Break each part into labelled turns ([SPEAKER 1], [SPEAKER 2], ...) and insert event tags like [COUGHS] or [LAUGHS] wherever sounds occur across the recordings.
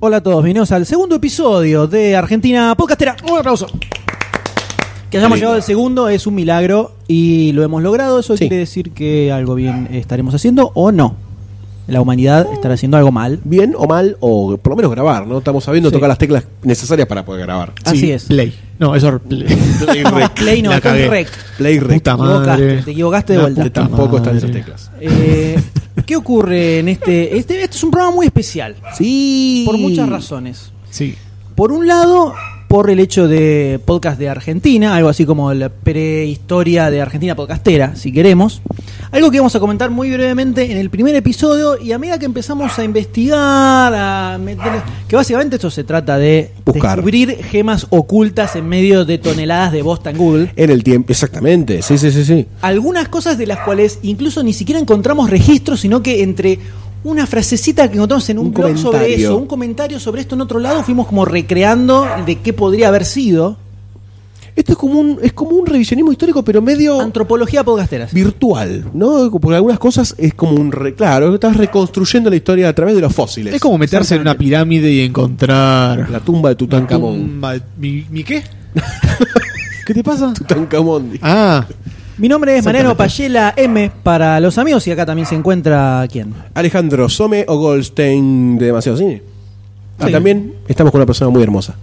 [SPEAKER 1] Hola a todos, bienvenidos al segundo episodio de Argentina Podcastera. Un aplauso. Que hayamos
[SPEAKER 2] Lindo.
[SPEAKER 1] llegado al segundo es un milagro y lo hemos logrado. Eso
[SPEAKER 2] Sí.
[SPEAKER 1] quiere decir que algo bien estaremos haciendo o no. La humanidad estará haciendo algo mal.
[SPEAKER 2] Bien o mal, o por lo menos grabar, ¿no? Estamos sabiendo
[SPEAKER 1] Sí.
[SPEAKER 2] tocar las teclas necesarias para poder grabar.
[SPEAKER 1] Así es.
[SPEAKER 3] Play. No, eso es Play.
[SPEAKER 1] [LAUGHS] No, Play no,
[SPEAKER 3] La
[SPEAKER 1] está en
[SPEAKER 3] cagué.
[SPEAKER 1] rec.
[SPEAKER 2] Play rec.
[SPEAKER 3] Puta
[SPEAKER 1] Te equivocaste,
[SPEAKER 3] madre.
[SPEAKER 1] te equivocaste de
[SPEAKER 3] La
[SPEAKER 1] vuelta.
[SPEAKER 2] Que
[SPEAKER 3] puta
[SPEAKER 2] tampoco están
[SPEAKER 3] madre.
[SPEAKER 2] esas teclas.
[SPEAKER 1] Eh, ¿Qué ocurre en este, este? Este es un programa muy especial.
[SPEAKER 2] Sí.
[SPEAKER 1] Por muchas razones.
[SPEAKER 3] Sí.
[SPEAKER 1] Por un lado, por el hecho de podcast de Argentina, algo así como la prehistoria de Argentina podcastera, si queremos. Algo que vamos a comentar muy brevemente en el primer episodio y a medida que empezamos a investigar, a meterle- que básicamente esto se trata de
[SPEAKER 2] Buscar.
[SPEAKER 1] descubrir gemas ocultas en medio de toneladas de bosta en Google.
[SPEAKER 2] En el tiempo, exactamente. Sí, sí, sí, sí.
[SPEAKER 1] Algunas cosas de las cuales incluso ni siquiera encontramos registros, sino que entre una frasecita que encontramos en un,
[SPEAKER 2] Un
[SPEAKER 1] blog sobre
[SPEAKER 2] comentario.
[SPEAKER 1] eso, un comentario sobre esto en otro lado, fuimos como recreando de qué podría haber sido.
[SPEAKER 2] Esto es como un, es como un revisionismo histórico, pero medio
[SPEAKER 1] Antropología podcastera. sí.
[SPEAKER 2] virtual, ¿no? Porque algunas cosas es como un. re- claro, estás reconstruyendo la historia a través de los fósiles.
[SPEAKER 3] Es como meterse en una pirámide y encontrar.
[SPEAKER 2] la tumba de Tutankamón.
[SPEAKER 3] tumba- ¿Mi, mi qué? [LAUGHS] ¿Qué te pasa?
[SPEAKER 2] Tutankamón. dije.
[SPEAKER 3] Ah,
[SPEAKER 1] Mi nombre es Mariano Payela M para los amigos y acá también se encuentra quién.
[SPEAKER 2] Alejandro Some o Goldstein de Demasiado Cine. Ah,
[SPEAKER 1] Sí.
[SPEAKER 2] también estamos con una persona muy hermosa.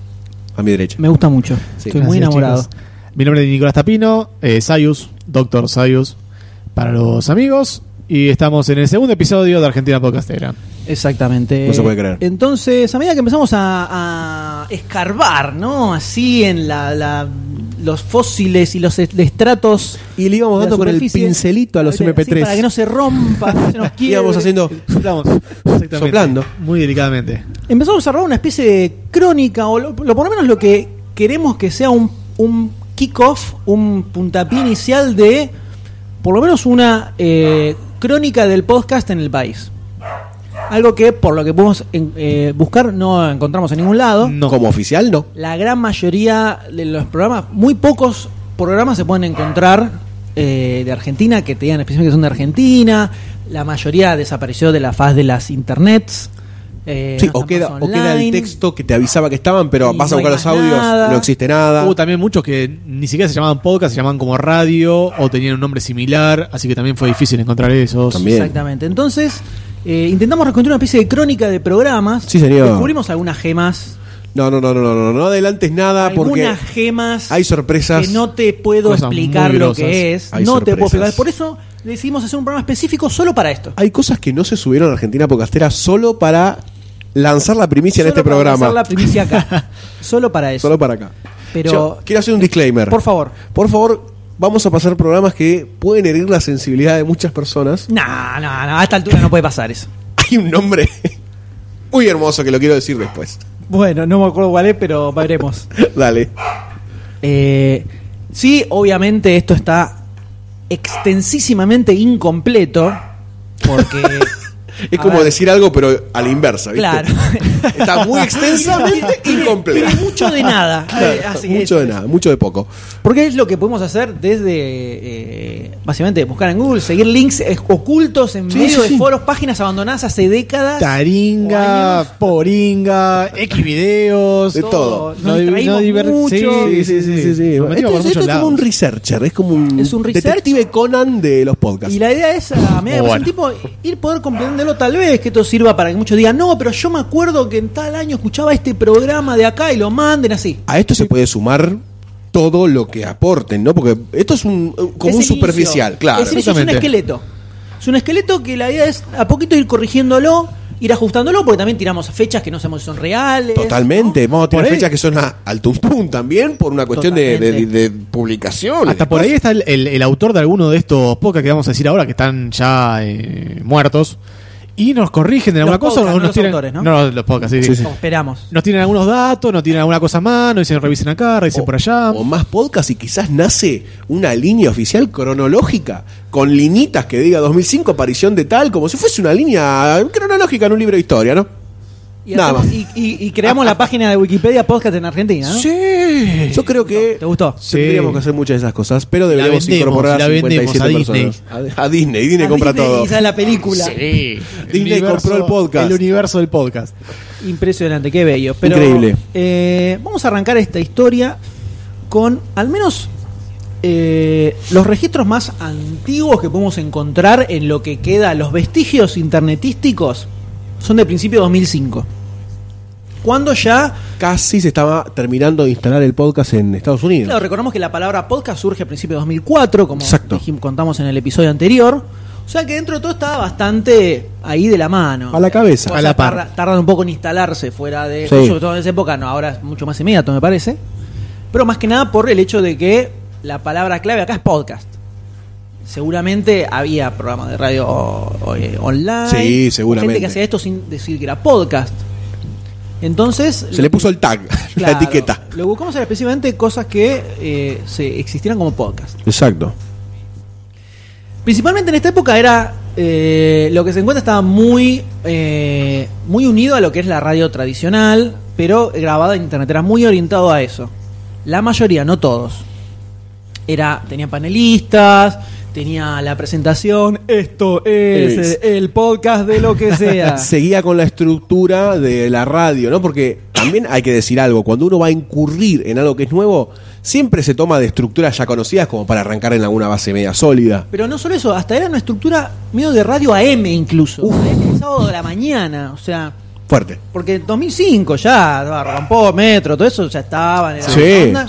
[SPEAKER 2] A mi derecha.
[SPEAKER 1] Me gusta mucho.
[SPEAKER 2] Sí.
[SPEAKER 1] Estoy muy
[SPEAKER 3] gracias,
[SPEAKER 1] enamorado.
[SPEAKER 3] chicos. Mi nombre es Nicolás Tapino, eh, Sayus, Doctor Sayus, para los amigos. Y estamos en el segundo episodio de Argentina Podcastera.
[SPEAKER 1] Exactamente.
[SPEAKER 2] No se puede creer.
[SPEAKER 1] Entonces, a medida que empezamos a, a escarbar, ¿no? Así en la- la- los fósiles y los est- estratos.
[SPEAKER 2] Y le íbamos
[SPEAKER 1] de la
[SPEAKER 2] dando con el
[SPEAKER 1] superficie,
[SPEAKER 2] pincelito a los
[SPEAKER 1] así,
[SPEAKER 2] MP3.
[SPEAKER 1] para que no se rompa,
[SPEAKER 2] [LAUGHS]
[SPEAKER 1] no se nos quiebre.
[SPEAKER 2] Íbamos haciendo.
[SPEAKER 3] Estamos [LAUGHS] exactamente,
[SPEAKER 2] Soplando.
[SPEAKER 3] Muy delicadamente.
[SPEAKER 1] Empezamos a robar una especie de crónica, o lo, lo- por lo menos lo que queremos que sea un, un kickoff, un puntapié inicial de por lo menos una eh, crónica del podcast en el país. Algo que por lo que podemos en- eh, buscar no encontramos en ningún lado.
[SPEAKER 3] No.
[SPEAKER 2] Como oficial, no.
[SPEAKER 1] La gran mayoría de los programas, muy pocos programas se pueden encontrar eh, de Argentina, que te digan específicamente que son de Argentina. La mayoría desapareció de la faz de las internets. eh,
[SPEAKER 2] sí,
[SPEAKER 1] no
[SPEAKER 2] o
[SPEAKER 1] están
[SPEAKER 2] queda,
[SPEAKER 1] más
[SPEAKER 2] o queda el
[SPEAKER 1] online.
[SPEAKER 2] texto que te avisaba que estaban, pero
[SPEAKER 1] Y
[SPEAKER 2] vas a
[SPEAKER 1] no
[SPEAKER 2] buscar
[SPEAKER 1] hay
[SPEAKER 2] los
[SPEAKER 1] más
[SPEAKER 2] audios,
[SPEAKER 1] nada. Uh,
[SPEAKER 2] no existe nada.
[SPEAKER 3] Hubo también muchos que ni siquiera se llamaban podcast, se llamaban como radio o tenían un nombre similar, así que también fue difícil encontrar esos.
[SPEAKER 2] También. Bien.
[SPEAKER 1] Exactamente. Entonces, eh, intentamos reconstruir una especie de crónica de programas.
[SPEAKER 2] Sí, señor.
[SPEAKER 1] Descubrimos algunas gemas.
[SPEAKER 2] No, no, no, no, no, no, no adelantes nada Ah, porque
[SPEAKER 1] algunas gemas.
[SPEAKER 2] hay sorpresas.
[SPEAKER 1] Que no te puedo
[SPEAKER 3] Cosas
[SPEAKER 1] explicar
[SPEAKER 3] muy
[SPEAKER 1] lo
[SPEAKER 3] grosas.
[SPEAKER 1] que es.
[SPEAKER 2] Hay
[SPEAKER 1] no te puedo
[SPEAKER 2] sorpresas.
[SPEAKER 1] explicar. Por eso decidimos hacer un programa específico solo para esto.
[SPEAKER 2] hay cosas que no se subieron a Argentina Podcastera solo para lanzar la primicia
[SPEAKER 1] Solo
[SPEAKER 2] en este
[SPEAKER 1] para
[SPEAKER 2] programa.
[SPEAKER 1] lanzar la primicia
[SPEAKER 2] [LAUGHS]
[SPEAKER 1] acá. solo para eso.
[SPEAKER 2] Solo para acá.
[SPEAKER 1] Pero-
[SPEAKER 2] Yo quiero hacer un disclaimer.
[SPEAKER 1] Por favor.
[SPEAKER 2] Por favor, vamos a pasar programas que pueden herir la sensibilidad de muchas personas. [LAUGHS]
[SPEAKER 1] No, no, no, a esta altura no puede pasar eso.
[SPEAKER 2] Hay un nombre muy hermoso que lo quiero decir después.
[SPEAKER 1] Bueno, no me acuerdo cuál es, pero veremos.
[SPEAKER 2] [LAUGHS] Dale.
[SPEAKER 1] [LAUGHS] Eh, sí, obviamente esto está extensísimamente incompleto, porque...
[SPEAKER 2] [LAUGHS] Es
[SPEAKER 1] A
[SPEAKER 2] como
[SPEAKER 1] ver.
[SPEAKER 2] decir algo, pero a la inversa, ¿viste?
[SPEAKER 1] Claro. [LAUGHS]
[SPEAKER 2] Está muy extensamente
[SPEAKER 1] Tiene-
[SPEAKER 2] incompleta.
[SPEAKER 1] tiene mucho de nada. [LAUGHS]
[SPEAKER 2] Claro,
[SPEAKER 1] Eh, así
[SPEAKER 2] mucho
[SPEAKER 1] es.
[SPEAKER 2] de nada, mucho de poco.
[SPEAKER 1] Porque es lo que podemos hacer desde, eh, básicamente, buscar en Google, seguir links eh, ocultos en
[SPEAKER 2] Sí,
[SPEAKER 1] medio
[SPEAKER 2] sí,
[SPEAKER 1] de
[SPEAKER 2] sí.
[SPEAKER 1] foros, páginas abandonadas hace décadas. O años.
[SPEAKER 3] Taringa, Poringa, X videos.
[SPEAKER 2] De todo.
[SPEAKER 1] Nos distraímos mucho.
[SPEAKER 3] Sí, sí, sí. sí, sí. Nos metimos
[SPEAKER 2] Esto,
[SPEAKER 3] por
[SPEAKER 2] es-
[SPEAKER 3] muchos
[SPEAKER 2] esto es como un
[SPEAKER 3] lados.
[SPEAKER 2] researcher, es como un,
[SPEAKER 1] Es un research.
[SPEAKER 2] detective Conan de los podcasts.
[SPEAKER 1] Y la idea es, a medida que pasa el
[SPEAKER 3] Bueno.
[SPEAKER 1] tiempo, ir poder comprenderlo. Tal vez que esto sirva para que muchos digan, no, pero yo me acuerdo que en tal año escuchaba este programa de acá y lo manden así.
[SPEAKER 2] A esto se puede sumar todo lo que aporten, ¿no? Porque esto es un como
[SPEAKER 1] Es
[SPEAKER 2] un
[SPEAKER 1] el
[SPEAKER 2] superficial,
[SPEAKER 1] inicio.
[SPEAKER 2] claro.
[SPEAKER 1] Es, el inicio, es un
[SPEAKER 3] Justamente.
[SPEAKER 1] esqueleto. Es un esqueleto que la idea es a poquito ir corrigiéndolo, ir ajustándolo, porque también tiramos fechas que no sabemos si son reales.
[SPEAKER 2] Totalmente, vamos a tener
[SPEAKER 3] Por ahí-
[SPEAKER 2] fechas que son a- al tum tum también por una cuestión de, de,
[SPEAKER 1] Totalmente.
[SPEAKER 2] de publicación.
[SPEAKER 3] Hasta por ahí está el, el- el autor de alguno de estos podcasts que vamos a decir ahora, que están ya eh, muertos, y nos corrigen de
[SPEAKER 1] Los
[SPEAKER 3] alguna cosa
[SPEAKER 1] podcasts, no
[SPEAKER 3] o nos
[SPEAKER 1] los
[SPEAKER 3] tiran.
[SPEAKER 1] autores, ¿no?
[SPEAKER 3] los podcasts, sí,
[SPEAKER 2] Sí,
[SPEAKER 3] sí.
[SPEAKER 2] sí.
[SPEAKER 1] ¿no? O esperamos.
[SPEAKER 3] Nos tienen algunos datos, nos tienen alguna cosa a mano, dicen revisen acá, revisen
[SPEAKER 2] O-
[SPEAKER 3] por allá.
[SPEAKER 2] O más podcast y quizás nace una línea oficial cronológica con linitas que diga 2005 aparición de tal, como si fuese una línea cronológica en un libro de historia, ¿no?
[SPEAKER 1] Y,
[SPEAKER 2] Nada
[SPEAKER 1] hacemos-
[SPEAKER 2] más.
[SPEAKER 1] y- y- y creamos la página de Wikipedia Podcast en Argentina, ¿no?
[SPEAKER 2] Sí. Yo creo que
[SPEAKER 1] ¿Te gustó?
[SPEAKER 2] Sí. tendríamos que hacer muchas de esas cosas, pero deberíamos
[SPEAKER 3] vendemos,
[SPEAKER 2] incorporar
[SPEAKER 3] la
[SPEAKER 2] a 57
[SPEAKER 3] vendemos a
[SPEAKER 2] personas. A, a Disney, Disney
[SPEAKER 1] A
[SPEAKER 2] compra
[SPEAKER 1] Ah, Disney
[SPEAKER 2] todo.
[SPEAKER 1] y sale la película.
[SPEAKER 2] Disney compró el podcast.
[SPEAKER 3] El universo del podcast.
[SPEAKER 1] Impresionante, qué bello. Pero,
[SPEAKER 2] Increíble.
[SPEAKER 1] eh, vamos a arrancar esta historia con al menos eh, los registros más antiguos que podemos encontrar en lo que queda, los vestigios internetísticos, son de principio 2005. Cuando ya,
[SPEAKER 2] Casi se estaba terminando de instalar el podcast en Estados Unidos.
[SPEAKER 1] claro, recordamos que la palabra podcast surge a principios de 2004, como
[SPEAKER 2] Exacto.
[SPEAKER 1] dijim- contamos en el episodio anterior. O sea que dentro de todo estaba bastante ahí de la mano.
[SPEAKER 2] A la cabeza.
[SPEAKER 1] Cosas
[SPEAKER 3] A la par.
[SPEAKER 1] tarda- tardan un poco en instalarse fuera de.
[SPEAKER 2] Sí.
[SPEAKER 1] Sobre todo en esa época, no, ahora es mucho más inmediato, me parece. Pero más que nada por el hecho de que la palabra clave acá es podcast. Seguramente había programas de radio o- o- eh, online.
[SPEAKER 2] Sí, seguramente.
[SPEAKER 1] Gente que hacía esto sin decir que era podcast. Entonces.
[SPEAKER 2] Se le puso el tag, [LAUGHS]
[SPEAKER 1] claro,
[SPEAKER 2] la etiqueta.
[SPEAKER 1] Lo buscamos era específicamente cosas que eh, se existieran como podcast.
[SPEAKER 2] Exacto.
[SPEAKER 1] Principalmente en esta época era eh, lo que se encuentra estaba muy eh, muy unido a lo que es la radio tradicional, pero grabada en internet era muy orientado a eso. La mayoría, no todos. Era tenía panelistas, tenía la presentación. Esto es,
[SPEAKER 2] Es.
[SPEAKER 1] eh, el podcast de lo que
[SPEAKER 2] [LAUGHS]
[SPEAKER 1] sea.
[SPEAKER 2] Seguía con la estructura de la radio, ¿no? Porque también hay que decir algo, cuando uno va a incurrir en algo que es nuevo, siempre se toma de estructuras ya conocidas como para arrancar en alguna base media sólida.
[SPEAKER 1] Pero no solo eso, hasta era una estructura medio de radio AM incluso. AM, sábado de la mañana, o sea.
[SPEAKER 2] Fuerte.
[SPEAKER 1] Porque en 2005 ya ¿no? arrancó Metro, todo eso ya estaban. era una onda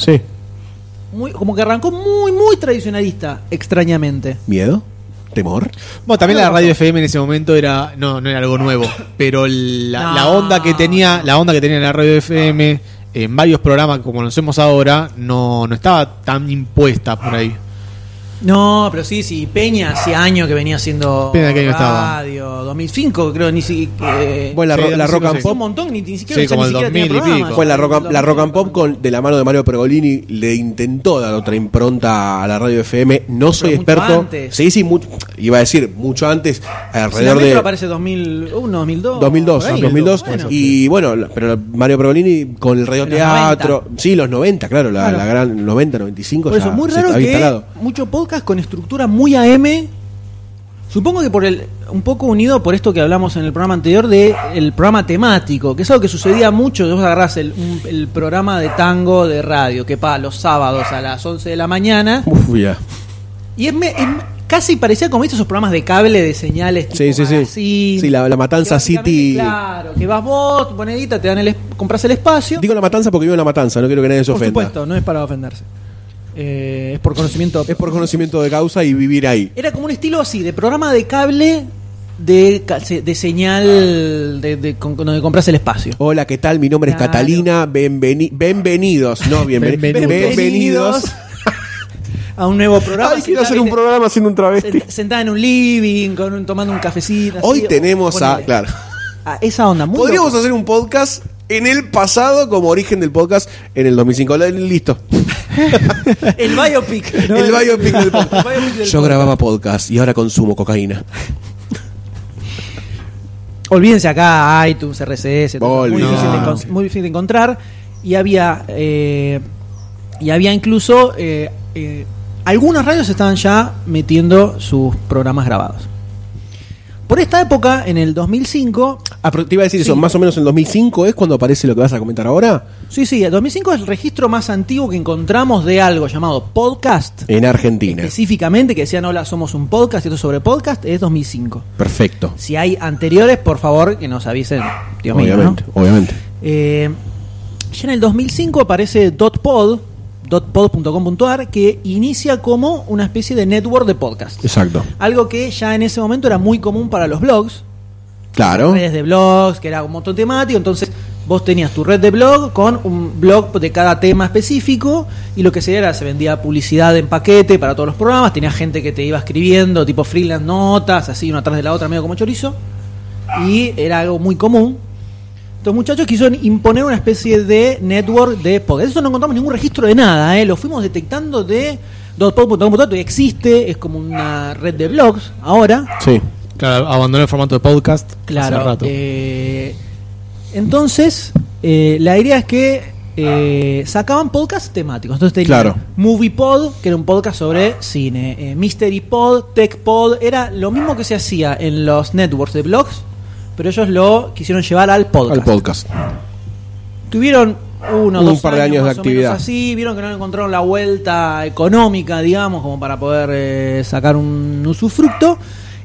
[SPEAKER 1] muy- como que arrancó muy, muy tradicionalista, extrañamente.
[SPEAKER 2] ¿Miedo? ¿Temor?
[SPEAKER 3] Bueno, también la radio FM en ese momento era no no era algo nuevo, pero la,
[SPEAKER 1] No.
[SPEAKER 3] la onda que tenía la onda que tenía la radio FM en varios programas como conocemos ahora no no estaba tan impuesta por ahí.
[SPEAKER 1] No, pero sí, sí, Peña hace años que venía haciendo
[SPEAKER 3] Peña, ¿qué año estaba?
[SPEAKER 1] radio, 2005 creo, ni siquiera...
[SPEAKER 2] Bueno, la,
[SPEAKER 3] Sí,
[SPEAKER 2] ro- la
[SPEAKER 3] sí,
[SPEAKER 2] rock
[SPEAKER 3] sí,
[SPEAKER 2] and
[SPEAKER 3] sí.
[SPEAKER 1] un
[SPEAKER 2] pop.
[SPEAKER 1] montón, ni, ni siquiera...
[SPEAKER 3] Sí,
[SPEAKER 1] ya
[SPEAKER 3] como
[SPEAKER 1] ni
[SPEAKER 3] el
[SPEAKER 1] siquiera
[SPEAKER 3] 2000 y
[SPEAKER 1] tenía programa.
[SPEAKER 3] pico.
[SPEAKER 2] Fue la rock, and- la rock and pop con, de la mano de Mario Pergolini le intentó dar otra impronta a la radio FM. No
[SPEAKER 1] Pero
[SPEAKER 2] soy
[SPEAKER 1] mucho
[SPEAKER 2] experto.
[SPEAKER 1] antes.
[SPEAKER 2] Sí, sí, mu- iba a decir mucho antes,
[SPEAKER 1] Si la
[SPEAKER 2] alrededor
[SPEAKER 1] metro
[SPEAKER 2] de
[SPEAKER 1] aparece 2001, 2002.
[SPEAKER 2] 2002,
[SPEAKER 1] por ahí.
[SPEAKER 2] 2002
[SPEAKER 1] Bueno.
[SPEAKER 2] y bueno, la- pero Mario Pergolini con el radio
[SPEAKER 1] En los
[SPEAKER 2] teatro, sí, los 90, claro, la,
[SPEAKER 1] Claro.
[SPEAKER 2] la gran 90, 95
[SPEAKER 1] Por
[SPEAKER 2] ya
[SPEAKER 1] eso es muy
[SPEAKER 2] se
[SPEAKER 1] raro
[SPEAKER 2] había
[SPEAKER 1] que
[SPEAKER 2] instalado.
[SPEAKER 1] mucho podcast con estructura muy AM. Supongo que por el un poco unido por esto que hablamos en el programa anterior de el programa temático, que es algo que sucedía mucho. Vos agarrás el, un- el programa de tango de radio que pa los sábados a las 11 de la mañana
[SPEAKER 2] Uf, ya.
[SPEAKER 1] y es, me- es me- casi parecía como estos esos programas de cable de señales tipo
[SPEAKER 2] Sí, sí, sí.
[SPEAKER 1] magazine,
[SPEAKER 2] Sí, la, la
[SPEAKER 1] que
[SPEAKER 2] Matanza
[SPEAKER 1] básicamente,
[SPEAKER 2] City.
[SPEAKER 1] Claro, que vas vos, monedita, te dan el es- compras el espacio.
[SPEAKER 2] Digo la Matanza porque vivo en la Matanza, no quiero que nadie se
[SPEAKER 1] por
[SPEAKER 2] ofenda.
[SPEAKER 1] supuesto, no es para ofenderse. Eh, es por conocimiento
[SPEAKER 2] Es por conocimiento de causa y vivir ahí.
[SPEAKER 1] Era como un estilo así, de programa de cable de, ca- se- de señal de, de- con- con donde compras el espacio.
[SPEAKER 2] Hola, ¿qué tal? Mi nombre es
[SPEAKER 1] Claro.
[SPEAKER 2] Catalina. Bienveni- bienvenidos. No, bienveni-
[SPEAKER 3] Benvenutos.
[SPEAKER 2] bienvenidos.
[SPEAKER 1] a un nuevo programa.
[SPEAKER 2] Ay, quiero
[SPEAKER 1] Sentada-
[SPEAKER 2] hacer un programa haciendo un travesti.
[SPEAKER 1] sent- Sentada en un living, con un- tomando un cafecito. así,
[SPEAKER 2] Hoy
[SPEAKER 1] o-
[SPEAKER 2] tenemos a.
[SPEAKER 1] ponele.
[SPEAKER 2] Claro.
[SPEAKER 1] A esa onda. Muy
[SPEAKER 2] Podríamos
[SPEAKER 1] loco.
[SPEAKER 2] hacer un podcast en el pasado como origen del podcast en el 2005. Listo.
[SPEAKER 1] El biopic. ¿no?
[SPEAKER 2] [LAUGHS] el biopic [LAUGHS] del
[SPEAKER 1] El
[SPEAKER 2] podcast.
[SPEAKER 1] biopic del
[SPEAKER 2] Yo grababa podcast y ahora consumo cocaína.
[SPEAKER 1] Olvídense acá, iTunes, RCS, todo eso, muy,
[SPEAKER 2] Olvídense.
[SPEAKER 1] difícil de, encon- muy difícil de encontrar. Y había eh, y había incluso eh, eh, algunas radios estaban ya metiendo sus programas grabados. Por esta época, en el 2005,
[SPEAKER 2] Ah, pero te iba a decir eso,
[SPEAKER 1] Sí.
[SPEAKER 2] más o menos en 2005 es cuando aparece lo que vas a comentar ahora
[SPEAKER 1] sí, sí, el 2005 es el registro más antiguo que encontramos de algo llamado podcast.
[SPEAKER 2] en Argentina.
[SPEAKER 1] Específicamente, que decían, hola, somos un podcast, y esto es sobre podcast, es 2005.
[SPEAKER 2] Perfecto.
[SPEAKER 1] Si hay anteriores, por favor, que nos avisen. Dios mío, ¿no?
[SPEAKER 2] obviamente, obviamente.
[SPEAKER 1] Eh, ya en el 2005 aparece .pod, .pod.com.ar, que inicia como una especie de network de podcast.
[SPEAKER 2] Exacto.
[SPEAKER 1] Algo que ya en ese momento era muy común para los blogs,
[SPEAKER 2] Claro.
[SPEAKER 1] redes de blogs, que era un montón temático, entonces vos tenías tu red de blog con un blog de cada tema específico y lo que se era, se vendía publicidad en paquete para todos los programas, tenías gente que te iba escribiendo, tipo freelance notas, así una atrás de la otra, medio como chorizo, y era algo muy común. Estos muchachos quisieron imponer una especie de network de podcast. Eso no encontramos ningún registro de nada, ¿eh? lo fuimos detectando de .com.ar, existe, es como una red de blogs ahora.
[SPEAKER 2] Sí. eh,
[SPEAKER 3] Claro, abandonó el formato de podcast
[SPEAKER 1] Claro.
[SPEAKER 3] hace rato.
[SPEAKER 1] eh, Entonces, eh, la idea es que eh, sacaban podcasts temáticos. Entonces tenían
[SPEAKER 2] Claro.
[SPEAKER 1] Movie Pod, que era un podcast sobre cine, eh, Mystery Pod, Tech Pod, era lo mismo que se hacía en los networks de blogs, pero ellos lo quisieron llevar al podcast.
[SPEAKER 2] Al podcast.
[SPEAKER 1] Tuvieron uno,
[SPEAKER 2] Un
[SPEAKER 1] dos
[SPEAKER 2] par de años de
[SPEAKER 1] más o menos
[SPEAKER 2] actividad.
[SPEAKER 1] así, vieron que no encontraron la vuelta económica, digamos, como para poder eh, sacar un usufructo.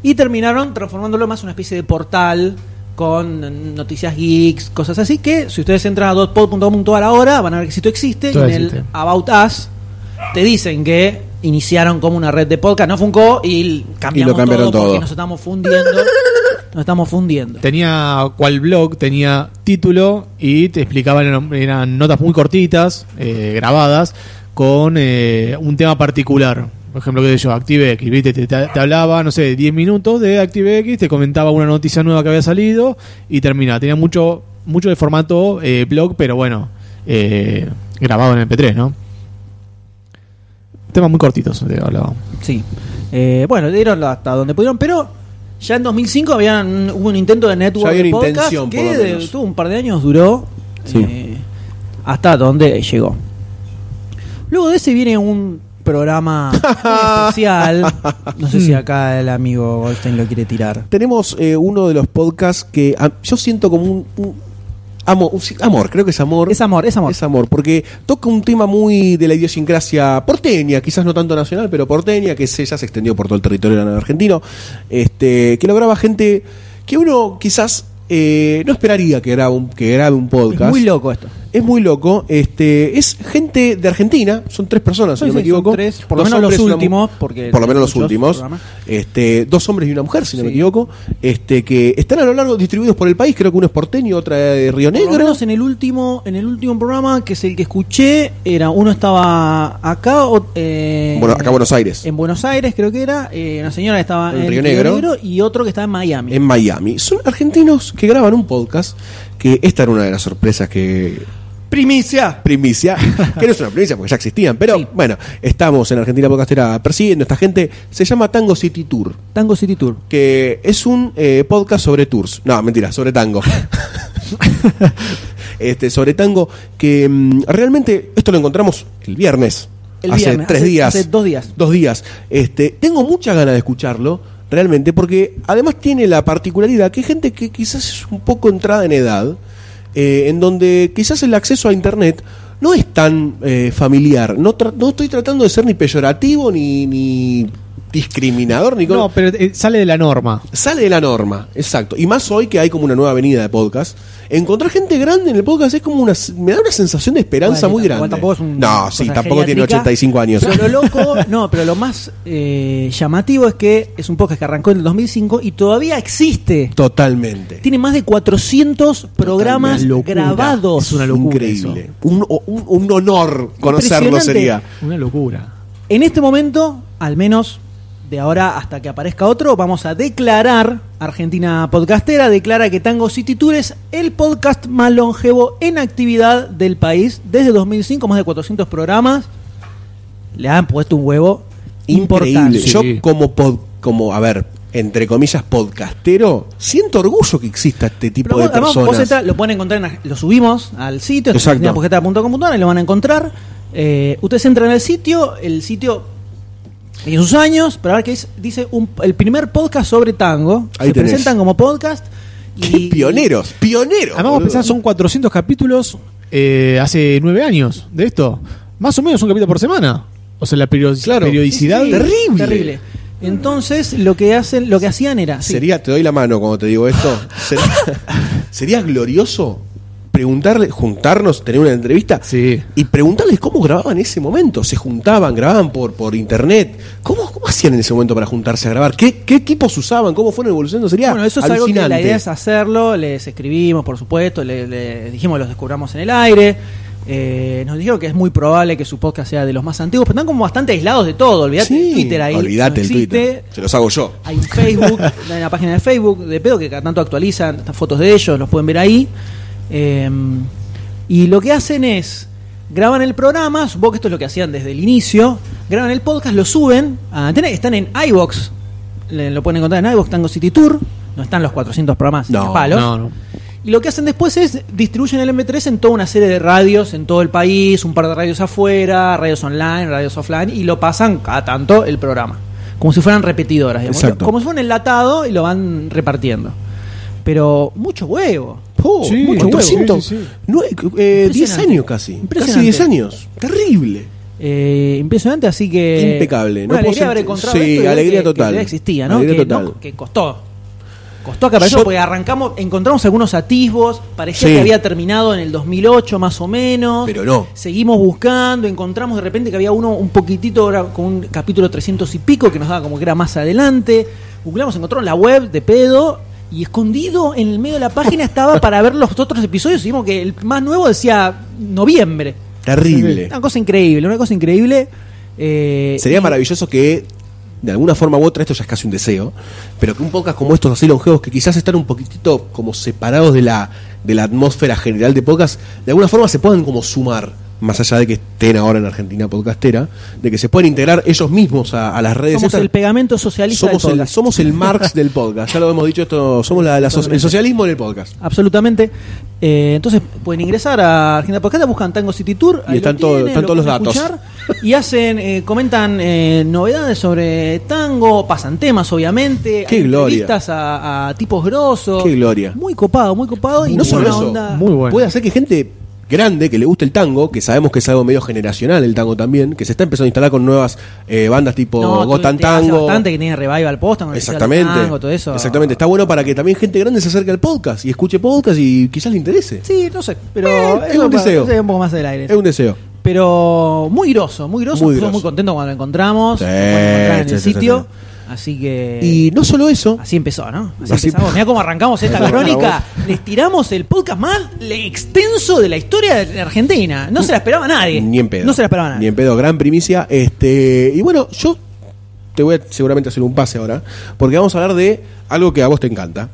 [SPEAKER 1] Y terminaron transformándolo más en una especie de portal con noticias geeks, cosas así. Que si ustedes entran a dotpod.com.ar ahora, van a ver que el sitio existe. Y en
[SPEAKER 3] Todavía
[SPEAKER 1] el
[SPEAKER 3] existe.
[SPEAKER 1] About Us te dicen que iniciaron como una red de podcast. No funcó y cambiaron
[SPEAKER 2] cambiaron
[SPEAKER 1] todo porque
[SPEAKER 2] todo.
[SPEAKER 1] nos estamos fundiendo. Nos estamos fundiendo.
[SPEAKER 3] Tenía cual blog, tenía título y te explicaban, eran, eran notas muy cortitas, eh, grabadas, con eh, un tema particular. Por ejemplo, qué sé yo, ActiveX, ¿viste? Te, te- te hablaba, no sé, 10 minutos de ActiveX, te comentaba una noticia nueva que había salido y terminaba. Tenía mucho, mucho de formato eh, blog, pero bueno, eh, grabado en MP3, ¿no? Temas muy cortitos, te hablaba.
[SPEAKER 1] Sí. Eh, bueno, dieron hasta donde pudieron, pero ya en 2005 habían, hubo un intento de network
[SPEAKER 2] Ya había
[SPEAKER 1] de
[SPEAKER 2] una
[SPEAKER 1] podcast
[SPEAKER 2] intención,
[SPEAKER 1] que
[SPEAKER 2] por lo
[SPEAKER 1] de-
[SPEAKER 2] menos.
[SPEAKER 1] tuvo un par de años, duró
[SPEAKER 2] Sí.
[SPEAKER 1] eh, hasta donde llegó. Luego de ese viene un
[SPEAKER 2] [LAUGHS]
[SPEAKER 1] programa muy especial. No
[SPEAKER 2] Mm.
[SPEAKER 1] sé si acá el amigo Goldstein lo quiere tirar.
[SPEAKER 2] Tenemos eh, uno de los podcasts que ah, yo siento como un, amor, amor, creo que es amor.
[SPEAKER 1] Es amor, es amor.
[SPEAKER 2] Es amor, porque toca un tema muy de la idiosincrasia porteña, quizás no tanto nacional, pero porteña, que se, ya se extendió por todo el territorio argentino, este, que lo graba gente que uno quizás eh, no esperaría que grabe un, que grabe un podcast.
[SPEAKER 1] Es muy loco esto.
[SPEAKER 2] Es muy loco. Este, es gente de Argentina, son tres personas, si
[SPEAKER 1] Sí,
[SPEAKER 2] no me
[SPEAKER 1] sí, son
[SPEAKER 2] equivoco.
[SPEAKER 1] tres, por lo
[SPEAKER 2] Dos
[SPEAKER 1] menos los
[SPEAKER 2] hombres, una mu-
[SPEAKER 1] últimos, porque
[SPEAKER 2] por lo menos los
[SPEAKER 1] muchos
[SPEAKER 2] últimos.
[SPEAKER 1] programas.
[SPEAKER 2] Este, dos hombres y una mujer, si no me
[SPEAKER 1] Sí.
[SPEAKER 2] equivoco, este, que están a lo largo distribuidos por el país, creo que uno es porteño, otra de Río
[SPEAKER 1] Por lo
[SPEAKER 2] Negro.
[SPEAKER 1] menos en el último, en el último programa, que es el que escuché, era uno estaba acá, o- eh,
[SPEAKER 2] Bueno, acá en Buenos Aires.
[SPEAKER 1] en Buenos Aires creo que era, eh, una señora que estaba
[SPEAKER 2] En
[SPEAKER 1] en
[SPEAKER 2] Río Negro.
[SPEAKER 1] y otro que estaba en Miami.
[SPEAKER 2] en Miami. Son argentinos que graban un podcast, que esta era una de las sorpresas que...
[SPEAKER 1] Primicia.
[SPEAKER 2] Primicia,
[SPEAKER 1] [LAUGHS]
[SPEAKER 2] que no es una primicia porque ya existían, pero
[SPEAKER 1] Sí.
[SPEAKER 2] bueno, estamos en Argentina Podcastera persiguiendo a esta gente, se llama Tango City Tour,
[SPEAKER 1] Tango City Tour.
[SPEAKER 2] que es un eh, podcast sobre tours, no, mentira,
[SPEAKER 1] [LAUGHS]
[SPEAKER 2] sobre tango. este, sobre tango, que mm, realmente esto lo encontramos el viernes,
[SPEAKER 1] El
[SPEAKER 2] hace
[SPEAKER 1] viernes,
[SPEAKER 2] tres
[SPEAKER 1] hace-
[SPEAKER 2] días.
[SPEAKER 1] hace dos días.
[SPEAKER 2] dos días. Este, tengo muchas ganas de escucharlo, realmente, porque además tiene la particularidad que hay gente que quizás es un poco entrada en edad, eh, en donde quizás el acceso a Internet no es tan eh, familiar. No, tra- no estoy tratando de ser ni peyorativo, ni, ni discriminador, ni
[SPEAKER 3] No,
[SPEAKER 2] con-
[SPEAKER 3] pero eh, sale de la norma.
[SPEAKER 2] Sale de la norma, exacto. Y más hoy que hay como una nueva avenida de podcast. Encontrar gente grande en el podcast es como una. Me da una sensación de esperanza
[SPEAKER 1] Bueno,
[SPEAKER 2] muy
[SPEAKER 1] tampoco-
[SPEAKER 2] grande.
[SPEAKER 1] tampoco es un-
[SPEAKER 2] no,
[SPEAKER 1] cosa
[SPEAKER 2] sí, tampoco tiene
[SPEAKER 1] geriátrica,
[SPEAKER 2] 85 años.
[SPEAKER 1] Pero
[SPEAKER 2] [LAUGHS]
[SPEAKER 1] lo loco, no, pero lo más eh, llamativo es que es un podcast que arrancó en el 2005 y todavía existe.
[SPEAKER 2] Totalmente.
[SPEAKER 1] Tiene más de 400 programas
[SPEAKER 2] Una locura.
[SPEAKER 1] grabados.
[SPEAKER 3] Es una locura
[SPEAKER 2] Increíble. Un, un- un honor conocerlo
[SPEAKER 1] Impresionante.
[SPEAKER 2] sería.
[SPEAKER 3] Una locura.
[SPEAKER 1] En este momento, al menos de ahora hasta que aparezca otro, vamos a declarar, Argentina Podcastera declara que Tango City Tour es el podcast más longevo en actividad del país. Desde 2005, más de 400 programas. Le han puesto un huevo
[SPEAKER 2] Increíble.
[SPEAKER 1] importante.
[SPEAKER 2] Yo
[SPEAKER 3] Sí.
[SPEAKER 2] como pod- como a ver, entre comillas podcastero, siento orgullo que exista este tipo
[SPEAKER 1] Pero
[SPEAKER 2] de
[SPEAKER 1] vos- además, vos
[SPEAKER 2] personas.
[SPEAKER 1] entra- lo pueden encontrar, en la- lo subimos al sitio,
[SPEAKER 2] Exacto.
[SPEAKER 1] argentinapodcastera.com.ar, y lo van a encontrar. Eh, ustedes entran al sitio, el sitio tiene sus años, pero a ver qué dice, dice un- el primer podcast sobre tango.
[SPEAKER 2] Ahí
[SPEAKER 1] se
[SPEAKER 2] tenés.
[SPEAKER 1] presentan como podcast.
[SPEAKER 2] Qué pioneros, pioneros.
[SPEAKER 3] Además, vamos a
[SPEAKER 2] boludo.
[SPEAKER 3] pensar, son 400 capítulos eh, hace nueve años de esto. Más o menos un capítulo por semana. O sea, la periodic-
[SPEAKER 2] Claro.
[SPEAKER 3] periodicidad.
[SPEAKER 1] Sí,
[SPEAKER 2] terrible.
[SPEAKER 1] terrible. Entonces, lo que hacen, lo que hacían era. sí.
[SPEAKER 2] Sería, te doy la mano cuando te
[SPEAKER 1] [LAUGHS]
[SPEAKER 2] digo esto. Ser- sería glorioso preguntarle, juntarnos, tener una entrevista
[SPEAKER 3] Sí.
[SPEAKER 2] y preguntarles cómo grababan en ese momento. Se juntaban, grababan por, por internet. ¿Cómo, cómo hacían en ese momento para juntarse a grabar? ¿Qué, qué equipos usaban? ¿Cómo fueron evolucionando? Sería
[SPEAKER 1] Bueno, eso es
[SPEAKER 2] alucinante.
[SPEAKER 1] algo que la idea es hacerlo, les escribimos, por supuesto, le- le dijimos los descubramos en el aire. eh, nos dijeron que es muy probable que su podcast sea de los más antiguos, pero están como bastante aislados de todo. Olvídate
[SPEAKER 2] Sí,
[SPEAKER 1] de Twitter ahí.
[SPEAKER 2] Olvídate
[SPEAKER 1] no
[SPEAKER 2] el
[SPEAKER 1] existe.
[SPEAKER 2] Twitter. Se los hago yo.
[SPEAKER 1] Hay un Facebook, hay una página de Facebook de pedo que cada tanto actualizan estas fotos de ellos, los pueden ver ahí. Eh, y lo que hacen es graban el programa, supongo que esto es lo que hacían desde el inicio, graban el podcast, lo suben, a Antena, están en iBox, lo pueden encontrar en iBox Tango City Tour, no están los 400 programas
[SPEAKER 2] No,
[SPEAKER 1] a palos.
[SPEAKER 3] No, no.
[SPEAKER 1] Y lo que hacen después es distribuyen el MP3 en toda una serie de radios en todo el país, un par de radios afuera, radios online, radios offline, y lo pasan cada tanto el programa. Como si fueran repetidoras, digamos.
[SPEAKER 2] Exacto.
[SPEAKER 1] Como si fuera un enlatado y lo van repartiendo. Pero mucho huevo.
[SPEAKER 2] Oh,
[SPEAKER 3] Sí,
[SPEAKER 2] mucho
[SPEAKER 3] huevo.
[SPEAKER 2] 400,
[SPEAKER 3] Sí, sí, sí.
[SPEAKER 2] nueve- eh, 10
[SPEAKER 1] Impresionante.
[SPEAKER 2] años casi. Casi
[SPEAKER 1] Impresionante.
[SPEAKER 2] 10 años. Terrible.
[SPEAKER 1] Eh, impresionante, así que.
[SPEAKER 2] Impecable,
[SPEAKER 1] Una
[SPEAKER 2] no puedo
[SPEAKER 1] alegría
[SPEAKER 2] ser-
[SPEAKER 1] haber encontrado
[SPEAKER 2] sí,
[SPEAKER 1] esto y ver
[SPEAKER 2] alegría
[SPEAKER 1] que- que
[SPEAKER 2] total.
[SPEAKER 1] ya existía, ¿no?
[SPEAKER 2] Alegría
[SPEAKER 1] que,
[SPEAKER 2] total.
[SPEAKER 1] no- que costó. Costó que aparezca,
[SPEAKER 2] Yo-
[SPEAKER 1] porque arrancamos, encontramos algunos atisbos, parecía
[SPEAKER 2] Sí.
[SPEAKER 1] que había terminado en el 2008 más o menos.
[SPEAKER 2] Pero no.
[SPEAKER 1] Seguimos buscando, encontramos de repente que había uno un poquitito ahora con un capítulo 300 y pico que nos daba como que era más adelante. Googleamos, encontramos la web de pedo y escondido en el medio de la página estaba para ver los otros episodios y vimos que el más nuevo decía noviembre.
[SPEAKER 2] Terrible.
[SPEAKER 1] Una cosa increíble, una cosa increíble. Eh,
[SPEAKER 2] Sería maravilloso que, de alguna forma u otra, esto ya es casi un deseo, pero que un podcast como estos así longevos, que quizás están un poquitito como separados de la, de la atmósfera general de podcast, de alguna forma se puedan como sumar, más allá de que estén ahora en Argentina podcastera, de que se pueden integrar ellos mismos a, a las redes.
[SPEAKER 1] somos
[SPEAKER 2] estas.
[SPEAKER 1] el pegamento socialista
[SPEAKER 2] somos
[SPEAKER 1] del
[SPEAKER 2] el,
[SPEAKER 1] podcast.
[SPEAKER 2] somos
[SPEAKER 1] [LAUGHS]
[SPEAKER 2] el Marx del podcast, ya lo hemos dicho esto, somos la- la so- el socialismo en el podcast.
[SPEAKER 1] Absolutamente. Eh, entonces pueden ingresar a Argentina Podcast, buscan Tango City Tour.
[SPEAKER 2] Y
[SPEAKER 1] ahí lo
[SPEAKER 2] están todo-
[SPEAKER 1] tienen,
[SPEAKER 2] están
[SPEAKER 1] lo
[SPEAKER 2] todos los
[SPEAKER 1] pueden
[SPEAKER 2] datos.
[SPEAKER 1] y hacen, eh, comentan eh, novedades sobre tango, pasan temas, obviamente.
[SPEAKER 2] Qué
[SPEAKER 1] hay
[SPEAKER 2] gloria.
[SPEAKER 1] Entrevistas a, a tipos grosos.
[SPEAKER 2] Qué gloria.
[SPEAKER 1] Muy copado, muy copado. y
[SPEAKER 2] no
[SPEAKER 1] tiene
[SPEAKER 2] solo
[SPEAKER 1] una
[SPEAKER 2] eso,
[SPEAKER 1] onda-
[SPEAKER 3] muy bueno.
[SPEAKER 2] puede hacer que gente grande que le guste el tango, que sabemos que es algo medio generacional el tango también, que se está empezando a instalar con nuevas eh, bandas tipo
[SPEAKER 1] No, tú-
[SPEAKER 2] Gotan
[SPEAKER 1] te hace
[SPEAKER 2] Tango.
[SPEAKER 1] bastante que tiene revival posta. con el festival de
[SPEAKER 2] Exactamente.
[SPEAKER 1] tango, todo eso.
[SPEAKER 2] Exactamente. Está bueno para que también gente grande se acerque al podcast y escuche podcast y quizás le interese.
[SPEAKER 1] Sí, no sé. Pero
[SPEAKER 2] Eh, es
[SPEAKER 1] eso
[SPEAKER 2] un
[SPEAKER 1] para-
[SPEAKER 2] deseo.
[SPEAKER 1] eso es un poco más del aire.
[SPEAKER 2] Es un deseo.
[SPEAKER 1] Pero muy groso, muy groso.
[SPEAKER 2] Muy
[SPEAKER 1] Fuimos
[SPEAKER 2] groso.
[SPEAKER 1] muy contentos cuando lo encontramos.
[SPEAKER 2] Sí,
[SPEAKER 1] lo pudimos encontrar en
[SPEAKER 2] sí,
[SPEAKER 1] el
[SPEAKER 2] sí,
[SPEAKER 1] sitio.
[SPEAKER 2] sí,
[SPEAKER 1] Así que.
[SPEAKER 2] Y no solo eso,
[SPEAKER 1] Así empezó, ¿no? Así,
[SPEAKER 2] Así- [LAUGHS]
[SPEAKER 1] empezamos. Mirá cómo arrancamos esta
[SPEAKER 2] Ahí va,
[SPEAKER 1] crónica. Les tiramos el podcast más le- extenso de la historia de Argentina. No se la esperaba nadie.
[SPEAKER 2] Ni en pedo.
[SPEAKER 1] No se la esperaba nadie.
[SPEAKER 2] Ni en pedo, gran primicia. Este, y bueno, yo te voy a seguramente hacer un pase ahora, porque vamos a hablar de algo que a vos te encanta.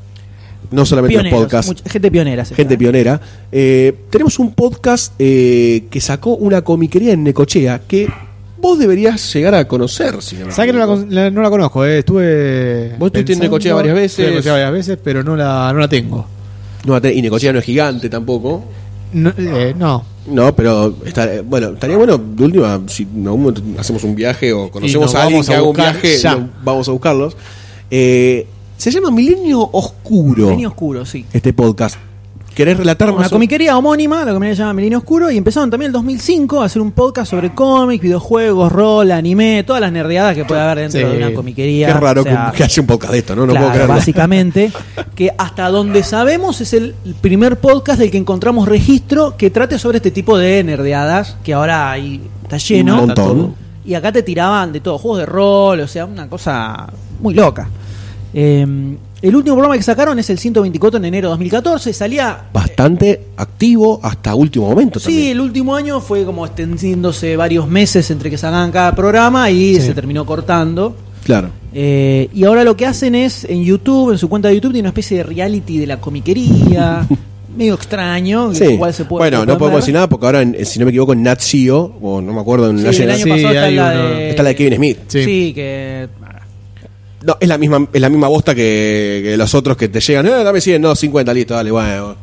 [SPEAKER 2] No solamente
[SPEAKER 1] Pioneros,
[SPEAKER 2] los podcasts.
[SPEAKER 1] mucha- gente pionera. se
[SPEAKER 2] Gente
[SPEAKER 1] llama.
[SPEAKER 2] pionera. Eh, tenemos un podcast eh, que sacó una comiquería en Necochea que vos deberías llegar a conocer. Si no me
[SPEAKER 3] ¿Sabes que no la,
[SPEAKER 2] equivoco.
[SPEAKER 3] con- la- no la conozco? eh, Estuve.
[SPEAKER 2] Vos estuviste en
[SPEAKER 3] pensando-
[SPEAKER 2] Necochea varias veces.
[SPEAKER 3] Estuve en Necochea varias veces, pero no la, no la tengo.
[SPEAKER 2] No, te- y Necochea no es gigante tampoco.
[SPEAKER 3] No, eh, no.
[SPEAKER 2] No, pero está- eh, bueno, estaría bueno, de última, si en algún momento hacemos un viaje o conocemos
[SPEAKER 3] nos
[SPEAKER 2] a alguien
[SPEAKER 3] vamos
[SPEAKER 2] que
[SPEAKER 3] a
[SPEAKER 2] haga un
[SPEAKER 3] buscar
[SPEAKER 2] viaje,
[SPEAKER 3] ya.
[SPEAKER 2] lo- vamos a buscarlos. Eh, se llama Milenio Oscuro
[SPEAKER 1] Milenio Oscuro, sí.
[SPEAKER 2] este podcast. ¿Querés relatar
[SPEAKER 1] Una
[SPEAKER 2] más? o-
[SPEAKER 1] comiquería homónima, la comiquería se llama Milenio Oscuro, y empezaron también en el 2005 a hacer un podcast sobre cómics, videojuegos, rol, anime, todas las nerdeadas que puede haber dentro
[SPEAKER 3] Sí.
[SPEAKER 1] de una comiquería.
[SPEAKER 2] Qué raro
[SPEAKER 1] O sea,
[SPEAKER 2] [LAUGHS] que, que haya un podcast de esto, ¿no? No
[SPEAKER 1] claro,
[SPEAKER 2] puedo creerlo.
[SPEAKER 1] básicamente, que hasta donde sabemos es el primer podcast del que encontramos registro que trate sobre este tipo de nerdeadas, que ahora ahí está lleno.
[SPEAKER 2] Un montón.
[SPEAKER 1] Y acá te tiraban de todo, juegos de rol, o sea, una cosa muy loca. Eh, el último programa que sacaron es el 124 en enero de 2014, salía
[SPEAKER 2] Bastante activo hasta último momento
[SPEAKER 1] Sí,
[SPEAKER 2] también.
[SPEAKER 1] el último año fue como extendiéndose varios meses entre que sacaban cada programa y
[SPEAKER 3] Sí.
[SPEAKER 1] se terminó cortando.
[SPEAKER 2] Claro.
[SPEAKER 1] Eh, y ahora lo que hacen es en YouTube, en su cuenta de YouTube, tiene una especie de reality de la
[SPEAKER 2] [LAUGHS]
[SPEAKER 1] comiquería, medio extraño.
[SPEAKER 2] Sí.
[SPEAKER 1] igual se puede-
[SPEAKER 2] bueno,
[SPEAKER 1] se
[SPEAKER 2] no
[SPEAKER 1] pueden
[SPEAKER 2] podemos
[SPEAKER 1] ver.
[SPEAKER 2] decir nada porque ahora, en- si no me equivoco, en Nat Geo, o no me acuerdo, en
[SPEAKER 1] Sí,
[SPEAKER 2] National-
[SPEAKER 1] el año
[SPEAKER 3] Sí,
[SPEAKER 1] pasado está
[SPEAKER 3] hay
[SPEAKER 1] la,
[SPEAKER 3] uno.
[SPEAKER 1] de,
[SPEAKER 2] está la de Kevin Smith.
[SPEAKER 1] Sí,
[SPEAKER 3] Sí.
[SPEAKER 1] que.
[SPEAKER 2] No, es la misma, es la misma bosta que, que los otros que te llegan, eh, dame 100, no, 50, listo,
[SPEAKER 1] [LAUGHS]
[SPEAKER 2] dale, bueno.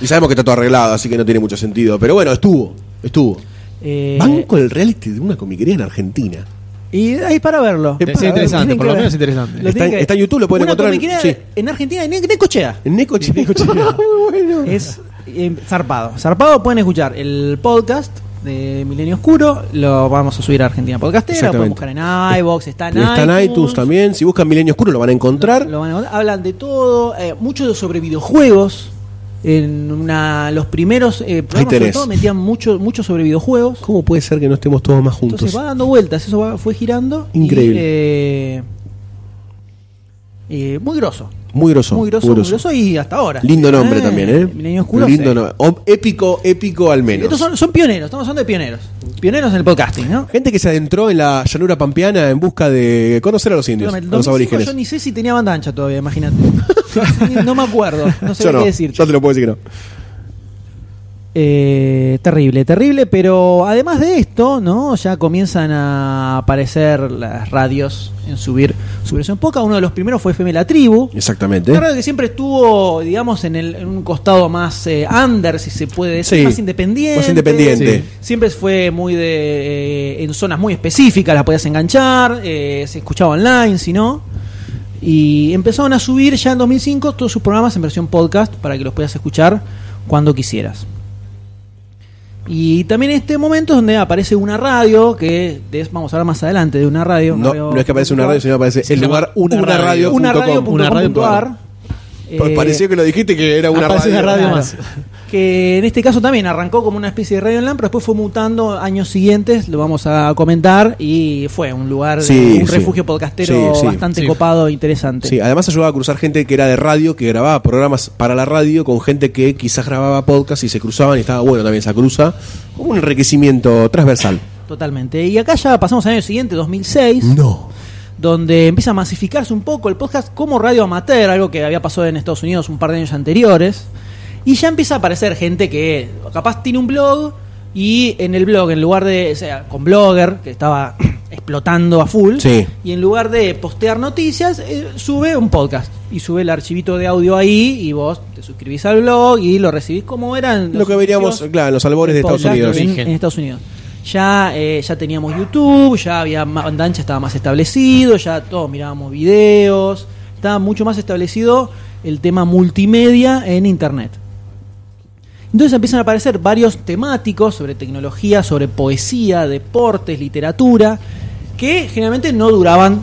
[SPEAKER 2] y sabemos que está todo arreglado, así que no tiene mucho sentido. Pero bueno, estuvo, estuvo.
[SPEAKER 1] eh,
[SPEAKER 2] Banco el reality de una comiquería en Argentina.
[SPEAKER 1] Y ahí para verlo.
[SPEAKER 2] Es
[SPEAKER 1] Para
[SPEAKER 3] interesante,
[SPEAKER 1] verlo,
[SPEAKER 3] por lo
[SPEAKER 1] tienen
[SPEAKER 3] menos
[SPEAKER 1] que ver.
[SPEAKER 3] interesante.
[SPEAKER 1] Lo
[SPEAKER 2] Está-
[SPEAKER 1] tienen que ver.
[SPEAKER 2] está en YouTube, lo pueden
[SPEAKER 1] Una
[SPEAKER 2] encontrar en-
[SPEAKER 1] comiquería
[SPEAKER 2] sí.
[SPEAKER 1] En Argentina, en Necochea.
[SPEAKER 2] En Necochea. [LAUGHS] Muy bueno.
[SPEAKER 1] Es eh, zarpado. Zarpado pueden escuchar el podcast de Milenio Oscuro, lo vamos a subir a Argentina Podcastera, lo pueden buscar en iVoox, está en
[SPEAKER 2] Está en iTunes también. Si buscan Milenio Oscuro lo van a encontrar.
[SPEAKER 1] Lo van a- hablan de todo, eh, mucho sobre videojuegos. En una, los primeros eh,
[SPEAKER 2] Ahí
[SPEAKER 1] programas sobre
[SPEAKER 2] tenés.
[SPEAKER 1] todo, metían mucho, mucho sobre videojuegos.
[SPEAKER 2] ¿Cómo puede ser que no estemos todos más juntos?
[SPEAKER 1] Entonces va dando vueltas, eso va- fue girando. y,
[SPEAKER 2] Increíble.
[SPEAKER 1] eh, eh, muy grosso.
[SPEAKER 2] Muy grosso.
[SPEAKER 1] Muy grosso, muy groso y hasta ahora.
[SPEAKER 2] Lindo nombre también, ¿eh?
[SPEAKER 1] Milenio Oscuro.
[SPEAKER 2] Lindo
[SPEAKER 1] sí.
[SPEAKER 2] nombre. O- Épico, épico al menos.
[SPEAKER 1] Estos son, son pioneros, estamos hablando de pioneros. Pioneros en el podcasting, ¿no?
[SPEAKER 2] Gente que se adentró en la llanura pampeana en busca de conocer a los indios,
[SPEAKER 1] Perdóname, el
[SPEAKER 2] a los
[SPEAKER 1] 2005
[SPEAKER 2] aborígenes.
[SPEAKER 1] yo ni sé si tenía banda ancha todavía, imagínate. [LAUGHS] no me acuerdo, no sé
[SPEAKER 2] Yo
[SPEAKER 1] qué decir.
[SPEAKER 2] yo te lo puedo decir que no.
[SPEAKER 1] Eh, terrible, terrible, pero además de esto, ¿no? Ya comienzan a aparecer las radios en subir su versión poca. Uno de los primeros fue FM La Tribu.
[SPEAKER 2] Exactamente.
[SPEAKER 1] Una radio que siempre estuvo, digamos, en, el, en un costado más eh, under, si se puede decir,
[SPEAKER 2] Sí,
[SPEAKER 1] más independiente.
[SPEAKER 2] más independiente.
[SPEAKER 3] Sí.
[SPEAKER 1] Siempre fue muy de. eh, en zonas muy específicas, la podías enganchar, eh, se escuchaba online, si no. Y empezaron a subir ya en 2005 todos sus programas en versión podcast para que los puedas escuchar cuando quisieras. Y también en este momento es donde aparece una radio, que de eso vamos a hablar más adelante, de una radio.
[SPEAKER 2] No, no es que aparece una radio, sino aparece
[SPEAKER 3] Se
[SPEAKER 2] el
[SPEAKER 3] llama
[SPEAKER 2] lugar una,
[SPEAKER 3] Una
[SPEAKER 2] radio.
[SPEAKER 3] Radio.
[SPEAKER 1] Una radio. punto com
[SPEAKER 3] Una radio
[SPEAKER 1] punto
[SPEAKER 3] punto
[SPEAKER 1] ar.
[SPEAKER 3] com.
[SPEAKER 2] Pa-
[SPEAKER 1] Eh,
[SPEAKER 2] Pues Pareció que lo dijiste que era una
[SPEAKER 3] Aparece
[SPEAKER 2] radio.
[SPEAKER 3] una radio
[SPEAKER 1] Claro.
[SPEAKER 3] más.
[SPEAKER 1] Que en este caso también arrancó como una especie de Radio Land, pero después fue mutando años siguientes, lo vamos a comentar, y fue un lugar, de-
[SPEAKER 2] Sí,
[SPEAKER 1] un
[SPEAKER 2] sí.
[SPEAKER 1] refugio podcastero
[SPEAKER 2] Sí, sí,
[SPEAKER 1] bastante
[SPEAKER 3] sí.
[SPEAKER 1] copado e interesante.
[SPEAKER 2] Sí, además ayudaba a cruzar gente que era de radio, que grababa programas para la radio, con gente que quizás grababa podcast y se cruzaban y estaba bueno también esa cruza. Como un enriquecimiento transversal.
[SPEAKER 1] Totalmente. Y acá ya pasamos al año siguiente, 2006,
[SPEAKER 2] No.
[SPEAKER 1] donde empieza a masificarse un poco el podcast como radio amateur, algo que había pasado en Estados Unidos un par de años anteriores. Y ya empieza a aparecer gente que capaz tiene un blog y en el blog, en lugar de, o sea, con Blogger, que estaba [CLEARS THROAT] explotando a full,
[SPEAKER 2] Sí.
[SPEAKER 1] y en lugar de postear noticias, eh, sube un podcast y sube el archivito de audio ahí y vos te suscribís al blog y lo recibís como eran
[SPEAKER 2] Lo que veríamos, claro, en los albores de Estados
[SPEAKER 1] podcast
[SPEAKER 2] Unidos.
[SPEAKER 1] En,
[SPEAKER 3] Origen.
[SPEAKER 1] en Estados Unidos. Ya, eh, ya teníamos YouTube, ya había ma- banda ancha estaba más establecido, ya todos mirábamos videos, estaba mucho más establecido el tema multimedia en internet. Entonces empiezan a aparecer varios temáticos sobre tecnología, sobre poesía, deportes, literatura, que generalmente no duraban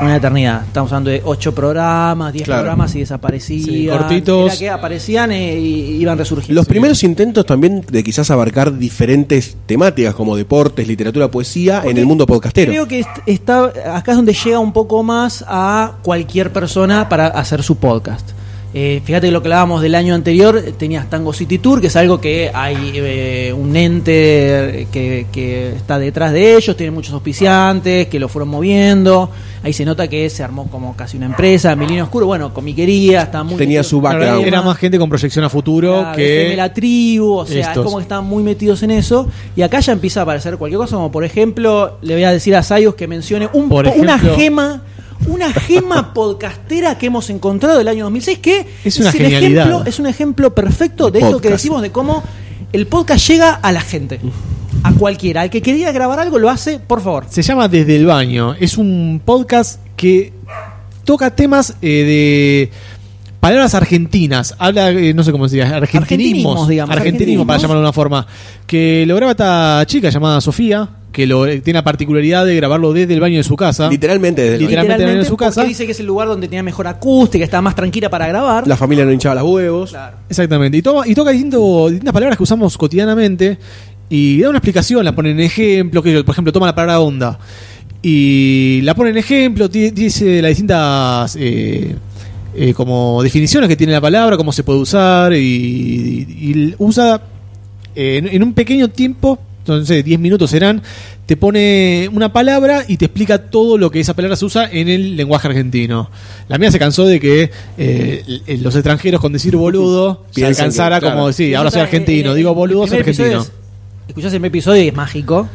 [SPEAKER 1] una eternidad. Estamos hablando de ocho programas, 10
[SPEAKER 2] Claro.
[SPEAKER 1] programas y desaparecían.
[SPEAKER 3] Sí, cortitos.
[SPEAKER 1] Era que aparecían eh, y iban resurgiendo.
[SPEAKER 2] Los primeros intentos también de quizás abarcar diferentes temáticas como deportes, literatura, poesía en el mundo podcastero.
[SPEAKER 1] Creo que est- está, acá es donde llega un poco más a cualquier persona para hacer su podcast. Eh, fíjate que lo que hablábamos del año anterior, eh, tenías Tango City Tour, que es algo que hay eh, un ente eh, que, que está detrás de ellos, tiene muchos auspiciantes, que lo fueron moviendo. Ahí se nota que se armó como casi una empresa, Milenio Oscuro, bueno, comiquería, está muy...
[SPEAKER 2] Tenía su
[SPEAKER 3] Claro,
[SPEAKER 2] background.
[SPEAKER 3] Era más gente con proyección a futuro
[SPEAKER 1] Claro, FM
[SPEAKER 3] que.
[SPEAKER 1] la tribu, o sea, es
[SPEAKER 3] estos.
[SPEAKER 1] como que están muy metidos en eso. Y acá ya empieza a aparecer cualquier cosa, como por ejemplo, le voy a decir a Sayos que mencione un,
[SPEAKER 3] Por
[SPEAKER 1] po- una
[SPEAKER 3] ejemplo-
[SPEAKER 1] gema. Una
[SPEAKER 3] [LAUGHS]
[SPEAKER 1] gema podcastera que hemos encontrado del año 2006 que
[SPEAKER 3] Es una
[SPEAKER 1] el
[SPEAKER 3] genialidad.
[SPEAKER 1] ejemplo, es un ejemplo perfecto de esto que
[SPEAKER 2] Podcast.
[SPEAKER 1] decimos de cómo el podcast llega a la gente, a cualquiera. Al que quería grabar algo lo hace, por favor.
[SPEAKER 3] Se llama Desde el Baño. Es un podcast que toca temas eh, de palabras argentinas. Habla, eh, no sé cómo se diga, argentinismos.
[SPEAKER 1] Argentinismos, digamos,
[SPEAKER 3] Argentinismos, para
[SPEAKER 1] argentinismos.
[SPEAKER 3] llamarlo de una forma. Que lo graba esta chica llamada Sofía, que lo, eh, tiene la particularidad de grabarlo desde el baño de su casa.
[SPEAKER 2] Literalmente desde el
[SPEAKER 3] Ah. Literal- Literalmente en su
[SPEAKER 1] porque
[SPEAKER 3] casa.
[SPEAKER 1] dice que es el lugar donde tenía mejor acústica, estaba más tranquila para grabar.
[SPEAKER 2] La familia no hinchaba las huevos.
[SPEAKER 1] Claro.
[SPEAKER 3] Exactamente. Y, toma, y toca distinto- distintas palabras que usamos cotidianamente y da una explicación, la pone en ejemplo, que por ejemplo toma la palabra onda y la pone en ejemplo, ti- dice las distintas eh, eh, como definiciones que tiene la palabra, cómo se puede usar y, y- y usa eh, en, en un pequeño tiempo, entonces 10 minutos serán, te pone una palabra y te explica todo lo que esa palabra se usa en el lenguaje argentino. La mía se cansó de que eh, l- eh, los extranjeros con
[SPEAKER 2] [LAUGHS]
[SPEAKER 3] decir boludo se
[SPEAKER 2] Piensan que,
[SPEAKER 3] alcanzara
[SPEAKER 2] claro.
[SPEAKER 3] como decir,
[SPEAKER 1] Sí,
[SPEAKER 3] ahora soy
[SPEAKER 1] total,
[SPEAKER 3] argentino,
[SPEAKER 1] eh,
[SPEAKER 3] digo boludo,
[SPEAKER 1] el
[SPEAKER 3] soy
[SPEAKER 1] primer episodio
[SPEAKER 3] argentino.
[SPEAKER 1] es- Escuchás el primer episodio y es mágico.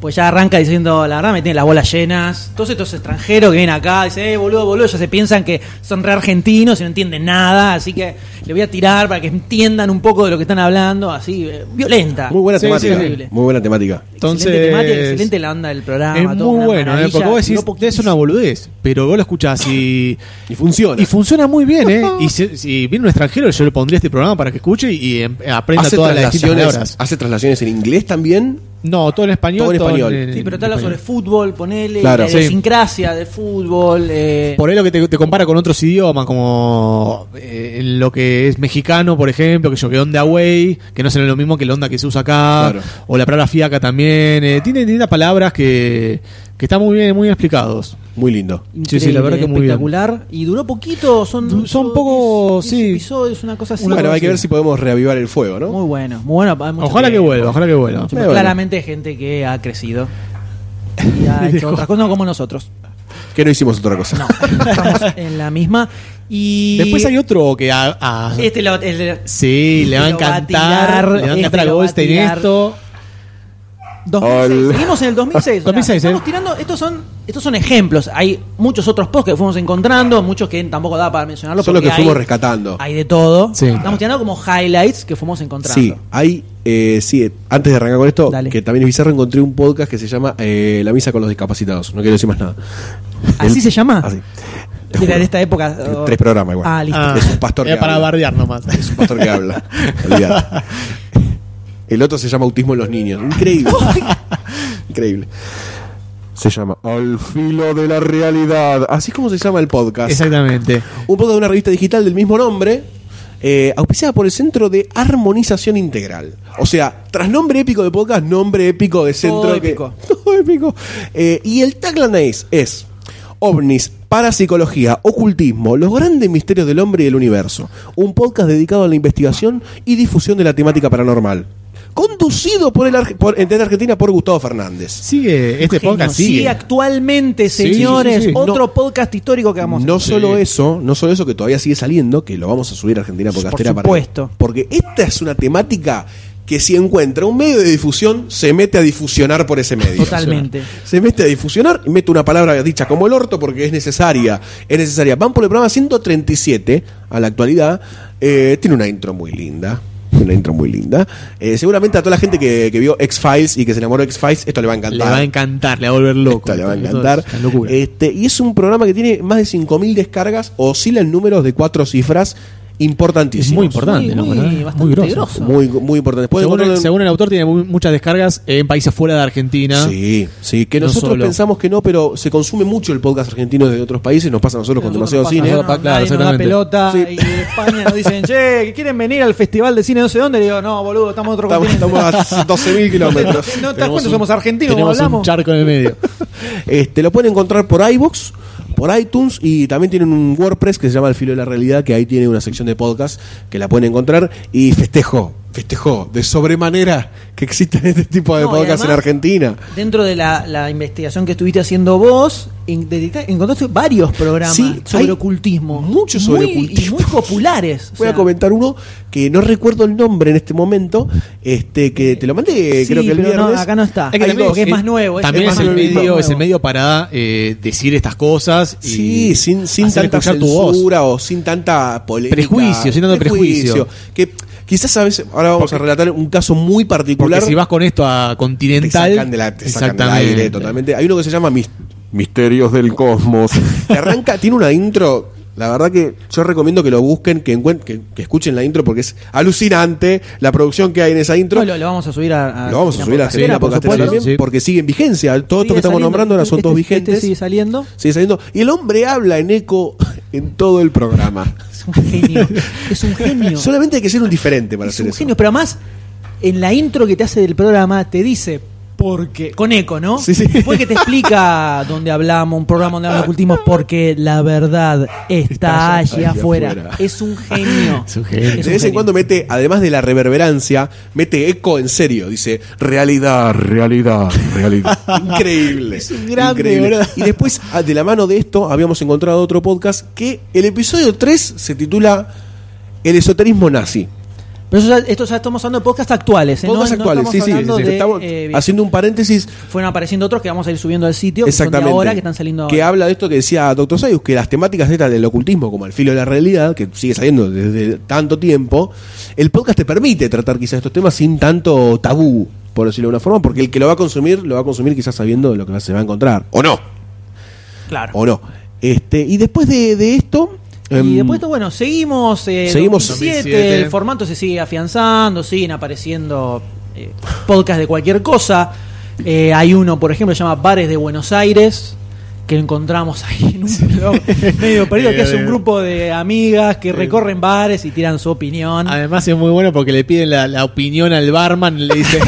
[SPEAKER 1] Pues ya arranca diciendo, la verdad me tiene las bolas llenas. Todos estos extranjeros que vienen acá, dicen, eh, boludo, boludo, ya se piensan que son re argentinos y no entienden nada. Así que le voy a tirar para que entiendan un poco de lo que están hablando. Así, eh, violenta.
[SPEAKER 2] Muy buena
[SPEAKER 3] Sí,
[SPEAKER 2] temática.
[SPEAKER 3] sí,
[SPEAKER 1] sí.
[SPEAKER 2] Muy buena temática.
[SPEAKER 3] Entonces,
[SPEAKER 1] excelente temática, excelente la onda del programa.
[SPEAKER 3] es
[SPEAKER 1] todo,
[SPEAKER 3] muy
[SPEAKER 1] una
[SPEAKER 3] bueno, eh,
[SPEAKER 1] maravilla,
[SPEAKER 3] porque vos decís,
[SPEAKER 1] duró poquito.
[SPEAKER 3] es una boludez, pero vos lo escuchás y...
[SPEAKER 2] Y funciona.
[SPEAKER 3] Y funciona muy
[SPEAKER 2] [LAUGHS]
[SPEAKER 3] bien, ¿eh? Y si, si viene un extranjero, yo le pondría este programa para que escuche y, em- aprenda
[SPEAKER 2] hace
[SPEAKER 3] todas las distintas
[SPEAKER 2] traslaciones,
[SPEAKER 3] palabras.
[SPEAKER 2] hace traslaciones en inglés también.
[SPEAKER 3] No, todo en español.
[SPEAKER 2] Todo en español.
[SPEAKER 1] Sí, pero te habla
[SPEAKER 3] habla
[SPEAKER 1] sobre fútbol, ponele,
[SPEAKER 2] Claro.
[SPEAKER 1] la
[SPEAKER 3] Sí.
[SPEAKER 1] idiosincrasia del fútbol. eh,
[SPEAKER 3] Por ahí lo que te, te compara con otros idiomas, como eh, en lo que es mexicano, por ejemplo, que yo que onda away, que no será lo mismo que la onda que se usa acá,
[SPEAKER 2] Claro.
[SPEAKER 3] o la palabra fiaca también. eh, tiene distintas palabras que, que están muy bien, muy bien explicados.
[SPEAKER 2] Muy lindo.
[SPEAKER 3] Sí, sí, la verdad
[SPEAKER 1] Increíble,
[SPEAKER 3] que muy bien.
[SPEAKER 1] espectacular. Y duró poquito, son
[SPEAKER 3] Du- son poco, sí.
[SPEAKER 1] episodios, una cosa así.
[SPEAKER 2] bueno, hay que ver si podemos reavivar el fuego, ¿no?
[SPEAKER 1] Muy bueno, muy bueno. hay mucho
[SPEAKER 3] Ojalá que vuelva, Eh, ojalá que vuelva.
[SPEAKER 1] Mucho-
[SPEAKER 2] Me vuelva.
[SPEAKER 3] [LAUGHS]
[SPEAKER 1] Claramente hay gente que ha crecido y ha hecho otras cosas no como nosotros.
[SPEAKER 2] Que no hicimos otra cosa.
[SPEAKER 3] [LAUGHS]
[SPEAKER 1] Estamos en la misma. Y
[SPEAKER 3] Después hay otro que a, a-
[SPEAKER 1] Este lo- el de-
[SPEAKER 3] sí, le va a
[SPEAKER 1] este lo va a
[SPEAKER 3] encantar,
[SPEAKER 1] tirar,
[SPEAKER 3] le va a
[SPEAKER 1] este
[SPEAKER 3] encantar a
[SPEAKER 1] lo va a
[SPEAKER 3] Goldstein
[SPEAKER 1] tirar.
[SPEAKER 3] esto.
[SPEAKER 1] 2006.
[SPEAKER 2] Hola.
[SPEAKER 1] Seguimos en el 2006.
[SPEAKER 3] 2006,
[SPEAKER 1] O sea, estamos
[SPEAKER 3] eh.
[SPEAKER 1] tirando. Estos son, estos son ejemplos. Hay muchos otros posts que fuimos encontrando, muchos que tampoco da para mencionarlos.
[SPEAKER 2] Son los
[SPEAKER 1] porque
[SPEAKER 2] que fuimos
[SPEAKER 1] hay-
[SPEAKER 2] rescatando.
[SPEAKER 1] Hay de todo.
[SPEAKER 3] Sí.
[SPEAKER 1] Estamos tirando como highlights que fuimos encontrando.
[SPEAKER 2] Sí, hay. eh, sí, antes de arrancar con esto,
[SPEAKER 1] Dale.
[SPEAKER 2] que también es bizarro, encontré un podcast que se llama eh, La misa con los discapacitados. No quiero decir más nada.
[SPEAKER 1] ¿Así
[SPEAKER 2] El-
[SPEAKER 1] se llama?
[SPEAKER 2] Así. Te
[SPEAKER 1] Era
[SPEAKER 2] juro.
[SPEAKER 1] de esta época. o-
[SPEAKER 2] Tres programas igual.
[SPEAKER 1] Ah, listo.
[SPEAKER 3] Ah,
[SPEAKER 2] Es un pastor
[SPEAKER 3] era
[SPEAKER 2] que
[SPEAKER 3] para
[SPEAKER 2] habla.
[SPEAKER 3] bardear nomás.
[SPEAKER 2] Es un pastor que habla. Olvidate. El otro se llama Autismo en los niños.
[SPEAKER 1] [LAUGHS]
[SPEAKER 2] Increíble. Increíble. Se llama Al filo de la realidad. Así es como se llama el podcast.
[SPEAKER 3] [LAUGHS] Exactamente.
[SPEAKER 2] Un podcast de una revista digital del mismo nombre, eh, auspiciada por el Centro de Armonización Integral. O sea, tras nombre épico de podcast, nombre épico de centro.
[SPEAKER 1] Todo
[SPEAKER 2] que-
[SPEAKER 1] épico.
[SPEAKER 2] [LAUGHS] todo épico. Eh, y el tagline es, es ovnis, parapsicología, ocultismo, los grandes misterios del hombre y del universo. Un podcast dedicado a la investigación y difusión de la temática paranormal. Conducido por el Arge- por, en TN Argentina por Gustavo Fernández.
[SPEAKER 3] Sigue, este
[SPEAKER 1] Genio.
[SPEAKER 3] podcast
[SPEAKER 1] Sí,
[SPEAKER 3] sigue.
[SPEAKER 1] actualmente,
[SPEAKER 3] Sí, sí,
[SPEAKER 1] señores.
[SPEAKER 3] sí, sí.
[SPEAKER 1] Otro
[SPEAKER 2] No.
[SPEAKER 1] podcast histórico que vamos a
[SPEAKER 2] No
[SPEAKER 1] hacer.
[SPEAKER 2] solo eso, no solo eso que todavía sigue saliendo, que lo vamos a subir a Argentina
[SPEAKER 1] Por
[SPEAKER 2] Podcastera para-
[SPEAKER 1] supuesto.
[SPEAKER 2] porque esta es una temática que si encuentra un medio de difusión, se mete a difusionar por ese medio.
[SPEAKER 1] Totalmente.
[SPEAKER 2] Se mete a difusionar y mete una palabra dicha como el orto porque es necesaria. Es necesaria. Van por el programa 137 a la actualidad. Eh, tiene una intro muy linda. Tiene Una intro muy linda. Eh, seguramente a toda la gente que, que vio X-Files y que se enamoró de X-Files, esto le va a encantar.
[SPEAKER 3] Le va a encantar, le va a volver loco.
[SPEAKER 2] Esta le va a
[SPEAKER 3] Esto es
[SPEAKER 2] encantar.
[SPEAKER 3] una locura.
[SPEAKER 2] Este, y es un programa que tiene más de 5.000 descargas, oscila en números de cuatro cifras importantísimos.
[SPEAKER 3] es muy importante,
[SPEAKER 1] muy,
[SPEAKER 3] ¿no?
[SPEAKER 1] muy,
[SPEAKER 3] ¿Verdad?
[SPEAKER 1] bastante
[SPEAKER 3] grosso.
[SPEAKER 1] grosso.
[SPEAKER 2] Muy, muy importante. Después
[SPEAKER 3] Según, el,
[SPEAKER 2] encontrarlo en-
[SPEAKER 3] según el autor, tiene mu- muchas descargas en países fuera de Argentina.
[SPEAKER 2] Sí, sí, que
[SPEAKER 3] No
[SPEAKER 2] nosotros
[SPEAKER 3] solo.
[SPEAKER 2] pensamos que no, pero se consume mucho el podcast argentino de otros países, nos pasa a nosotros con demasiado
[SPEAKER 1] Nosotros
[SPEAKER 2] cine.
[SPEAKER 1] nos
[SPEAKER 3] pa-
[SPEAKER 1] pasa,
[SPEAKER 3] claro,
[SPEAKER 1] nadie nos da
[SPEAKER 3] exactamente.
[SPEAKER 1] pelota
[SPEAKER 2] Sí.
[SPEAKER 1] y de España nos dicen, che, que quieren venir al festival de cine no sé dónde. Le digo, no, boludo, estamos en otro
[SPEAKER 2] Estamos,
[SPEAKER 1] continente. [LAUGHS]
[SPEAKER 2] estamos a 12.000 kilómetros.
[SPEAKER 1] No te das
[SPEAKER 3] Tenemos
[SPEAKER 1] cuenta,
[SPEAKER 3] un-
[SPEAKER 1] somos argentinos, como
[SPEAKER 3] Tenemos un
[SPEAKER 1] hablamos.
[SPEAKER 3] charco en
[SPEAKER 2] [LAUGHS]
[SPEAKER 3] el medio.
[SPEAKER 2] Este, lo pueden encontrar por iBox, por iTunes y también tienen un WordPress que se llama El Filo de la Realidad, que ahí tiene una sección de podcast que la pueden encontrar. Y festejo, festejo de sobremanera que existen este tipo de
[SPEAKER 1] No, y
[SPEAKER 2] podcasts en
[SPEAKER 1] además-
[SPEAKER 2] Argentina.
[SPEAKER 1] Dentro de la, la investigación que estuviste haciendo vos, en- detecta- encontraste varios programas
[SPEAKER 2] Sí, hay
[SPEAKER 1] sobre ocultismo.
[SPEAKER 2] muchos sobre
[SPEAKER 1] Muy-
[SPEAKER 2] ocultismo.
[SPEAKER 1] Y muy populares. o
[SPEAKER 2] Voy a
[SPEAKER 1] sea,
[SPEAKER 2] comentar uno que no recuerdo el nombre en este momento, este que te lo mandé,
[SPEAKER 1] sí,
[SPEAKER 2] creo que el
[SPEAKER 1] pero no,
[SPEAKER 2] viernes.
[SPEAKER 1] acá no está.
[SPEAKER 2] Ah, Hay
[SPEAKER 1] que también
[SPEAKER 2] dos.
[SPEAKER 1] es más nuevo, es-
[SPEAKER 3] También
[SPEAKER 2] es
[SPEAKER 3] es,
[SPEAKER 2] más
[SPEAKER 3] el
[SPEAKER 2] nuevo.
[SPEAKER 3] medio,
[SPEAKER 1] Más
[SPEAKER 3] es el
[SPEAKER 1] nuevo.
[SPEAKER 3] medio para eh, decir estas cosas. Y
[SPEAKER 2] Sí, sin, sin
[SPEAKER 3] hacer
[SPEAKER 2] tanta
[SPEAKER 3] escuchar tu voz.
[SPEAKER 2] censura o sin tanta polémica.
[SPEAKER 3] Prejuicio, sin tanto prejuicio.
[SPEAKER 2] Que quizás a veces, ahora vamos a relatar un caso muy particular.
[SPEAKER 3] Porque si vas con esto a
[SPEAKER 2] te
[SPEAKER 3] Continental.
[SPEAKER 2] sacan, de la, te sacan del aire totalmente. Hay uno que se llama Mis- Misterios del Cosmos. que arranca, tiene una intro. La verdad que yo recomiendo que lo busquen, que, encuent- que, que escuchen la intro porque es alucinante la producción que hay en esa intro.
[SPEAKER 1] No, lo, lo vamos a subir a,
[SPEAKER 2] Lo vamos a subir a Argentina
[SPEAKER 3] por
[SPEAKER 2] Podcast
[SPEAKER 3] supuesto,
[SPEAKER 2] también,
[SPEAKER 3] sí.
[SPEAKER 2] porque sigue en vigencia. Todo esto que estamos nombrando ahora son todos vigentes.
[SPEAKER 1] Este sigue saliendo.
[SPEAKER 2] Sigue saliendo. Y el hombre habla en eco en todo el programa.
[SPEAKER 1] Es un genio. es un
[SPEAKER 2] [LAUGHS]
[SPEAKER 1] genio.
[SPEAKER 2] Solamente hay que ser un diferente para
[SPEAKER 1] es
[SPEAKER 2] hacer
[SPEAKER 1] un
[SPEAKER 2] eso.
[SPEAKER 1] genio, pero además en la intro que te hace del programa te dice porque con eco, ¿no?
[SPEAKER 2] Sí, sí.
[SPEAKER 1] Después que te
[SPEAKER 2] [LAUGHS]
[SPEAKER 1] explica dónde hablamos, un programa donde hablamos de ocultismo porque la verdad está, allí
[SPEAKER 2] allí
[SPEAKER 1] afuera.
[SPEAKER 2] afuera.
[SPEAKER 1] Es un genio.
[SPEAKER 3] Es un genio.
[SPEAKER 1] Es un
[SPEAKER 2] de vez en
[SPEAKER 1] genio.
[SPEAKER 2] cuando mete, además de la reverberancia, mete eco en serio. Dice, realidad, realidad,
[SPEAKER 1] [LAUGHS]
[SPEAKER 2] realidad. Increíble. Es
[SPEAKER 3] un grande, boludo.
[SPEAKER 2] Y después, a- de la mano de esto, habíamos encontrado otro podcast que el episodio 3 se titula El esoterismo nazi.
[SPEAKER 1] Pero eso ya- esto ya estamos hablando de podcasts actuales, ¿eh? No-
[SPEAKER 2] Podcasts
[SPEAKER 1] no
[SPEAKER 2] actuales,
[SPEAKER 1] estamos
[SPEAKER 2] sí, sí.
[SPEAKER 1] hablando
[SPEAKER 2] sí, sí.
[SPEAKER 1] de,
[SPEAKER 2] Estamos
[SPEAKER 1] eh,
[SPEAKER 2] haciendo un paréntesis
[SPEAKER 1] fueron apareciendo otros que vamos a ir subiendo al sitio, que son de
[SPEAKER 2] Exactamente.
[SPEAKER 1] ahora que están saliendo
[SPEAKER 2] Que
[SPEAKER 1] ahora.
[SPEAKER 2] habla de esto que decía Dr. Sayus, que las temáticas estas del ocultismo, como el filo de la realidad, que sigue saliendo desde tanto tiempo, el podcast te permite tratar quizás estos temas sin tanto tabú, por decirlo de una forma, porque el que lo va a consumir, lo va a consumir quizás sabiendo lo que se va a encontrar. O no,
[SPEAKER 1] claro.
[SPEAKER 2] o no. Este, y después de, de esto. em,
[SPEAKER 1] Y después, esto, bueno, seguimos. Eh,
[SPEAKER 2] Seguimos.
[SPEAKER 1] 2007,
[SPEAKER 3] 2007.
[SPEAKER 1] el formato se sigue afianzando, siguen apareciendo eh, podcasts de cualquier cosa. Eh, hay uno, por ejemplo, que se llama Bares de Buenos Aires, que lo encontramos ahí en un blog medio perdido,
[SPEAKER 2] Eh,
[SPEAKER 1] que es un grupo de amigas que recorren bares y tiran su opinión.
[SPEAKER 2] Ah.
[SPEAKER 3] Además es muy bueno porque le piden la, la opinión al barman, le
[SPEAKER 2] [LAUGHS]
[SPEAKER 3] dicen,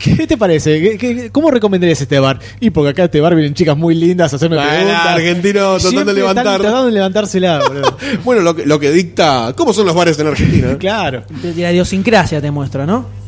[SPEAKER 3] ¿qué te parece? ¿Qué- qué- cómo recomendarías este bar? Y porque acá a este bar vienen chicas muy lindas a hacerme
[SPEAKER 2] Bueno,
[SPEAKER 3] preguntas.
[SPEAKER 2] argentino, tratando
[SPEAKER 3] Siempre
[SPEAKER 2] de
[SPEAKER 3] están
[SPEAKER 2] levantar.
[SPEAKER 3] tratando de levantársela,
[SPEAKER 2] [LAUGHS]
[SPEAKER 3] boludo.
[SPEAKER 2] Bueno,
[SPEAKER 1] [LAUGHS]
[SPEAKER 2] lo que, lo que dicta. ¿Cómo son los bares en Argentina?
[SPEAKER 3] Claro.
[SPEAKER 1] La idiosincrasia te muestra, ¿no?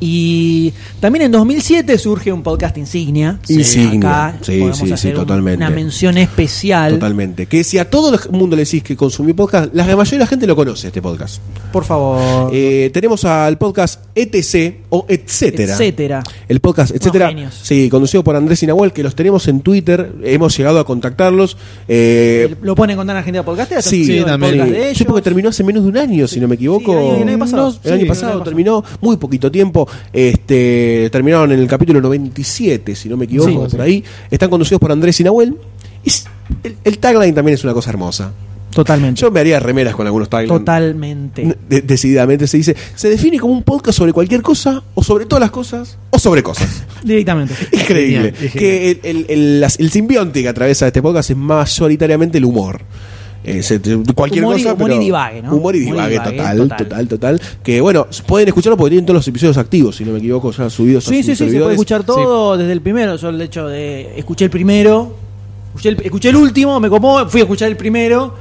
[SPEAKER 1] Y también en 2007 surge un podcast insignia.
[SPEAKER 2] Insignia.
[SPEAKER 1] Acá
[SPEAKER 2] Sí,
[SPEAKER 1] podemos
[SPEAKER 2] sí, sí,
[SPEAKER 1] hacer un-
[SPEAKER 2] totalmente.
[SPEAKER 1] Una mención especial.
[SPEAKER 2] Totalmente. Que si a todo el mundo le decís que consumí podcast, la mayoría de la gente lo conoce este podcast.
[SPEAKER 1] Por favor.
[SPEAKER 2] Eh, tenemos al podcast ETC o etcétera.
[SPEAKER 1] Etcétera.
[SPEAKER 2] El podcast, etcétera.
[SPEAKER 1] genios.
[SPEAKER 2] Sí, conducido por Andrés Inahuel, que los tenemos en Twitter. Hemos llegado a contactarlos. Eh,
[SPEAKER 1] ¿Lo pueden encontrar en Argentina Podcast? ¿Es
[SPEAKER 2] Sí,
[SPEAKER 1] el
[SPEAKER 3] sí, también.
[SPEAKER 1] podcast de
[SPEAKER 2] sí,
[SPEAKER 1] ellos?
[SPEAKER 2] sí, porque terminó hace menos de un año, si no me equivoco.
[SPEAKER 1] Sí, el año pasado.
[SPEAKER 2] No, el año
[SPEAKER 3] Sí,
[SPEAKER 2] pasado
[SPEAKER 1] el año pasado.
[SPEAKER 2] terminó, muy poquito tiempo. Este, terminaron en el capítulo 97, si no me equivoco,
[SPEAKER 3] Sí,
[SPEAKER 2] por
[SPEAKER 3] sí.
[SPEAKER 2] ahí. Están conducidos por Andrés Inahuel. Y s- el, el tagline también es una cosa hermosa.
[SPEAKER 1] Totalmente.
[SPEAKER 2] Yo me haría remeras con algunos taglines.
[SPEAKER 1] Totalmente.
[SPEAKER 2] De- decididamente se dice, se define como un podcast sobre cualquier cosa, o sobre todas las cosas, o
[SPEAKER 1] [LAUGHS]
[SPEAKER 2] sobre cosas.
[SPEAKER 1] Directamente.
[SPEAKER 2] Increíble.
[SPEAKER 3] Genial,
[SPEAKER 2] que el, el, el- las- el simbionte que atraviesa este podcast es mayoritariamente el humor. Eh, se- te- cualquier
[SPEAKER 1] Humor y-
[SPEAKER 2] cosa,
[SPEAKER 1] humor
[SPEAKER 2] pero-
[SPEAKER 1] y divague, ¿no?
[SPEAKER 2] Humor y
[SPEAKER 1] Humor y
[SPEAKER 2] divague,
[SPEAKER 1] divague,
[SPEAKER 2] total,
[SPEAKER 1] total.
[SPEAKER 2] total, total, Que bueno, pueden escucharlo porque tienen todos los episodios activos, si no me equivoco, ya subidos a
[SPEAKER 1] Sí,
[SPEAKER 2] sus
[SPEAKER 1] sí, sí, se puede
[SPEAKER 2] servidores.
[SPEAKER 1] escuchar todo desde el primero. Yo, el hecho de. Escuché el primero, escuché el, escuché el último, me copó, fui a escuchar el primero.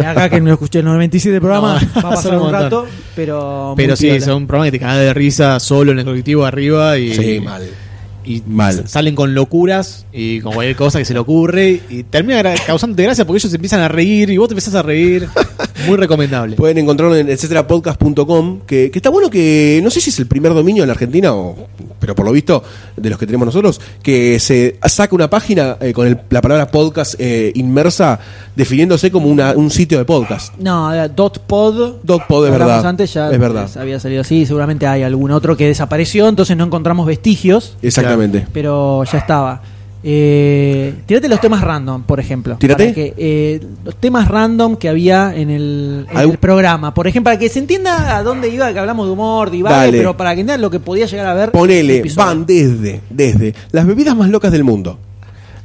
[SPEAKER 1] Acá que no escuché el 97 programa, [LAUGHS]
[SPEAKER 3] No,
[SPEAKER 1] va a pasar
[SPEAKER 3] solo
[SPEAKER 1] un
[SPEAKER 3] un montón.
[SPEAKER 1] rato, pero. muy
[SPEAKER 3] Pero sí,
[SPEAKER 1] piola.
[SPEAKER 3] son programas que te cagas de risa solo en el colectivo arriba y,
[SPEAKER 2] Sí, mal.
[SPEAKER 3] y
[SPEAKER 2] Mal.
[SPEAKER 3] salen con locuras y con cualquier cosa que se le ocurre y termina gra- causándote gracia porque ellos empiezan a reír y vos te empezás
[SPEAKER 2] [LAUGHS]
[SPEAKER 3] a reír. Muy recomendable.
[SPEAKER 2] Pueden encontrarlo en etcéterapodcast.com, que, que está bueno que no sé si es el primer dominio en la Argentina, o, pero por lo visto de los que tenemos nosotros, que se saca una página eh, con el- la palabra podcast eh, inmersa, definiéndose como una- un sitio de podcast.
[SPEAKER 1] No, era dot pod.
[SPEAKER 2] Dot pod, es
[SPEAKER 1] Hablamos
[SPEAKER 2] verdad.
[SPEAKER 1] antes ya
[SPEAKER 2] Es verdad.
[SPEAKER 1] les había salido así, seguramente hay algún otro que desapareció, entonces no encontramos vestigios,
[SPEAKER 2] Exactamente.
[SPEAKER 1] pero ya estaba. Eh, tírate los temas random, por ejemplo.
[SPEAKER 2] Tírate.
[SPEAKER 1] Para que, eh, los temas random que había en el, en
[SPEAKER 2] Algú-
[SPEAKER 1] el programa. Por ejemplo, para que se entienda a dónde iba, que hablamos de humor, divague,
[SPEAKER 2] Dale.
[SPEAKER 1] pero para que entiendan lo que podía llegar a ver. en el
[SPEAKER 2] Ponele,
[SPEAKER 1] episodio.
[SPEAKER 2] van desde, desde las bebidas más locas del mundo.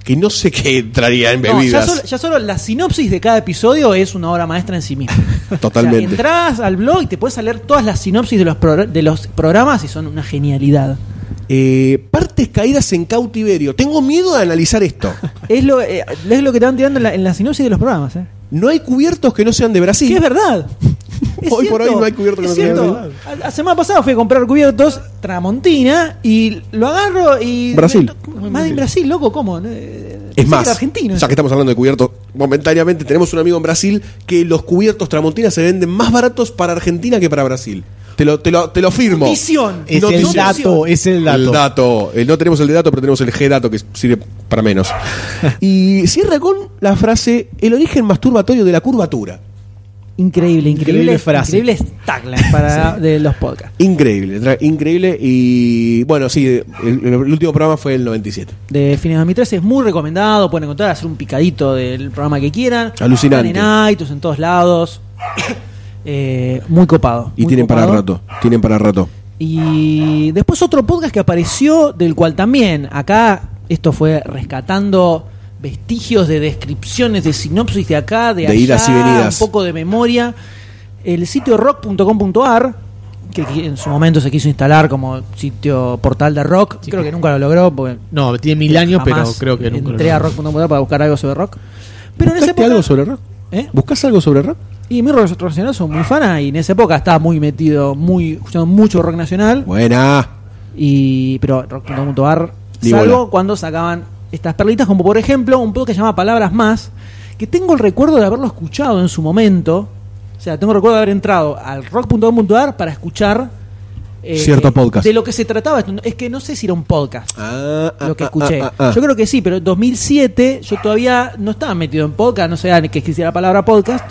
[SPEAKER 2] Que no sé qué entraría en
[SPEAKER 1] No, ya,
[SPEAKER 2] bebidas.
[SPEAKER 1] solo, ya solo la sinopsis de cada episodio es una obra maestra en sí misma.
[SPEAKER 2] Totalmente.
[SPEAKER 1] O sea, entrás al blog y te puedes leer todas las sinopsis de los, progr- de los programas y son una genialidad.
[SPEAKER 2] Eh, partes caídas en cautiverio. Tengo miedo de analizar esto.
[SPEAKER 1] Es lo, eh, es lo que te van tirando en la, en la sinopsis de los programas. ¿eh?
[SPEAKER 2] No hay cubiertos que no sean de Brasil.
[SPEAKER 1] Que es
[SPEAKER 2] [LAUGHS]
[SPEAKER 1] verdad. Es
[SPEAKER 2] Hoy por
[SPEAKER 1] cierto,
[SPEAKER 2] hoy no hay cubierto que
[SPEAKER 1] es
[SPEAKER 2] no sea
[SPEAKER 1] cierto.
[SPEAKER 2] de
[SPEAKER 1] La semana pasada fui a comprar cubiertos Tramontina y lo agarro y.
[SPEAKER 2] Brasil.
[SPEAKER 1] Más en Brasil, loco, ¿cómo? Eh, pensé que
[SPEAKER 2] Es más,
[SPEAKER 1] era argentino.
[SPEAKER 2] ya que estamos hablando de cubiertos, momentáneamente tenemos un amigo en Brasil que los cubiertos Tramontina se venden más baratos para Argentina que para Brasil. Te lo, te lo, te lo firmo.
[SPEAKER 1] Notición.
[SPEAKER 3] Es
[SPEAKER 2] No,
[SPEAKER 3] el
[SPEAKER 2] notición.
[SPEAKER 3] dato, es el dato.
[SPEAKER 2] El dato. Eh, no tenemos el de dato, pero tenemos el G-dato que sirve para menos. y cierra con la frase, el origen masturbatorio de la curvatura.
[SPEAKER 1] Increíble, increíble. Ah, Increíble
[SPEAKER 3] Increíble frase.
[SPEAKER 2] [LAUGHS]
[SPEAKER 1] Increíbles taglines para de los podcasts.
[SPEAKER 2] Increíble, tra- increíble. Y bueno, sí, el, el último programa fue el 97.
[SPEAKER 1] de fines de 2013 es muy recomendado. Pueden encontrar, hacer un picadito del programa que quieran.
[SPEAKER 2] Alucinante.
[SPEAKER 1] Están en iTunes, en todos lados. [COUGHS] Eh, muy copado.
[SPEAKER 2] Y
[SPEAKER 1] muy
[SPEAKER 2] tienen para
[SPEAKER 1] copado.
[SPEAKER 2] rato, tienen para rato.
[SPEAKER 1] Y después otro podcast que apareció, del cual también acá, esto fue rescatando vestigios de descripciones, de sinopsis de acá, de,
[SPEAKER 2] De
[SPEAKER 1] allá,
[SPEAKER 2] idas y venidas.
[SPEAKER 1] un poco de memoria. El sitio rock.com.ar, que en su momento se quiso instalar como sitio portal de rock,
[SPEAKER 3] Sí.
[SPEAKER 1] creo que nunca lo logró, porque
[SPEAKER 3] No, tiene mil años,
[SPEAKER 1] Jamás
[SPEAKER 3] pero creo que nunca lo
[SPEAKER 1] entré a
[SPEAKER 3] logró.
[SPEAKER 1] rock.com.ar para buscar algo sobre rock. Pero en esa
[SPEAKER 2] ¿Buscaste
[SPEAKER 1] época.
[SPEAKER 2] algo sobre rock?
[SPEAKER 1] ¿Eh?
[SPEAKER 2] ¿Buscas algo sobre rock?
[SPEAKER 1] Y mi rock nacional son muy fana y en esa época estaba muy metido, muy escuchando mucho rock nacional.
[SPEAKER 2] Buena.
[SPEAKER 1] Y, pero rock.com.ar,
[SPEAKER 2] Ni
[SPEAKER 1] salvo
[SPEAKER 2] bola.
[SPEAKER 1] cuando sacaban estas perlitas, como por ejemplo un podcast que se llama Palabras Más, que tengo el recuerdo de haberlo escuchado en su momento. O sea, tengo el recuerdo de haber entrado al rock.com.ar para escuchar. eh,
[SPEAKER 2] Cierto podcast.
[SPEAKER 1] De lo que se trataba. esto. Es que no sé si era un podcast
[SPEAKER 2] Ah, ah,
[SPEAKER 1] lo que
[SPEAKER 2] ah,
[SPEAKER 1] escuché.
[SPEAKER 2] ah, ah, ah.
[SPEAKER 1] Yo creo que sí, pero en 2007 yo todavía no estaba metido en podcast, no sé que existiera la palabra podcast.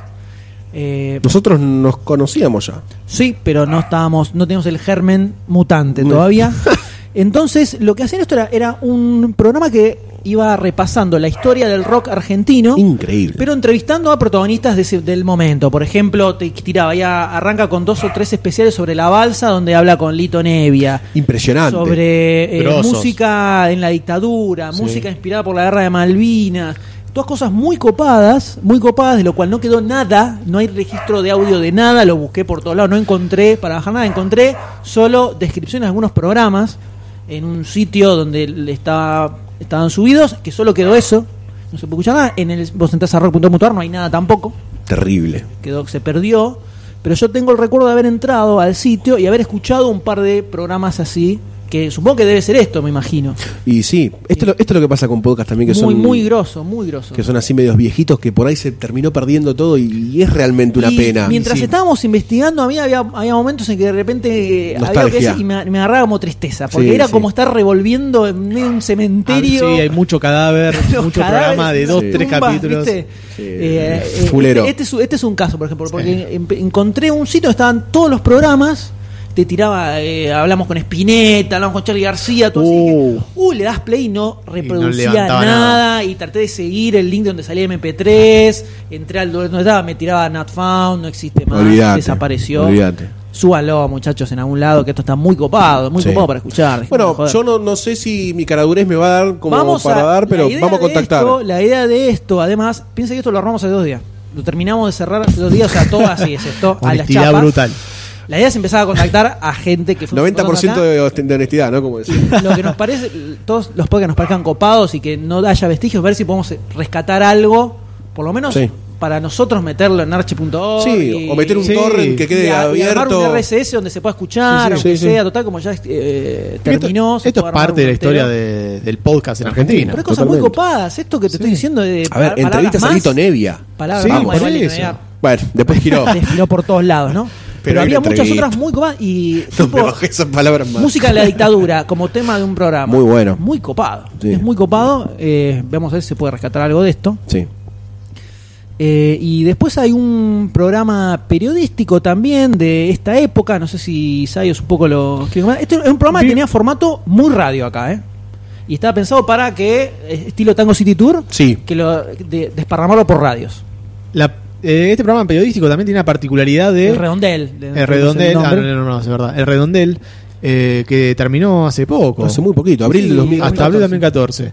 [SPEAKER 1] Eh,
[SPEAKER 2] Nosotros nos conocíamos ya.
[SPEAKER 1] sí, pero no estábamos, no teníamos el germen mutante
[SPEAKER 2] [LAUGHS]
[SPEAKER 1] todavía. Entonces, lo que hacían esto era, era un programa que iba repasando la historia del rock argentino.
[SPEAKER 2] Increíble.
[SPEAKER 1] Pero entrevistando a protagonistas de ese- del momento. Por ejemplo, te tiraba, ya arranca con dos o tres especiales sobre la balsa, donde habla con Lito Nevia
[SPEAKER 2] Impresionante.
[SPEAKER 1] sobre eh,
[SPEAKER 3] Grosos.
[SPEAKER 1] música en la dictadura,
[SPEAKER 3] Sí.
[SPEAKER 1] música inspirada por la guerra de Malvinas, todas cosas muy copadas, muy copadas, de lo cual no quedó nada, no hay registro de audio de nada, lo busqué por todos lados, no encontré para bajar nada, encontré solo descripciones de algunos programas en un sitio donde le estaba, estaban subidos, que solo quedó eso, no se puede escuchar nada, en el vos entrás a rock.com.ar, no hay nada tampoco
[SPEAKER 2] Terrible.
[SPEAKER 1] quedó, se perdió. Pero yo tengo el recuerdo de haber entrado al sitio y haber escuchado un par de programas así, que supongo que debe ser esto, me imagino.
[SPEAKER 2] Y sí, esto, es lo- esto es lo que pasa con podcast también,
[SPEAKER 1] Muy,
[SPEAKER 2] que son
[SPEAKER 1] muy grosso, muy grosso.
[SPEAKER 2] que son así medios viejitos, que por ahí se terminó perdiendo todo y, y es realmente una
[SPEAKER 1] Y
[SPEAKER 2] pena.
[SPEAKER 1] Mientras
[SPEAKER 3] Sí.
[SPEAKER 1] estábamos investigando, a mí había, había momentos en que de repente eh, había
[SPEAKER 2] Nostalgia.
[SPEAKER 1] algo que decir y me, me agarraba como tristeza, porque
[SPEAKER 2] Sí,
[SPEAKER 1] era
[SPEAKER 2] sí.
[SPEAKER 1] como estar revolviendo en medio de un
[SPEAKER 3] Ah, sí,
[SPEAKER 1] cementerio.
[SPEAKER 3] hay mucho cadáver,
[SPEAKER 1] [LAUGHS] los
[SPEAKER 3] mucho
[SPEAKER 1] cadáveres,
[SPEAKER 3] programa de
[SPEAKER 1] las
[SPEAKER 3] dos,
[SPEAKER 2] Sí.
[SPEAKER 3] tres
[SPEAKER 1] tumbas,
[SPEAKER 3] capítulos.
[SPEAKER 1] ¿viste?
[SPEAKER 2] Sí,
[SPEAKER 1] Eh, eh,
[SPEAKER 2] fulero.
[SPEAKER 1] Este, este es, un- este es un caso, por ejemplo, porque en- encontré un sitio donde estaban todos los programas. Te tiraba, eh, hablamos con Spinetta, hablamos con Charlie García, todo así.
[SPEAKER 2] Uh.
[SPEAKER 1] dije, Uy, le das play y no reproducía
[SPEAKER 3] levantaba
[SPEAKER 1] nada,
[SPEAKER 3] nada.
[SPEAKER 1] Y traté de seguir el link de donde salía MP3. Entré al lugar donde estaba, me tiraba Not Found, no existe más.
[SPEAKER 2] Olvídate,
[SPEAKER 1] desapareció.
[SPEAKER 2] olvídate.
[SPEAKER 1] Súbalo, muchachos, en algún lado, que esto está muy copado, muy
[SPEAKER 2] Sí.
[SPEAKER 1] copado para escuchar. Déjenme de
[SPEAKER 2] Bueno,
[SPEAKER 1] joder
[SPEAKER 2] yo no, no sé si mi caradurez me va a dar como para
[SPEAKER 1] a-
[SPEAKER 2] dar,
[SPEAKER 1] la
[SPEAKER 2] pero
[SPEAKER 1] idea
[SPEAKER 2] vamos a
[SPEAKER 1] de
[SPEAKER 2] contactar.
[SPEAKER 1] esto- la idea de esto, además, piensa que esto lo armamos hace dos días. Lo terminamos de cerrar hace dos días, o sea, todo así es esto, a la
[SPEAKER 3] Honestidad
[SPEAKER 1] chapa.
[SPEAKER 3] brutal.
[SPEAKER 1] La idea es empezar a contactar a gente que fue
[SPEAKER 2] 90%
[SPEAKER 1] acá.
[SPEAKER 2] de host- de honestidad, ¿no? Como
[SPEAKER 1] [LAUGHS]
[SPEAKER 2] decía.
[SPEAKER 1] Lo que nos parece, todos los podcasts nos parezcan copados y que no haya vestigios, ver si podemos rescatar algo, por lo menos
[SPEAKER 2] Sí.
[SPEAKER 1] para nosotros meterlo en archi.org.
[SPEAKER 2] Sí,
[SPEAKER 1] y-
[SPEAKER 2] o meter un
[SPEAKER 3] Sí.
[SPEAKER 2] torrent que
[SPEAKER 1] y
[SPEAKER 2] quede
[SPEAKER 1] a- y armar
[SPEAKER 2] abierto.
[SPEAKER 1] un RSS donde se pueda escuchar,
[SPEAKER 2] Sí, sí,
[SPEAKER 1] aunque
[SPEAKER 2] sí, sí.
[SPEAKER 1] sea, total, como ya eh,
[SPEAKER 3] Esto-
[SPEAKER 1] terminó.
[SPEAKER 3] Esto,
[SPEAKER 1] se puede
[SPEAKER 3] es
[SPEAKER 1] armar
[SPEAKER 3] parte de
[SPEAKER 1] un
[SPEAKER 3] la historia
[SPEAKER 1] entero.
[SPEAKER 3] de- del podcast en Argentina.
[SPEAKER 1] Pero hay cosas muy
[SPEAKER 2] Totalmente.
[SPEAKER 1] copadas, esto que te estoy diciendo de
[SPEAKER 2] a ver,
[SPEAKER 1] palabras
[SPEAKER 2] entrevistas a ¿eh?
[SPEAKER 1] más,
[SPEAKER 2] Lito Nevia.
[SPEAKER 1] Palabras
[SPEAKER 3] Sí,
[SPEAKER 1] más,
[SPEAKER 3] por
[SPEAKER 1] igual que
[SPEAKER 3] eso.
[SPEAKER 1] Nevia
[SPEAKER 2] Bueno, después giró.
[SPEAKER 1] [LAUGHS] desfiló por todos lados, ¿no? Pero,
[SPEAKER 2] hay
[SPEAKER 1] había
[SPEAKER 2] una
[SPEAKER 1] muchas
[SPEAKER 2] entrevista.
[SPEAKER 1] otras muy copadas y
[SPEAKER 2] No
[SPEAKER 1] tipo,
[SPEAKER 2] me bajé esas palabras más.
[SPEAKER 1] música de la dictadura como tema de un programa.
[SPEAKER 2] Muy bueno.
[SPEAKER 1] Muy copado.
[SPEAKER 2] Sí.
[SPEAKER 1] Es muy copado. eh, vamos a ver si se puede rescatar algo de esto.
[SPEAKER 2] Sí.
[SPEAKER 1] Eh, y después hay un programa periodístico también de esta época. No sé si Sayos un poco lo. quiere comentar. Este es un programa que
[SPEAKER 3] Vi-
[SPEAKER 1] tenía formato muy radio acá, ¿eh? Y estaba pensado para que, eh, estilo Tango City Tour,
[SPEAKER 2] Sí.
[SPEAKER 1] que lo de- desparramarlo por radios.
[SPEAKER 3] La- eh, este programa periodístico también tiene la particularidad de.
[SPEAKER 1] El redondel. de-
[SPEAKER 3] El redondel,
[SPEAKER 1] no sé
[SPEAKER 3] ah,
[SPEAKER 1] el
[SPEAKER 3] no,
[SPEAKER 1] nombre.
[SPEAKER 3] no, no, es verdad. El redondel eh, que terminó hace poco.
[SPEAKER 2] Hace muy poquito, abril
[SPEAKER 1] Sí,
[SPEAKER 2] de 2014.
[SPEAKER 3] hasta abril de 2014.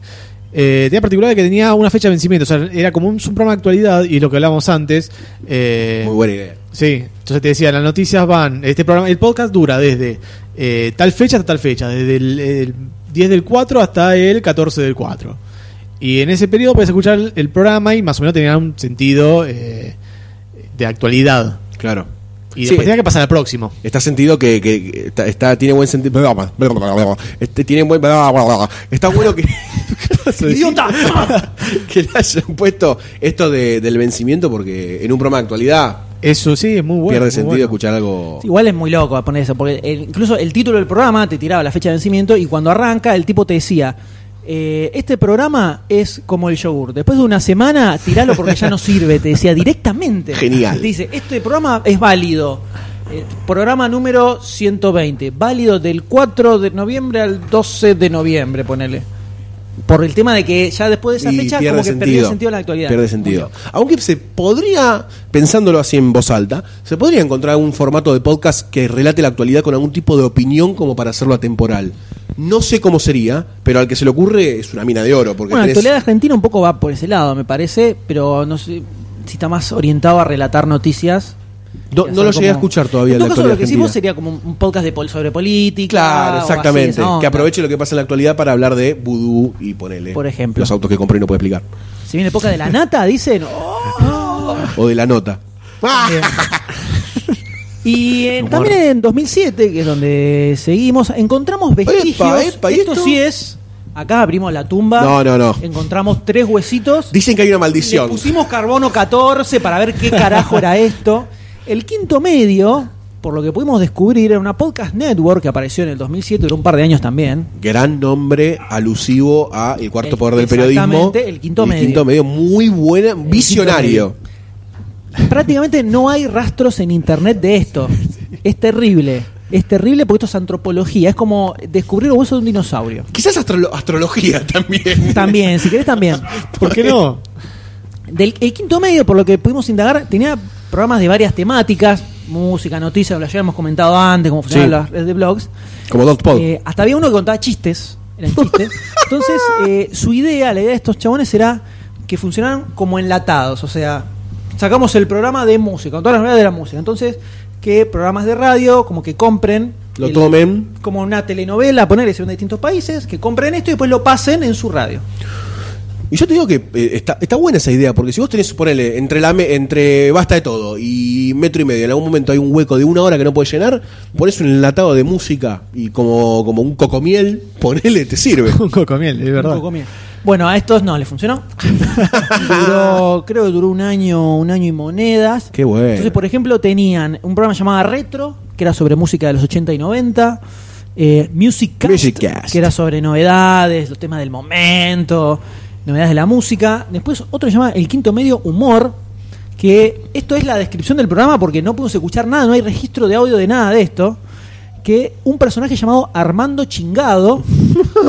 [SPEAKER 3] Eh, tenía particularidad que tenía una fecha de vencimiento. O sea, era como un, un programa de actualidad y lo que hablábamos antes. eh,
[SPEAKER 2] Ah, Muy buena idea.
[SPEAKER 3] Sí, entonces te decía, las noticias van, este programa, el podcast dura desde eh, tal fecha hasta tal fecha, desde el, el 10 del 4 hasta el 14 del 4. Y en ese periodo puedes escuchar el, el programa y más o menos tenía un sentido eh, de actualidad.
[SPEAKER 2] Claro.
[SPEAKER 3] Y
[SPEAKER 2] Sí.
[SPEAKER 3] después tenía que pasar al próximo.
[SPEAKER 2] Está sentido que, que- que está, está- tiene buen sentido. Este, tiene buen. Está bueno que.
[SPEAKER 1] ¡Idiota!
[SPEAKER 2] [LAUGHS] que le hayan puesto esto de- del vencimiento, porque en un programa de actualidad
[SPEAKER 3] Eso sí, es muy bueno.
[SPEAKER 2] pierde
[SPEAKER 3] muy
[SPEAKER 2] sentido
[SPEAKER 3] bueno.
[SPEAKER 2] escuchar algo.
[SPEAKER 1] Igual es muy loco poner eso, porque el- incluso el título del programa te tiraba la fecha de vencimiento y cuando arranca el tipo te decía, eh, este programa es como el yogur, después de una semana tiralo porque ya no sirve, te decía directamente.
[SPEAKER 2] Genial.
[SPEAKER 1] Te dice, este programa es válido. eh, programa número 120, válido del 4 de noviembre al 12 de noviembre, ponele. Por el tema de que ya después de esa
[SPEAKER 2] Y
[SPEAKER 1] fecha
[SPEAKER 2] pierde
[SPEAKER 1] como que
[SPEAKER 2] sentido.
[SPEAKER 1] perdió sentido la actualidad.
[SPEAKER 2] Pierde sentido. Aunque se podría, pensándolo así en voz alta, se podría encontrar un formato de podcast que relate la actualidad con algún tipo de opinión como para hacerlo atemporal. No sé cómo sería, pero al que se le ocurre es una mina de oro. Porque
[SPEAKER 1] Bueno, la
[SPEAKER 2] tenés-
[SPEAKER 1] actualidad argentina un poco va por ese lado, me parece, pero no sé si está más orientado a relatar noticias.
[SPEAKER 2] no, no lo llegué a escuchar todavía
[SPEAKER 1] En
[SPEAKER 2] la
[SPEAKER 1] todo caso,
[SPEAKER 2] actualidad
[SPEAKER 1] lo que hicimos
[SPEAKER 2] argentina.
[SPEAKER 1] sería como un un podcast de pol sobre política. o
[SPEAKER 2] Claro,
[SPEAKER 1] así,
[SPEAKER 2] exactamente.
[SPEAKER 1] esa onda.
[SPEAKER 2] que aproveche lo que pasa en la actualidad para hablar de vudú y ponele.
[SPEAKER 1] Por ejemplo.
[SPEAKER 2] Los autos que compré y no puedo explicar.
[SPEAKER 1] Si viene el podcast de la nata, dicen. "Oh".
[SPEAKER 2] O de la nota.
[SPEAKER 1] Y eh, también en 2007, que es donde seguimos, encontramos vestigios.
[SPEAKER 2] epa, ¿y
[SPEAKER 1] esto,
[SPEAKER 2] esto?
[SPEAKER 1] sí es. Acá abrimos la tumba.
[SPEAKER 2] No, no, no.
[SPEAKER 1] Encontramos tres huesitos.
[SPEAKER 2] Dicen que hay una
[SPEAKER 1] Le
[SPEAKER 2] maldición.
[SPEAKER 1] pusimos carbono 14 para ver qué carajo era esto. El quinto medio, por lo que pudimos descubrir, era una podcast network que apareció en el 2007, duró un par de años también.
[SPEAKER 2] Gran nombre alusivo a El Cuarto
[SPEAKER 1] El-
[SPEAKER 2] Poder del Periodismo.
[SPEAKER 1] exactamente, El Quinto Medio.
[SPEAKER 2] muy buena, visionario.
[SPEAKER 1] Prácticamente no hay rastros en internet de esto. Es terrible. Es terrible porque esto es antropología. Es como descubrir los huesos de un dinosaurio.
[SPEAKER 2] Quizás astro- astrología [LAUGHS] también.
[SPEAKER 1] También, si querés, también.
[SPEAKER 3] ¿Por
[SPEAKER 2] [LAUGHS]
[SPEAKER 3] qué no?
[SPEAKER 1] Del, el quinto medio, por lo que pudimos indagar, tenía programas de varias temáticas: música, noticias, lo ya hemos comentado antes, cómo funcionaban
[SPEAKER 2] Sí.
[SPEAKER 1] las redes de blogs.
[SPEAKER 2] Como Dot Pod.
[SPEAKER 1] Eh, hasta había uno que contaba chistes. Eran
[SPEAKER 2] [LAUGHS]
[SPEAKER 1] chistes. Entonces, eh, su idea, la idea de estos chabones era que funcionaran como enlatados. O sea, sacamos el programa de música, con todas las novedades de la música. Entonces, que programas de radio, como que compren.
[SPEAKER 2] lo
[SPEAKER 1] el-
[SPEAKER 2] tomen.
[SPEAKER 1] Como una telenovela, ponerle en distintos países, que compren esto y después lo pasen en su radio.
[SPEAKER 2] Y yo te digo que eh, está, está buena esa idea, porque si vos tenés, ponele, entre, la me- entre Basta de Todo y Metro y Medio, en algún momento hay un hueco de una hora que no puedes llenar, pones un enlatado de música y como, como un cocomiel, ponele,
[SPEAKER 1] [LAUGHS]
[SPEAKER 2] te sirve.
[SPEAKER 3] Un cocomiel, es verdad.
[SPEAKER 1] Un poco mía. Bueno, a estos no le funcionó. Duró- creo que duró un año, un año y monedas.
[SPEAKER 2] Qué bueno.
[SPEAKER 1] Entonces, por ejemplo, tenían un programa llamado Retro, que era sobre música de los 80 y 90. Eh, Music Cast,
[SPEAKER 2] Musicast.
[SPEAKER 1] que era sobre novedades, los temas del momento, novedades de la música. Después otro llamado El Quinto Medio Humor, que esto es la descripción del programa porque no pudimos escuchar nada, no hay registro de audio de nada de esto. Que un personaje llamado Armando
[SPEAKER 2] [LAUGHS]
[SPEAKER 1] Chingado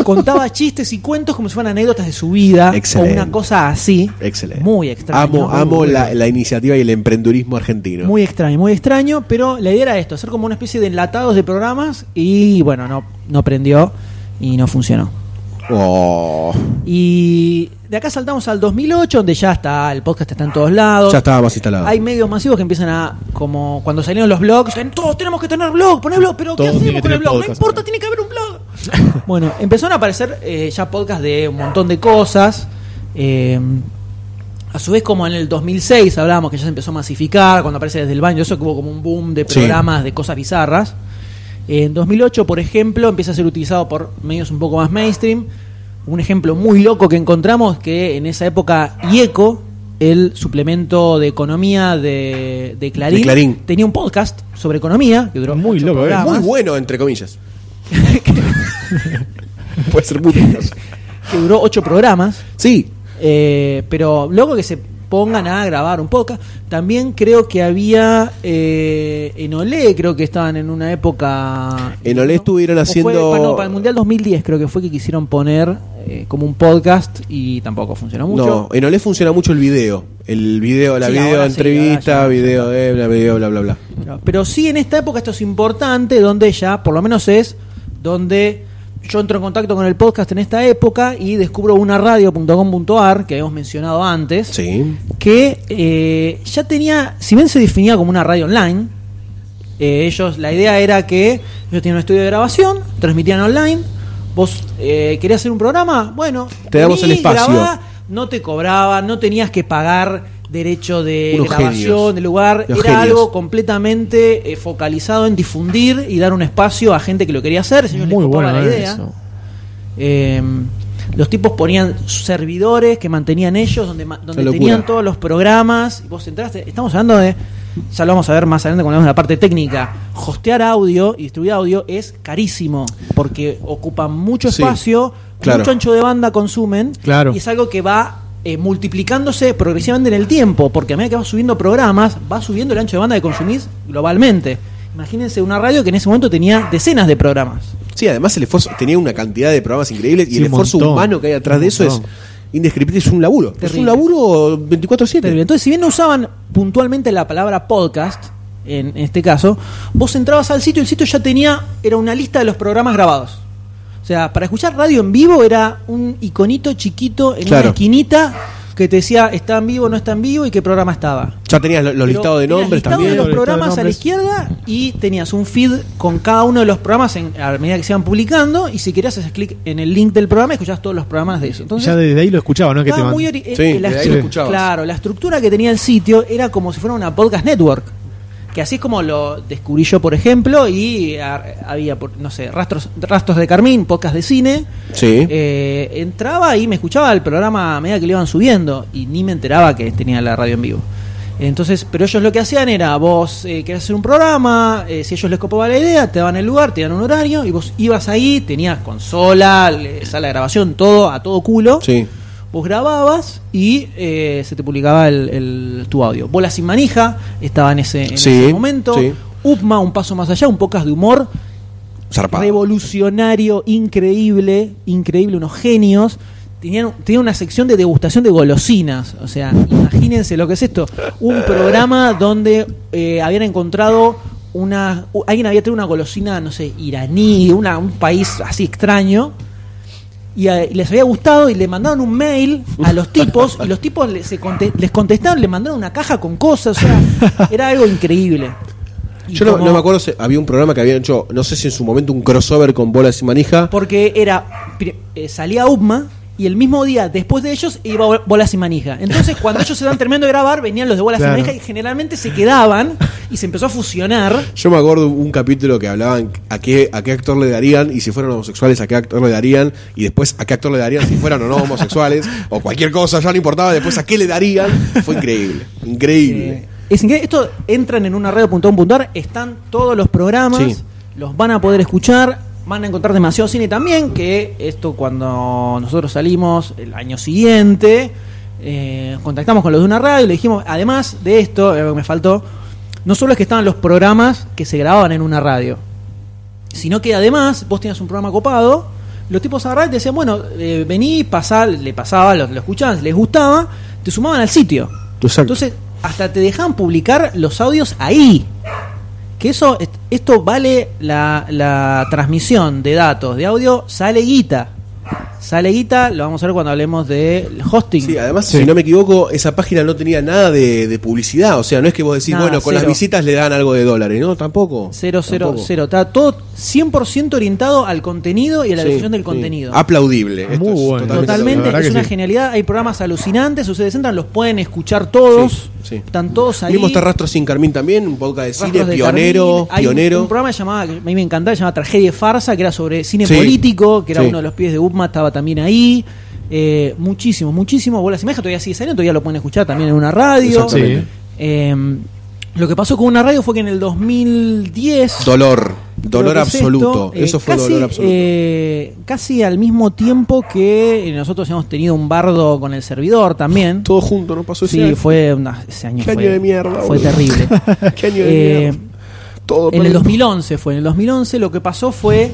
[SPEAKER 1] contaba chistes y cuentos como si fueran anécdotas de su vida o
[SPEAKER 2] Excelente.
[SPEAKER 1] una cosa así.
[SPEAKER 2] Excelente.
[SPEAKER 1] Muy extraño.
[SPEAKER 2] Amo,
[SPEAKER 1] Muy
[SPEAKER 2] amo la,
[SPEAKER 1] bueno.
[SPEAKER 2] la iniciativa y el emprendurismo argentino.
[SPEAKER 1] Muy extraño, muy extraño, pero la idea era esto, hacer como una especie de enlatados de programas y bueno, no, no prendió y no funcionó.
[SPEAKER 2] Oh.
[SPEAKER 1] Y de acá saltamos al 2008, donde ya está, el podcast está en todos lados.
[SPEAKER 2] Ya estaba más instalado.
[SPEAKER 1] Hay medios masivos que empiezan a, como cuando salieron los blogs, en todos tenemos que tener blog, poner blog, pero
[SPEAKER 3] Todos
[SPEAKER 1] ¿qué
[SPEAKER 3] tienen que
[SPEAKER 1] hacemos con el
[SPEAKER 3] tener
[SPEAKER 1] blog?
[SPEAKER 3] podcast,
[SPEAKER 1] no importa,
[SPEAKER 3] ¿no?
[SPEAKER 1] tiene que haber un blog. [LAUGHS] bueno, empezaron a aparecer eh, ya podcasts de un montón de cosas. eh, a su vez, como en el 2006 hablábamos que ya se empezó a masificar, cuando aparece desde el baño, eso que hubo como un boom de
[SPEAKER 2] Sí.
[SPEAKER 1] programas, de cosas bizarras. En 2008, por ejemplo, empieza a ser utilizado por medios un poco más mainstream. Un ejemplo muy loco que encontramos que en esa época IECO, el suplemento de economía de, de Clarín,
[SPEAKER 2] De Clarín.
[SPEAKER 1] tenía un podcast sobre economía que duró
[SPEAKER 3] Muy
[SPEAKER 1] ocho
[SPEAKER 3] loco, ¿eh?
[SPEAKER 1] programas,
[SPEAKER 2] Muy bueno, entre comillas. Puede ser muy bueno.
[SPEAKER 1] que duró ocho programas.
[SPEAKER 2] Sí.
[SPEAKER 1] Eh, pero luego que se pongan a grabar un podcast. También creo que había eh, en Olé, creo que estaban en una época.
[SPEAKER 2] En Olé estuvieron
[SPEAKER 1] O
[SPEAKER 2] haciendo-
[SPEAKER 1] fue para, no, para el Mundial 2010, creo que fue que quisieron poner eh, como un podcast y tampoco funcionó mucho.
[SPEAKER 2] No, en Olé funciona mucho el video. El video, la
[SPEAKER 1] Sí,
[SPEAKER 2] video
[SPEAKER 1] ahora sí,
[SPEAKER 2] entrevista,
[SPEAKER 1] ahora ya.
[SPEAKER 2] video de bla, video bla, bla, bla.
[SPEAKER 1] Pero- Pero sí en esta época esto es importante, donde ya, por lo menos es, donde yo entro en contacto con el podcast en esta época y descubro una radio.com.ar que habíamos mencionado antes.
[SPEAKER 2] Sí.
[SPEAKER 1] que eh, ya tenía, si bien se definía como una radio online, eh, ellos, la idea era que ellos tenían un estudio de grabación, transmitían online, vos eh, querías hacer un programa, bueno,
[SPEAKER 2] Te damos el espacio.
[SPEAKER 1] grabá, no te cobraban, no tenías que pagar derecho de
[SPEAKER 2] Unos
[SPEAKER 1] grabación,
[SPEAKER 2] genios.
[SPEAKER 1] de lugar,
[SPEAKER 2] Los
[SPEAKER 1] era
[SPEAKER 2] genios.
[SPEAKER 1] algo completamente eh, focalizado en difundir y dar un espacio a gente que lo quería hacer, si a ellos les
[SPEAKER 3] Muy
[SPEAKER 1] copaba
[SPEAKER 3] bueno
[SPEAKER 1] la
[SPEAKER 3] eh,
[SPEAKER 1] idea.
[SPEAKER 3] eso.
[SPEAKER 1] Eh, los tipos ponían servidores que mantenían ellos, donde, ma- donde
[SPEAKER 2] Una locura.
[SPEAKER 1] tenían todos los programas. Y vos entraste, estamos hablando de, ya lo vamos a ver más adelante cuando hablamos de la parte técnica. Hostear audio y distribuir audio es carísimo, porque ocupa mucho
[SPEAKER 2] Sí,
[SPEAKER 1] espacio,
[SPEAKER 2] claro.
[SPEAKER 1] mucho ancho de banda consumen,
[SPEAKER 3] Claro.
[SPEAKER 1] y es algo que va eh, multiplicándose progresivamente en el tiempo, porque a medida que vas subiendo programas, va subiendo el ancho de banda que consumís globalmente. Imagínense una radio que en ese momento tenía decenas de programas.
[SPEAKER 2] Sí, además el esfuerzo, tenía una cantidad de programas increíbles y
[SPEAKER 3] Sí,
[SPEAKER 2] el
[SPEAKER 3] un
[SPEAKER 2] esfuerzo
[SPEAKER 3] montón.
[SPEAKER 2] humano que hay atrás
[SPEAKER 3] Un
[SPEAKER 2] de eso es
[SPEAKER 3] montón.
[SPEAKER 2] indescriptible, es un laburo. Es un
[SPEAKER 1] Terrible.
[SPEAKER 2] laburo 24-7.
[SPEAKER 1] Terrible. Entonces, si bien no usaban puntualmente la palabra podcast, en, en este caso, vos entrabas al sitio y el sitio ya tenía, era una lista de los programas grabados. O sea, para escuchar radio en vivo era un iconito chiquito en
[SPEAKER 2] Claro.
[SPEAKER 1] una esquinita que te decía está en vivo, no está en vivo y qué programa estaba.
[SPEAKER 2] Ya tenías lo-
[SPEAKER 1] Pero
[SPEAKER 2] los listados de
[SPEAKER 1] tenías
[SPEAKER 2] nombres
[SPEAKER 1] listado
[SPEAKER 2] también.
[SPEAKER 1] de los
[SPEAKER 3] Listado de
[SPEAKER 1] programas a la
[SPEAKER 3] nombres.
[SPEAKER 1] izquierda y tenías un feed con cada uno de los programas en, a medida que se iban publicando y si querías haces clic en el link del programa y escuchás todos los programas de eso. Entonces,
[SPEAKER 3] ya desde ahí lo escuchaba, ¿no? Que te
[SPEAKER 1] estaba
[SPEAKER 3] man-
[SPEAKER 1] muy ori- eh,
[SPEAKER 2] Sí,
[SPEAKER 1] eh, la
[SPEAKER 2] de ahí
[SPEAKER 1] estru-
[SPEAKER 2] lo escuchabas.
[SPEAKER 1] Claro, la estructura que tenía el sitio era como si fuera una podcast network. Que así es como lo descubrí yo, por ejemplo, y a- había, por- no sé, rastros, rastros de Carmín, podcast de cine.
[SPEAKER 2] Sí.
[SPEAKER 1] Eh, entraba y me escuchaba el programa a medida que lo iban subiendo y ni me enteraba que tenía la radio en vivo. Entonces, pero ellos lo que hacían era, vos eh, querías hacer un programa, eh, si ellos les copaba la idea, te daban el lugar, te daban un horario y vos ibas ahí, tenías consola, le- sala de grabación, todo, a todo culo.
[SPEAKER 2] Sí.
[SPEAKER 1] Vos grababas y eh, se te publicaba el, el- tu audio. Bola sin manija estaba en ese, en
[SPEAKER 2] Sí,
[SPEAKER 1] ese momento.
[SPEAKER 2] sí.
[SPEAKER 1] Upma, un paso más allá, un pocas de humor.
[SPEAKER 2] Zarpado.
[SPEAKER 1] Revolucionario, increíble, increíble, unos genios. Tenían, tenían una sección de degustación de golosinas. O sea, imagínense lo que es esto. Un programa donde eh, habían encontrado una. u- Alguien había traído una golosina, no sé, iraní, una, un país así extraño y, a- y les había gustado y le mandaron un mail a los tipos y los tipos le- se conte- les contestaron, le mandaron una caja con cosas, o sea, era algo increíble. Y
[SPEAKER 2] Yo no,
[SPEAKER 1] como-
[SPEAKER 2] no me acuerdo, si- había un programa que habían hecho, no sé si en su momento, un crossover con bolas y manija.
[SPEAKER 1] Porque era, pri- eh, salía Upma Y el mismo día, después de ellos, iba Bol- Bolas y Manija. Entonces, cuando ellos se estaban terminando de grabar, venían los de Bolas
[SPEAKER 3] Claro.
[SPEAKER 1] y Manija y generalmente se quedaban y se empezó a fusionar.
[SPEAKER 2] Yo me acuerdo un capítulo que hablaban a qué, a qué actor le darían y si fueran homosexuales a qué actor le darían y después a qué actor le darían si fueran o no homosexuales o cualquier cosa, ya no importaba después a qué le darían. Fue increíble,
[SPEAKER 1] Eh,
[SPEAKER 2] increíble.
[SPEAKER 1] es increíble. Esto entran en una radio.com.ar, están todos los programas,
[SPEAKER 2] Sí.
[SPEAKER 1] los van a poder escuchar, van a encontrar demasiado cine también, que esto cuando nosotros salimos el año siguiente, eh, contactamos con los de una radio y le dijimos, además de esto, eh, me faltó, no solo es que estaban los programas que se grababan en una radio, sino que además vos tenías un programa copado, los tipos agarraban y te decían, bueno, eh, vení, pasá, le pasaba, lo, lo escuchaban, les gustaba, te sumaban al sitio.
[SPEAKER 2] Exacto.
[SPEAKER 1] Entonces, hasta te dejaban publicar los audios ahí. Que eso, est- esto vale la, la transmisión de datos, de audio, sale guita. Sale guita, lo vamos a ver cuando hablemos del hosting.
[SPEAKER 2] Sí, además,
[SPEAKER 3] Sí.
[SPEAKER 2] si no me equivoco, esa página no tenía nada de, de publicidad. O sea, no es que vos decís,
[SPEAKER 1] Nada,
[SPEAKER 2] bueno, con las
[SPEAKER 1] cero.
[SPEAKER 2] visitas le dan algo de dólares. No, tampoco.
[SPEAKER 1] Cero, cero,
[SPEAKER 2] Tampoco.
[SPEAKER 1] cero. Está todo 100% orientado al contenido y a la
[SPEAKER 2] Sí,
[SPEAKER 1] difusión del
[SPEAKER 2] sí.
[SPEAKER 1] contenido.
[SPEAKER 2] Aplaudible.
[SPEAKER 3] Ah, Muy
[SPEAKER 2] Esto es
[SPEAKER 3] bueno.
[SPEAKER 1] Totalmente,
[SPEAKER 3] La verdad
[SPEAKER 1] es
[SPEAKER 3] que
[SPEAKER 1] una
[SPEAKER 3] sí.
[SPEAKER 1] genialidad. Hay programas alucinantes. Ustedes entran, los pueden escuchar todos.
[SPEAKER 2] Sí, sí.
[SPEAKER 1] Están todos ahí.
[SPEAKER 2] Vimos Terrastro sin Carmín también, un podcast de cine,
[SPEAKER 1] Rastros de
[SPEAKER 2] pionero,
[SPEAKER 1] Carmín. Hay un-
[SPEAKER 2] pionero.
[SPEAKER 1] Un, programa llamado, que a mí me encantaba, se llamaba Tragedia y Farsa, que era sobre cine
[SPEAKER 2] Sí.
[SPEAKER 1] político, que era
[SPEAKER 2] Sí.
[SPEAKER 1] uno de los pies de Upma, estaba también ahí. Eh, muchísimo, muchísimo. Bolas y Magia todavía sigue saliendo, todavía lo pueden escuchar también en una radio.
[SPEAKER 2] Exactamente.
[SPEAKER 3] Sí.
[SPEAKER 1] Eh, lo que pasó con una radio fue que en el 2010.
[SPEAKER 2] Dolor,
[SPEAKER 1] Creo
[SPEAKER 2] dolor
[SPEAKER 1] que es
[SPEAKER 2] absoluto.
[SPEAKER 1] esto, eh,
[SPEAKER 2] Eso fue
[SPEAKER 1] casi,
[SPEAKER 2] dolor absoluto.
[SPEAKER 1] eh, casi al mismo tiempo que nosotros hemos tenido un bardo con el servidor también.
[SPEAKER 2] Todo junto, ¿no pasó ese
[SPEAKER 1] Sí,
[SPEAKER 2] año?
[SPEAKER 1] fue una- ese año.
[SPEAKER 2] Qué
[SPEAKER 1] fue,
[SPEAKER 2] año de mierda,
[SPEAKER 1] Fue
[SPEAKER 2] boludo.
[SPEAKER 1] terrible.
[SPEAKER 2] [LAUGHS] Qué año
[SPEAKER 1] Eh,
[SPEAKER 2] de mierda. Todo
[SPEAKER 1] en el
[SPEAKER 2] perdido.
[SPEAKER 1] 2011 fue. En el 2011 lo que pasó fue.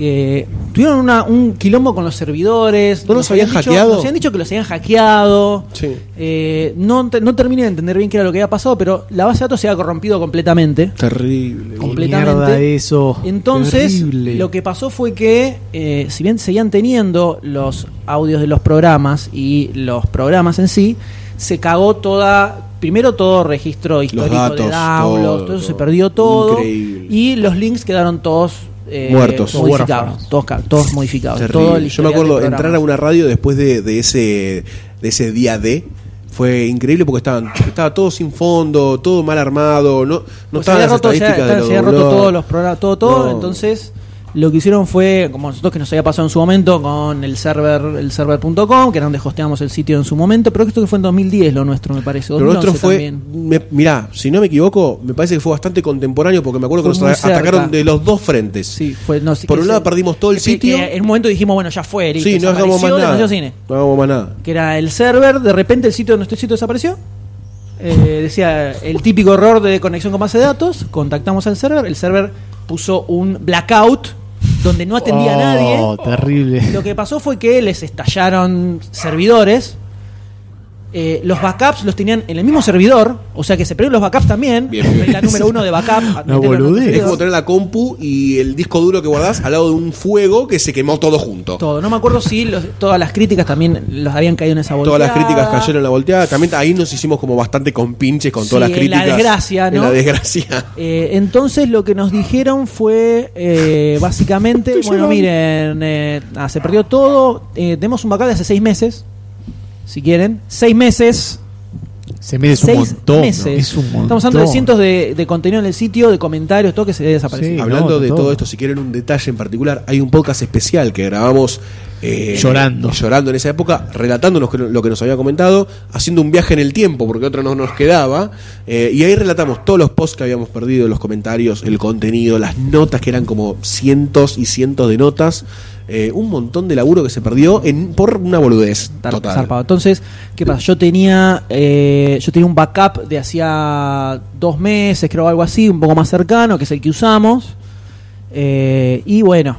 [SPEAKER 1] eh, tuvieron una- un quilombo con los servidores.
[SPEAKER 2] ¿No los
[SPEAKER 1] nos
[SPEAKER 2] habían
[SPEAKER 1] dicho-
[SPEAKER 2] hackeado?
[SPEAKER 1] Nos habían dicho que los habían hackeado.
[SPEAKER 2] Sí.
[SPEAKER 1] Eh, no, te- no terminé de entender bien qué era lo que había pasado, pero la base de datos se había corrompido completamente.
[SPEAKER 2] Terrible. boludo.
[SPEAKER 1] completamente.
[SPEAKER 3] Mierda eso.
[SPEAKER 1] Entonces,
[SPEAKER 3] Terrible.
[SPEAKER 1] lo que pasó fue que, eh, si bien seguían teniendo los audios de los programas y los programas en sí, se cagó toda. Primero todo registro histórico de
[SPEAKER 2] datos,
[SPEAKER 1] downloads, todo,
[SPEAKER 2] todo,
[SPEAKER 1] eso se
[SPEAKER 2] todo.
[SPEAKER 1] perdió todo.
[SPEAKER 2] Increíble.
[SPEAKER 1] Y los links quedaron todos. eh,
[SPEAKER 2] Muertos.
[SPEAKER 1] Modificados.
[SPEAKER 3] Huérfanos.
[SPEAKER 1] Todos, ca- todos modificados.
[SPEAKER 2] [LAUGHS] Terrible.
[SPEAKER 1] todo el
[SPEAKER 2] Yo me
[SPEAKER 1] historial
[SPEAKER 2] acuerdo
[SPEAKER 1] del programa.
[SPEAKER 2] entrar a una radio después de, de ese de ese día D fue increíble porque estaban estaba todo sin fondo, todo mal armado, no no
[SPEAKER 1] Pues se
[SPEAKER 2] estaban
[SPEAKER 1] había
[SPEAKER 2] las
[SPEAKER 1] roto, se había-
[SPEAKER 2] estadísticas de
[SPEAKER 1] claro,
[SPEAKER 2] los
[SPEAKER 1] se había roto
[SPEAKER 2] blogs.
[SPEAKER 1] todos los programas, todo, todo.
[SPEAKER 2] No.
[SPEAKER 1] Entonces, lo que hicieron fue, como nosotros que nos había pasado en su momento con el server, el server.com, que era donde hosteamos el sitio en su momento, pero esto que fue en 2010 lo nuestro, me parece.
[SPEAKER 2] Lo nuestro
[SPEAKER 1] 2011
[SPEAKER 2] fue,
[SPEAKER 1] también.
[SPEAKER 2] me- mirá, si no me equivoco, me parece que fue bastante contemporáneo porque me acuerdo que
[SPEAKER 1] Fue
[SPEAKER 2] nos
[SPEAKER 1] muy
[SPEAKER 2] ata- atacaron
[SPEAKER 1] cerca.
[SPEAKER 2] de los dos frentes.
[SPEAKER 1] Sí, fue, no, sí,
[SPEAKER 2] Por
[SPEAKER 1] que
[SPEAKER 2] un
[SPEAKER 1] se-
[SPEAKER 2] lado perdimos todo el
[SPEAKER 1] que-
[SPEAKER 2] sitio.
[SPEAKER 1] que en un momento dijimos, bueno, ya fue, listo,
[SPEAKER 2] Sí, no hagamos
[SPEAKER 1] desapareció
[SPEAKER 2] más nada.
[SPEAKER 1] demasiado cine.
[SPEAKER 2] No hagamos más nada.
[SPEAKER 1] Que era el server, de repente el sitio, nuestro sitio desapareció. Eh, decía el típico error de conexión con base de datos. Contactamos al server, el server puso un blackout donde no atendía a nadie.
[SPEAKER 3] Oh, terrible.
[SPEAKER 1] Lo que pasó fue que les estallaron servidores. Eh, los backups los tenían en el mismo servidor, o sea que se perdieron los backups también.
[SPEAKER 2] Bien, bien.
[SPEAKER 1] La número uno de
[SPEAKER 2] [LAUGHS]
[SPEAKER 1] backup. admitieron
[SPEAKER 3] boludez.
[SPEAKER 1] los
[SPEAKER 2] Es como
[SPEAKER 1] servidores.
[SPEAKER 2] tener la compu y el disco duro que guardás al lado de un fuego que se quemó todo junto.
[SPEAKER 1] Todo. No me acuerdo si los- todas las críticas también los habían caído en esa bolsa.
[SPEAKER 2] Todas las críticas cayeron en la volteada. También ahí nos hicimos como bastante compinches con todas
[SPEAKER 1] Sí,
[SPEAKER 2] las
[SPEAKER 1] en la
[SPEAKER 2] críticas.
[SPEAKER 1] desgracia,
[SPEAKER 2] En
[SPEAKER 1] ¿no?
[SPEAKER 2] la desgracia.
[SPEAKER 1] Eh, entonces lo que nos dijeron fue eh, básicamente,
[SPEAKER 2] Estoy
[SPEAKER 1] bueno,
[SPEAKER 2] llorando.
[SPEAKER 1] miren, eh, ah, se perdió todo, eh, tenemos un backup de hace seis meses, si quieren, seis meses,
[SPEAKER 3] Se mide es un
[SPEAKER 1] seis
[SPEAKER 3] montón.
[SPEAKER 1] meses.
[SPEAKER 3] Es un montón.
[SPEAKER 1] Estamos hablando de cientos de, de contenido en el sitio, de comentarios, todo que se desapareció.
[SPEAKER 3] Sí,
[SPEAKER 2] Hablando
[SPEAKER 3] no,
[SPEAKER 2] de
[SPEAKER 3] todo.
[SPEAKER 2] todo esto, si quieren un detalle en particular, hay un podcast especial que grabamos eh,
[SPEAKER 3] Llorando.
[SPEAKER 2] llorando en esa época, relatando lo que- lo que nos había comentado, haciendo un viaje en el tiempo, porque otro no nos quedaba. eh, y ahí relatamos todos los posts que habíamos perdido, los comentarios, el contenido, las notas, que eran como cientos y cientos de notas. eh, un montón de laburo que se perdió en, por una boludez.
[SPEAKER 1] Tar-
[SPEAKER 2] total.
[SPEAKER 1] zarpado. Entonces, ¿qué pasa? Yo tenía eh, yo tenía un backup de hacía dos meses, creo, algo así, un poco más cercano, que es el que usamos. Eh, y bueno,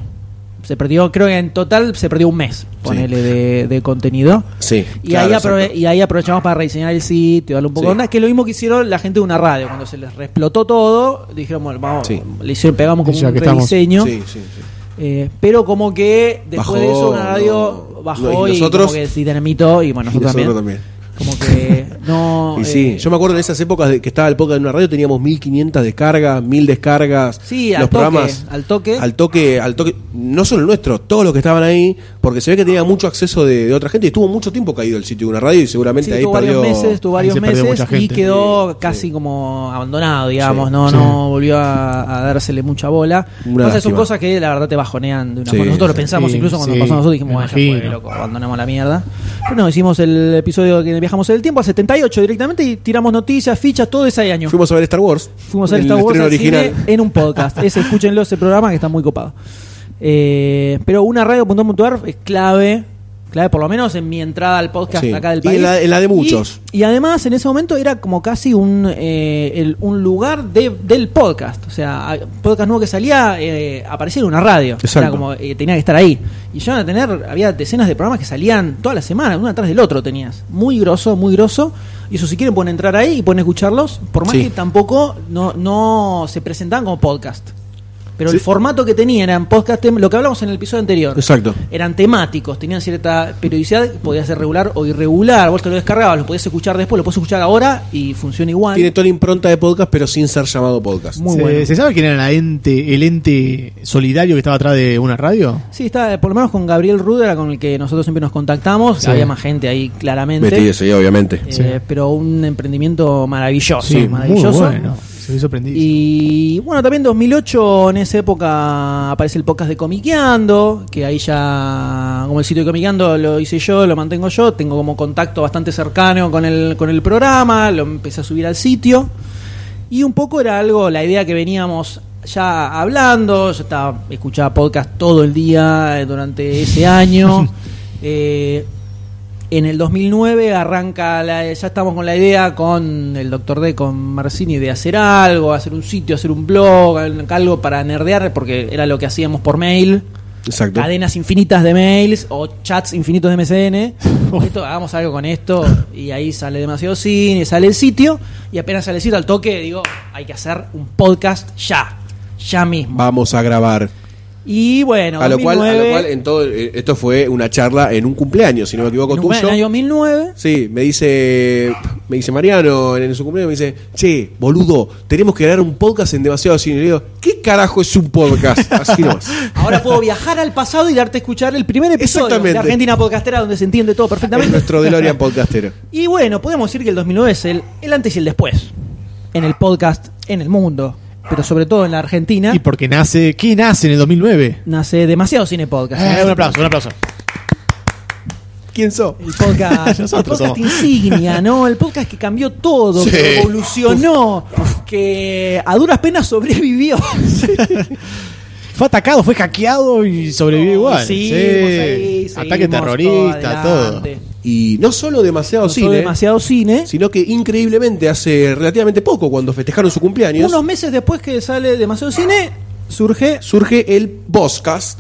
[SPEAKER 1] se perdió, creo que en total se perdió un mes, ponele, de, de contenido.
[SPEAKER 2] Sí.
[SPEAKER 1] Y,
[SPEAKER 2] claro,
[SPEAKER 1] ahí
[SPEAKER 2] exacto.
[SPEAKER 1] aprove- y ahí aprovechamos para rediseñar el sitio, darle un poco
[SPEAKER 2] Sí.
[SPEAKER 1] de onda, que es lo mismo que hicieron la gente de una radio, cuando se les explotó todo, dijeron, bueno, vamos,
[SPEAKER 2] Sí.
[SPEAKER 1] le hicieron, pegamos como
[SPEAKER 3] Ya
[SPEAKER 1] un
[SPEAKER 3] que estamos.
[SPEAKER 1] rediseño.
[SPEAKER 2] Sí, sí, sí.
[SPEAKER 1] Eh, pero como que después
[SPEAKER 2] Bajó,
[SPEAKER 1] de eso una radio
[SPEAKER 2] no.
[SPEAKER 1] bajó
[SPEAKER 2] No, y
[SPEAKER 1] y,
[SPEAKER 2] nosotros-
[SPEAKER 1] como que sí tenemos mito y bueno,
[SPEAKER 2] Y
[SPEAKER 1] nosotros,
[SPEAKER 2] nosotros
[SPEAKER 1] también.
[SPEAKER 2] también.
[SPEAKER 1] Como que no.
[SPEAKER 2] [LAUGHS] Y sí,
[SPEAKER 1] eh,
[SPEAKER 2] yo me acuerdo en esas épocas de que estaba el podcast en una radio, teníamos 1500 descargas, 1000 descargas.
[SPEAKER 1] Sí, al
[SPEAKER 2] los
[SPEAKER 1] toque,
[SPEAKER 2] programas.
[SPEAKER 1] al toque.
[SPEAKER 2] Al toque, al toque. No solo el nuestro, todos los que estaban ahí, porque se ve que tenía mucho acceso de, de otra gente y estuvo mucho tiempo caído el sitio de una radio y seguramente
[SPEAKER 1] sí,
[SPEAKER 2] ahí
[SPEAKER 1] tuvo
[SPEAKER 2] perdió.
[SPEAKER 1] varios meses, tuvo
[SPEAKER 3] ahí
[SPEAKER 1] varios
[SPEAKER 3] se perdió
[SPEAKER 1] meses
[SPEAKER 3] mucha
[SPEAKER 1] y
[SPEAKER 3] gente.
[SPEAKER 1] quedó
[SPEAKER 2] Sí,
[SPEAKER 1] casi
[SPEAKER 2] sí.
[SPEAKER 1] como abandonado, digamos,
[SPEAKER 2] Sí,
[SPEAKER 1] no
[SPEAKER 3] sí.
[SPEAKER 1] no volvió a, a dársele mucha bola.
[SPEAKER 2] Una
[SPEAKER 1] Entonces son
[SPEAKER 2] lástima.
[SPEAKER 1] cosas que la verdad te bajonean de una
[SPEAKER 2] Sí,
[SPEAKER 1] forma. Nosotros lo
[SPEAKER 2] sí.
[SPEAKER 1] pensamos
[SPEAKER 3] Sí,
[SPEAKER 1] incluso cuando
[SPEAKER 3] sí,
[SPEAKER 1] pasó a nosotros dijimos,
[SPEAKER 3] me
[SPEAKER 1] bueno, ya fue,
[SPEAKER 3] imagino.
[SPEAKER 1] loco, abandonamos la mierda. Pero no, hicimos el episodio que viajamos en el tiempo, a 78 directamente y tiramos noticias, fichas, todo ese año.
[SPEAKER 2] Fuimos a ver Star Wars.
[SPEAKER 1] Fuimos a ver
[SPEAKER 2] el
[SPEAKER 1] Star Wars
[SPEAKER 2] estreno
[SPEAKER 1] al cine
[SPEAKER 2] original.
[SPEAKER 1] en un podcast. Ese, escúchenlo, ese programa que está muy copado. Eh, pero una radio.com.ar es clave, clave por lo menos en mi entrada al podcast
[SPEAKER 2] Sí.
[SPEAKER 1] acá del
[SPEAKER 2] Y
[SPEAKER 1] país.
[SPEAKER 2] en la- en la de muchos.
[SPEAKER 1] Y, y además en ese momento era como casi un, eh, el- un lugar de- del podcast. O sea, hay- podcast nuevo que salía, eh, aparecía en una radio. Era
[SPEAKER 2] Exacto.
[SPEAKER 1] como, eh, tenía que estar ahí. Y yo a tener, había decenas de programas que salían toda la semana, uno atrás del otro tenías. Muy grosso, muy grosso. Y eso si quieren pueden entrar ahí y pueden escucharlos, por más
[SPEAKER 2] Sí.
[SPEAKER 1] que tampoco no, no se presentaban como podcast. Pero el
[SPEAKER 2] Sí.
[SPEAKER 1] formato que tenían eran podcast, tem- lo que hablamos en el episodio anterior.
[SPEAKER 2] Exacto.
[SPEAKER 1] Eran temáticos, tenían cierta periodicidad, podía ser regular o irregular. Vos te lo descargabas, lo podías escuchar después, lo podés escuchar ahora y funciona igual.
[SPEAKER 2] Tiene toda la impronta de podcast, pero sin ser llamado podcast.
[SPEAKER 1] Muy
[SPEAKER 3] ¿Se,
[SPEAKER 1] bueno.
[SPEAKER 3] ¿Se sabe quién era la ente, el ente solidario que estaba atrás de una radio?
[SPEAKER 1] Sí, está, eh, por lo menos con Gabriel Rudera, con el que nosotros siempre nos contactamos.
[SPEAKER 3] Sí.
[SPEAKER 1] Había más gente ahí, claramente.
[SPEAKER 2] Metí ese, obviamente.
[SPEAKER 1] Eh,
[SPEAKER 3] Sí.
[SPEAKER 1] Pero un emprendimiento maravilloso.
[SPEAKER 3] muy
[SPEAKER 1] maravilloso.
[SPEAKER 3] bueno. Se me sorprendido.
[SPEAKER 1] Y bueno, también 2008, en esa época aparece el podcast de Comiqueando, que ahí ya, como el sitio de Comiqueando lo hice yo, lo mantengo yo, tengo como contacto bastante cercano con el, con el programa, lo empecé a subir al sitio. Y un poco era algo, la idea que veníamos ya hablando, yo estaba, escuchaba podcast todo el día eh, durante ese
[SPEAKER 3] [LAUGHS]
[SPEAKER 1] año. Eh, en el 2009 arranca, la- ya estamos con la idea con el doctor D, con Marcini, de hacer algo, hacer un sitio, hacer un blog, algo para nerdear, porque era lo que hacíamos por mail.
[SPEAKER 2] Exacto.
[SPEAKER 1] Cadenas infinitas de mails o chats infinitos de
[SPEAKER 2] [LAUGHS]
[SPEAKER 1] MSN. Esto, hagamos algo con esto y ahí sale demasiado cine, sale el sitio y apenas sale el sitio al toque digo, hay que hacer un podcast ya, ya mismo.
[SPEAKER 2] Vamos a grabar.
[SPEAKER 1] Y bueno,
[SPEAKER 2] A lo, cual, a lo
[SPEAKER 1] 2009,
[SPEAKER 2] cual, en todo, eh, esto fue una charla en un cumpleaños, si no me equivoco,
[SPEAKER 1] en un- en
[SPEAKER 2] tuyo.
[SPEAKER 1] el año 2009
[SPEAKER 2] Sí, me dice, me dice Mariano en su cumpleaños, me dice, che, boludo, tenemos que grabar un podcast en demasiado cine. Y le digo, ¿qué carajo es
[SPEAKER 1] [LAUGHS]
[SPEAKER 2] un podcast? Así nomás.
[SPEAKER 1] Ahora puedo viajar al pasado y darte a escuchar el primer episodio de
[SPEAKER 2] Exactamente.
[SPEAKER 1] Argentina Podcastera donde se entiende todo
[SPEAKER 2] Es
[SPEAKER 1] perfectamente.
[SPEAKER 2] nuestro DeLorean podcastero.
[SPEAKER 1] Y bueno, podemos decir que el 2009 es el, el antes y el después en el podcast, en el mundo, pero sobre todo en la Argentina.
[SPEAKER 3] Y porque nace. ¿Qué nace en el 2009?
[SPEAKER 1] Nace demasiado cine podcast.
[SPEAKER 3] Eh, un aplauso, un aplauso.
[SPEAKER 2] ¿Quién sos?
[SPEAKER 1] El
[SPEAKER 3] [LAUGHS]
[SPEAKER 1] podcast, el
[SPEAKER 3] Nosotros
[SPEAKER 1] podcast
[SPEAKER 3] somos.
[SPEAKER 1] insignia, ¿no? El podcast que cambió todo,
[SPEAKER 3] Sí.
[SPEAKER 1] que evolucionó, que a duras penas sobrevivió.
[SPEAKER 3] Fue atacado, fue hackeado y [LAUGHS] sobrevivió igual.
[SPEAKER 1] Oh, Sí,
[SPEAKER 3] Ataque terrorista, todo.
[SPEAKER 2] Y no solo demasiado
[SPEAKER 1] No
[SPEAKER 2] cine,
[SPEAKER 1] demasiado cine.
[SPEAKER 2] sino que increíblemente hace relativamente poco, cuando festejaron su cumpleaños,
[SPEAKER 1] Unos meses después que sale demasiado cine, surge
[SPEAKER 2] surge el podcast,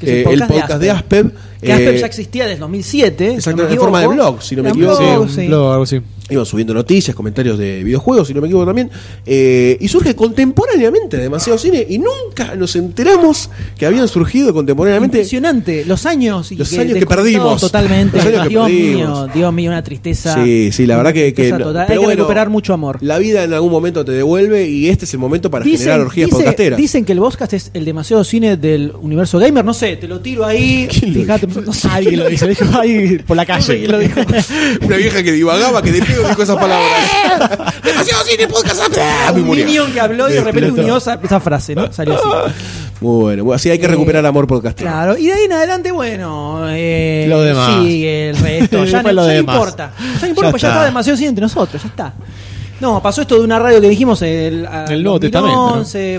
[SPEAKER 1] Que es el
[SPEAKER 2] eh,
[SPEAKER 1] podcast
[SPEAKER 2] el
[SPEAKER 1] de
[SPEAKER 2] podcast de
[SPEAKER 1] Aspep.
[SPEAKER 2] Aspep.
[SPEAKER 1] que Aspep
[SPEAKER 2] eh,
[SPEAKER 1] ya existía desde 2007.
[SPEAKER 2] Exacto,
[SPEAKER 1] si no me
[SPEAKER 2] en forma de
[SPEAKER 1] equivoco.
[SPEAKER 2] blog, si no me
[SPEAKER 1] Era
[SPEAKER 2] equivoco.
[SPEAKER 1] blog,
[SPEAKER 3] Sí,
[SPEAKER 1] sí.
[SPEAKER 3] un blog, algo así.
[SPEAKER 2] Iban subiendo noticias, comentarios de videojuegos, si no me equivoco también. eh, y surge contemporáneamente demasiado cine y nunca nos enteramos que habían surgido contemporáneamente.
[SPEAKER 1] Impresionante, los años y
[SPEAKER 2] Los años que
[SPEAKER 1] desconectados
[SPEAKER 2] perdimos.
[SPEAKER 1] totalmente.
[SPEAKER 2] Los años que
[SPEAKER 1] Dios
[SPEAKER 2] perdimos.
[SPEAKER 1] mío, Dios mío, una tristeza.
[SPEAKER 2] Sí, sí, la verdad
[SPEAKER 1] Una
[SPEAKER 2] que, que
[SPEAKER 1] tristeza
[SPEAKER 2] no.
[SPEAKER 1] total. Hay
[SPEAKER 2] Pero
[SPEAKER 1] que
[SPEAKER 2] bueno,
[SPEAKER 1] recuperar mucho amor.
[SPEAKER 2] La vida en algún momento te devuelve y este es el momento para generar orgías
[SPEAKER 1] dice-
[SPEAKER 2] podcasteras.
[SPEAKER 1] dicen que el podcast es el demasiado cine del universo gamer. No sé, te lo tiro
[SPEAKER 2] [LAUGHS]
[SPEAKER 1] ahí.
[SPEAKER 3] ¿Quién lo
[SPEAKER 1] Fíjate,
[SPEAKER 3] dijo?
[SPEAKER 1] no sé.
[SPEAKER 3] Alguien lo dijo, lo dijo alguien por la calle.
[SPEAKER 1] Lo dijo.
[SPEAKER 2] [LAUGHS] Una vieja que divagaba, que de pedo dijo esas palabras.
[SPEAKER 1] [LAUGHS]
[SPEAKER 2] demasiado cine podcast. [LAUGHS] Ah, y
[SPEAKER 1] un
[SPEAKER 2] murió. Este,
[SPEAKER 1] niño que habló y de repente unió esa, esa frase, ¿no? Salió
[SPEAKER 2] [LAUGHS]
[SPEAKER 1] así.
[SPEAKER 2] Muy bueno, bueno, así hay que recuperar amor podcastero.
[SPEAKER 1] Eh, Claro, y de ahí en adelante, bueno, eh,
[SPEAKER 3] Lo demás.
[SPEAKER 1] sigue el
[SPEAKER 3] [LAUGHS]
[SPEAKER 1] resto. ya no,
[SPEAKER 3] Fue lo
[SPEAKER 1] ya no
[SPEAKER 3] demás.
[SPEAKER 1] importa. Ya no importa,
[SPEAKER 3] Ya
[SPEAKER 1] porque ya
[SPEAKER 3] está.
[SPEAKER 1] está demasiado cine entre nosotros, ya está. No, pasó esto de una radio que dijimos el, a-
[SPEAKER 3] El Nuevo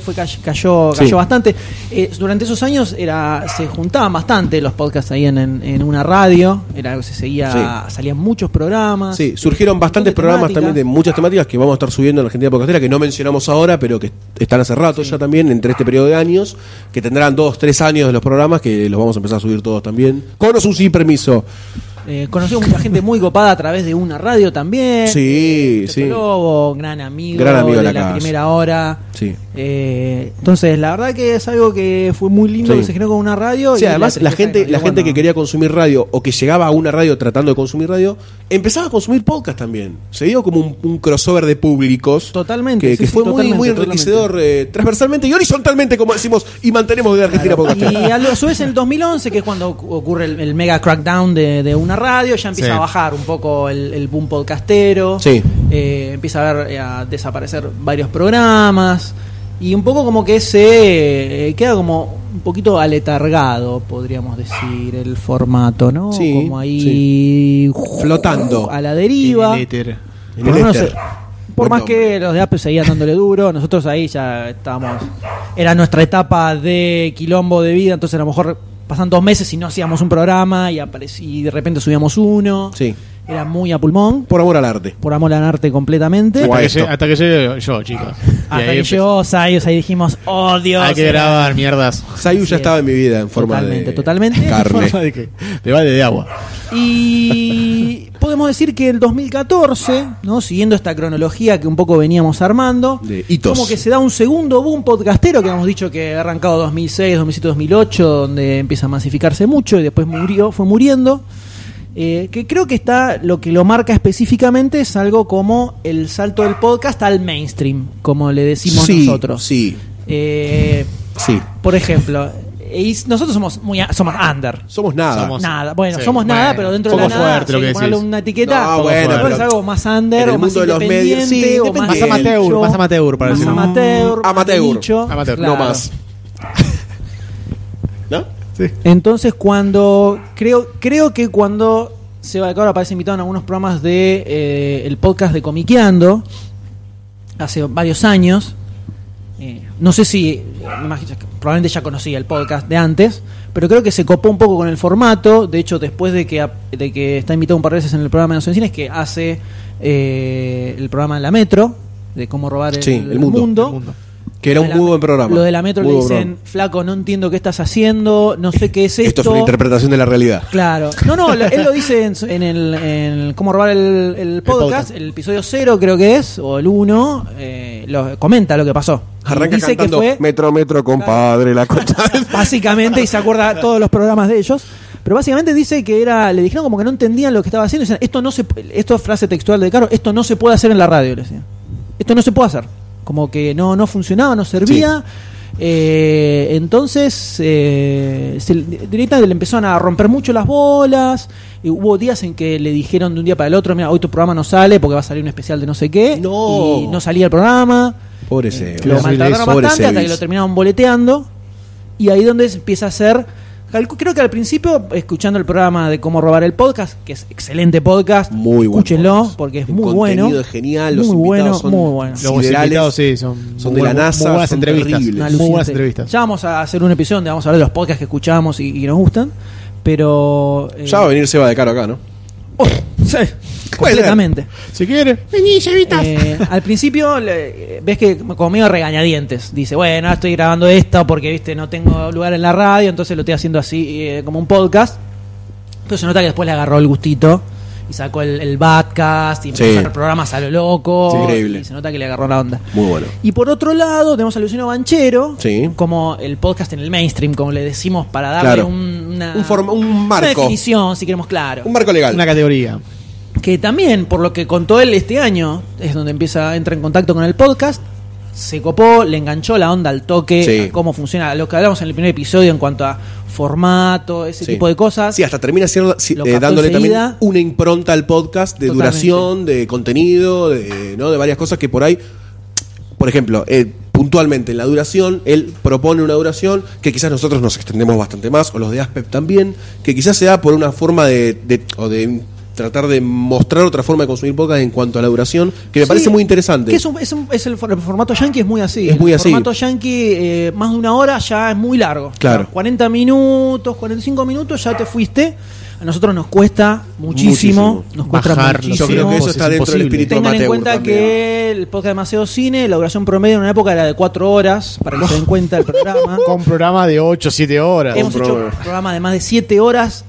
[SPEAKER 1] fue cay- cayó,
[SPEAKER 2] Sí.
[SPEAKER 1] cayó bastante. Eh, durante esos años era se juntaban bastante los podcasts ahí en, en- en una radio, era algo que se seguía, salían muchos programas.
[SPEAKER 2] Sí, surgieron
[SPEAKER 1] Montón de
[SPEAKER 2] bastantes programas
[SPEAKER 1] temáticas.
[SPEAKER 2] también de muchas temáticas que vamos a estar subiendo en Argentina Podcastera, que no mencionamos ahora, pero que están hace rato ya también, entre este periodo de años, que tendrán dos, tres años de los programas, que los vamos a empezar a subir todos también, con o sin permiso.
[SPEAKER 1] Eh, conocimos mucha gente muy copada a través de una radio también.
[SPEAKER 2] Sí,
[SPEAKER 1] Toto
[SPEAKER 2] sí.
[SPEAKER 1] Lobo, gran amigo,
[SPEAKER 2] Gran amigo
[SPEAKER 1] de la,
[SPEAKER 2] de la casa.
[SPEAKER 1] primera hora.
[SPEAKER 2] Sí.
[SPEAKER 1] Eh, entonces, la verdad que es algo que fue muy lindo
[SPEAKER 2] Sí.
[SPEAKER 1] que se generó con una radio.
[SPEAKER 2] Sí,
[SPEAKER 1] y
[SPEAKER 2] además la,
[SPEAKER 1] tristeza
[SPEAKER 2] gente,
[SPEAKER 1] nos dio
[SPEAKER 2] la gente que
[SPEAKER 1] cuando-
[SPEAKER 2] quería consumir radio o que llegaba a una radio tratando de consumir radio, empezaba a consumir podcast también. Se dio como un, un crossover de públicos.
[SPEAKER 1] Totalmente,
[SPEAKER 2] Que,
[SPEAKER 1] sí,
[SPEAKER 2] que
[SPEAKER 1] sí,
[SPEAKER 2] fue muy,
[SPEAKER 1] totalmente,
[SPEAKER 2] muy enriquecedor eh, transversalmente y horizontalmente, como decimos, y mantenemos de Argentina Podcast.
[SPEAKER 1] Y a lo- a su vez en el 2011, que es cuando ocu- ocurre el, el mega crackdown de, de una radio, ya empieza
[SPEAKER 3] Sí.
[SPEAKER 1] a bajar un poco el, el boom podcastero.
[SPEAKER 2] Sí.
[SPEAKER 1] Eh, empieza a, ver, eh, a desaparecer varios programas. Y un poco como que se eh, queda como un poquito aletargado, podríamos decir, el formato, ¿no?
[SPEAKER 2] Sí,
[SPEAKER 1] como ahí
[SPEAKER 2] Flotando.
[SPEAKER 1] a la [LAUGHS] deriva.
[SPEAKER 3] El éter.
[SPEAKER 2] En E
[SPEAKER 1] Por,
[SPEAKER 2] el
[SPEAKER 1] lo menos,
[SPEAKER 2] éter.
[SPEAKER 1] eh, por
[SPEAKER 2] Buen
[SPEAKER 1] más
[SPEAKER 2] nombre.
[SPEAKER 1] que los de Apple seguían dándole duro, nosotros ahí ya estábamos. Era nuestra etapa de quilombo de vida, entonces a lo mejor pasan dos meses y no hacíamos un programa y, aparec- y de repente subíamos uno.
[SPEAKER 2] Sí.
[SPEAKER 1] Era muy a pulmón,
[SPEAKER 2] Por amor al arte.
[SPEAKER 1] por amor al arte completamente.
[SPEAKER 2] Guay.
[SPEAKER 3] Hasta que,
[SPEAKER 2] esto.
[SPEAKER 3] llegue, hasta que llegue yo, chicos. Y
[SPEAKER 1] Hasta
[SPEAKER 3] ahí
[SPEAKER 1] que
[SPEAKER 3] empe-
[SPEAKER 1] llegó Sayos, ahí dijimos, oh Dios.
[SPEAKER 3] Hay que
[SPEAKER 1] era-
[SPEAKER 3] grabar mierdas.
[SPEAKER 2] Sayu
[SPEAKER 1] Así
[SPEAKER 2] ya
[SPEAKER 1] es.
[SPEAKER 2] estaba en mi vida en forma
[SPEAKER 1] Totalmente,
[SPEAKER 2] de
[SPEAKER 1] totalmente.
[SPEAKER 2] carne.
[SPEAKER 3] Forma de que- de balde de agua.
[SPEAKER 1] Y podemos decir que el 2014, ¿no? siguiendo esta cronología que un poco veníamos armando,
[SPEAKER 2] De hitos.
[SPEAKER 1] como que se da un segundo boom podcastero que hemos dicho que ha arrancado 2006, 2007, 2008, donde empieza a masificarse mucho y después murió, fue muriendo. Eh, que creo que está lo que lo marca específicamente es algo como el salto del podcast al mainstream, como le decimos
[SPEAKER 2] sí,
[SPEAKER 1] nosotros.
[SPEAKER 2] sí,
[SPEAKER 1] Eh,
[SPEAKER 2] sí.
[SPEAKER 1] por ejemplo, y nosotros somos muy a- somos under.
[SPEAKER 2] Somos nada.
[SPEAKER 3] Somos-
[SPEAKER 1] Nada, bueno,
[SPEAKER 3] Sí,
[SPEAKER 1] somos
[SPEAKER 3] bueno,
[SPEAKER 1] nada, pero dentro de la
[SPEAKER 3] poco
[SPEAKER 1] nada,
[SPEAKER 3] fuerte lo
[SPEAKER 1] sí,
[SPEAKER 3] que
[SPEAKER 1] ponerle
[SPEAKER 3] decís.
[SPEAKER 1] una etiqueta,
[SPEAKER 2] No,
[SPEAKER 1] poco
[SPEAKER 2] bueno,
[SPEAKER 1] fuerte.
[SPEAKER 2] pero
[SPEAKER 1] es algo más under
[SPEAKER 2] en el
[SPEAKER 1] o más
[SPEAKER 2] mundo de los medios, sí,
[SPEAKER 1] independiente, o
[SPEAKER 2] independiente.
[SPEAKER 1] más
[SPEAKER 2] Más amateur,
[SPEAKER 1] nicho,
[SPEAKER 3] más amateur, para
[SPEAKER 1] más
[SPEAKER 3] decirlo.
[SPEAKER 1] amateur, más
[SPEAKER 2] Amateur.
[SPEAKER 1] de nicho,
[SPEAKER 3] Amateur,
[SPEAKER 1] claro.
[SPEAKER 2] No
[SPEAKER 3] [LAUGHS]
[SPEAKER 2] más. ¿No?
[SPEAKER 1] Entonces, cuando creo creo que cuando Seba de Cabra aparece invitado en algunos programas de eh, el podcast de Comiqueando hace varios años, eh, no sé si, eh, me imagino que probablemente ya conocía el podcast de antes, pero creo que se copó un poco con el formato. De hecho, después de que, ap- de que está invitado un par de veces en el programa de Nación Cines, que hace eh, el programa de La Metro, de cómo robar el,
[SPEAKER 2] Sí, el mundo.
[SPEAKER 3] El mundo.
[SPEAKER 2] Que era
[SPEAKER 1] Lo
[SPEAKER 2] un
[SPEAKER 1] de la-
[SPEAKER 2] muy buen programa.
[SPEAKER 1] Lo de la Metro
[SPEAKER 2] Muy
[SPEAKER 1] le
[SPEAKER 2] buen
[SPEAKER 1] dicen,
[SPEAKER 2] programa.
[SPEAKER 1] flaco, no entiendo qué estás haciendo, no sé qué es esto.
[SPEAKER 2] Esto es una interpretación de la realidad.
[SPEAKER 1] Claro. No, no, lo- él lo dice en, su- en el, en el Cómo robar el, el podcast, el
[SPEAKER 3] podcast.
[SPEAKER 1] episodio 0 creo que es, o el 1, lo, comenta lo que pasó. Y
[SPEAKER 2] Arranca
[SPEAKER 1] dice
[SPEAKER 2] cantando
[SPEAKER 1] que fue
[SPEAKER 2] Metro, metro, compadre, la
[SPEAKER 1] [LAUGHS]
[SPEAKER 2] concha. del-".
[SPEAKER 1] básicamente, y se acuerda todos los programas de ellos, pero básicamente dice que era, le dijeron como que no entendían lo que estaba haciendo, y decían, esto no se, pu- esto es frase textual de Caro, esto no se puede hacer en la radio, le decían. Esto no se puede hacer. Como que no, no funcionaba, no servía. Eh, entonces, eh, se- directamente le empezaron a romper mucho las bolas. y hubo días en que le dijeron de un día para el otro: Mira, hoy tu programa no sale porque va a salir un especial de no sé qué.
[SPEAKER 2] No.
[SPEAKER 1] Y no salía el programa.
[SPEAKER 2] Pobre ese.
[SPEAKER 1] Lo
[SPEAKER 3] Claro,
[SPEAKER 1] maltrataron
[SPEAKER 2] pobre
[SPEAKER 1] bastante hasta que
[SPEAKER 2] Sevis.
[SPEAKER 1] lo terminaron boleteando. Y ahí donde se empieza a hacer. calcu- Creo que al principio, escuchando el programa de cómo robar el podcast, que es excelente podcast,
[SPEAKER 2] Muy bueno.
[SPEAKER 1] escúchenlo porque es
[SPEAKER 2] El
[SPEAKER 1] muy
[SPEAKER 2] contenido
[SPEAKER 1] bueno.
[SPEAKER 2] es genial, los
[SPEAKER 1] muy bueno,
[SPEAKER 2] invitados son
[SPEAKER 1] muy bueno.
[SPEAKER 2] Los
[SPEAKER 3] Los
[SPEAKER 2] Siderales
[SPEAKER 3] invitados, sí, son,
[SPEAKER 2] son
[SPEAKER 3] muy
[SPEAKER 2] de la
[SPEAKER 3] buenas-
[SPEAKER 2] NASA,
[SPEAKER 3] Muy buenas
[SPEAKER 2] son
[SPEAKER 3] entrevistas.
[SPEAKER 2] terribles.
[SPEAKER 1] Una
[SPEAKER 3] Muy buenas
[SPEAKER 1] alucinante.
[SPEAKER 3] entrevistas.
[SPEAKER 1] Ya vamos a hacer un episodio donde vamos a hablar de los podcasts que escuchamos y, y nos gustan. Pero. eh,
[SPEAKER 2] Ya va a venir Seba de Caro acá, ¿no?
[SPEAKER 1] oh, sí, completamente.
[SPEAKER 3] Si quiere.
[SPEAKER 1] Eh, [LAUGHS] al principio le- ves que como medio regañadientes. Dice, bueno, ahora estoy grabando esto porque viste no tengo lugar en la radio, entonces lo estoy haciendo así eh, como un podcast. Pero se nota que después le agarró el gustito y sacó el, el podcast y empezó
[SPEAKER 2] Sí.
[SPEAKER 1] a hacer programas a lo loco.
[SPEAKER 2] Sí, increíble.
[SPEAKER 1] Y se nota que le agarró la onda.
[SPEAKER 2] Muy bueno.
[SPEAKER 1] Y por otro lado, tenemos a Luciano Banchero,
[SPEAKER 2] Sí.
[SPEAKER 1] como el podcast en el mainstream, como le decimos, para darle
[SPEAKER 2] Claro.
[SPEAKER 1] un, una,
[SPEAKER 2] Un forma- un
[SPEAKER 1] una
[SPEAKER 2] marco.
[SPEAKER 1] definición, si queremos, claro
[SPEAKER 2] Un marco legal.
[SPEAKER 3] Una categoría.
[SPEAKER 1] que también, por lo que contó él este año, es donde empieza, entra en contacto con el podcast, se copó, le enganchó la onda al toque,
[SPEAKER 2] Sí.
[SPEAKER 1] a cómo funciona, a lo que hablamos en el primer episodio en cuanto a formato, ese
[SPEAKER 2] Sí.
[SPEAKER 1] Este tipo de cosas.
[SPEAKER 2] Sí, hasta termina siendo- si-
[SPEAKER 1] Lo
[SPEAKER 2] eh,
[SPEAKER 1] captó
[SPEAKER 2] dándole
[SPEAKER 1] enseguida.
[SPEAKER 2] también una impronta al podcast de
[SPEAKER 1] Totalmente.
[SPEAKER 2] duración, de contenido, de, ¿no? de varias cosas que por ahí, por ejemplo, eh, puntualmente en la duración, él propone una duración que quizás nosotros nos extendemos bastante más, o los de Aspep también, que quizás sea por una forma de, de- o de tratar de mostrar otra forma de consumir podcast en cuanto a la duración, que me
[SPEAKER 1] Sí,
[SPEAKER 2] parece muy interesante.
[SPEAKER 1] que es, un- es un- es el, for- el formato yankee es muy así.
[SPEAKER 2] Es muy
[SPEAKER 1] el
[SPEAKER 2] así.
[SPEAKER 1] formato yankee, eh, más de una hora ya es muy largo.
[SPEAKER 2] Claro.
[SPEAKER 1] O sea, 40 minutos, 45 minutos, ya te fuiste. A nosotros nos cuesta muchísimo.
[SPEAKER 2] Muchísimo.
[SPEAKER 1] Nos cuesta
[SPEAKER 3] Bajarlo.
[SPEAKER 1] muchísimo.
[SPEAKER 2] Yo creo que eso está
[SPEAKER 3] Es
[SPEAKER 2] dentro del
[SPEAKER 3] imposible.
[SPEAKER 2] espíritu
[SPEAKER 1] Tengan en
[SPEAKER 2] amateur
[SPEAKER 1] cuenta
[SPEAKER 2] también.
[SPEAKER 1] que el podcast Demasiado Cine, la duración promedio en una época era de 4 horas, para que se den cuenta
[SPEAKER 2] [LAUGHS]
[SPEAKER 1] el programa.
[SPEAKER 3] Con programa de 8, 7 horas.
[SPEAKER 1] Hemos
[SPEAKER 2] Con
[SPEAKER 1] hecho
[SPEAKER 2] programa.
[SPEAKER 1] programas de más de 7 horas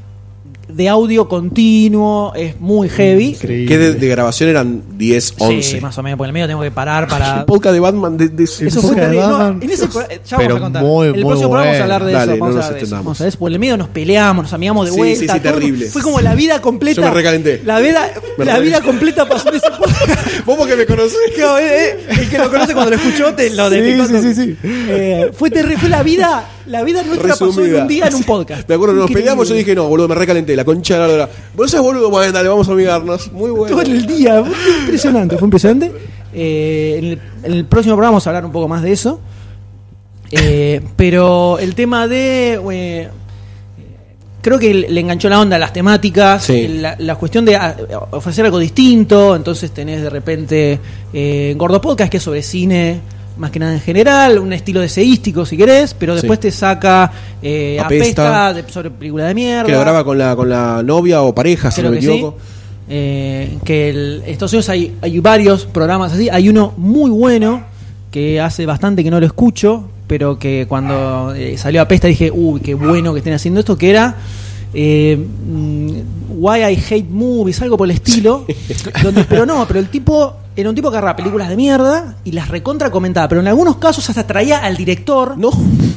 [SPEAKER 1] de audio continuo, es muy heavy.
[SPEAKER 3] Increíble.
[SPEAKER 2] Que de, de grabación eran 10, 11.
[SPEAKER 1] Sí, más o menos, porque en el medio tengo que parar para.
[SPEAKER 2] [LAUGHS] El podcast de Batman de, de-
[SPEAKER 3] Eso
[SPEAKER 1] Eso fue
[SPEAKER 3] Porque
[SPEAKER 1] terrible. No,
[SPEAKER 3] Batman-
[SPEAKER 1] en ese pro- eh, ya vamos
[SPEAKER 3] Pero
[SPEAKER 1] a contar.
[SPEAKER 3] muy,
[SPEAKER 1] en el
[SPEAKER 3] muy
[SPEAKER 1] próximo programa vamos a hablar de
[SPEAKER 2] bueno.
[SPEAKER 1] eso. Vamos
[SPEAKER 2] Dale, no
[SPEAKER 1] a hablar
[SPEAKER 2] nos
[SPEAKER 1] de eso.
[SPEAKER 2] extendamos.
[SPEAKER 1] Vamos a ver, por el medio nos peleamos, nos amigamos de
[SPEAKER 2] Sí,
[SPEAKER 1] vuelta.
[SPEAKER 2] sí, sí,
[SPEAKER 1] todo.
[SPEAKER 2] terrible.
[SPEAKER 1] Fue como la vida completa.
[SPEAKER 2] Yo me recalenté.
[SPEAKER 1] La vida,
[SPEAKER 2] Me
[SPEAKER 1] la
[SPEAKER 2] recalenté.
[SPEAKER 1] vida completa pasó en ese podcast.
[SPEAKER 2] [LAUGHS] Vos porque me conocés.
[SPEAKER 1] Claro, eh, eh, el que lo conoce cuando lo escuchó te lo
[SPEAKER 3] Sí,
[SPEAKER 1] detectó.
[SPEAKER 3] sí, sí, sí.
[SPEAKER 1] Eh, fue terrible, fue la vida, la vida nuestra pasó en
[SPEAKER 2] Resumida.
[SPEAKER 1] un día en un podcast.
[SPEAKER 2] Me acuerdo, nos
[SPEAKER 1] Increíble.
[SPEAKER 2] peleamos. Yo dije, no, boludo, me recalenté. La concha de la lora. Vos sos boludo, bueno, dale, vamos a amigarnos. Muy bueno.
[SPEAKER 1] Todo el día, fue impresionante, fue impresionante. Eh, en, el, en el próximo programa vamos a hablar un poco más de eso. Eh, pero el tema de. eh, creo que le enganchó la onda a las temáticas,
[SPEAKER 2] Sí.
[SPEAKER 1] la, la cuestión de ah, ofrecer algo distinto. Entonces tenés de repente eh, Gordo Podcast, que es sobre cine. Más que nada en general, un estilo deseístico si querés, pero después
[SPEAKER 2] Sí.
[SPEAKER 1] te saca eh, apesta,
[SPEAKER 2] Apesta.
[SPEAKER 1] de- sobre película de mierda.
[SPEAKER 2] Que lo graba con la, con la novia o pareja, si
[SPEAKER 1] Creo
[SPEAKER 2] no me
[SPEAKER 1] que
[SPEAKER 2] equivoco.
[SPEAKER 1] sí. Eh, que el- Estados Unidos hay, hay varios programas así. Hay uno muy bueno que hace bastante que no lo escucho, pero que cuando eh, salió a pesta dije, uy, qué bueno que estén haciendo esto, que era eh, mm, Why I Hate Movies, algo por el
[SPEAKER 2] [LAUGHS]
[SPEAKER 1] estilo. donde- pero no, pero el tipo era un tipo que agarraba películas de mierda y las recontra comentaba, pero en algunos casos hasta traía al director
[SPEAKER 2] No.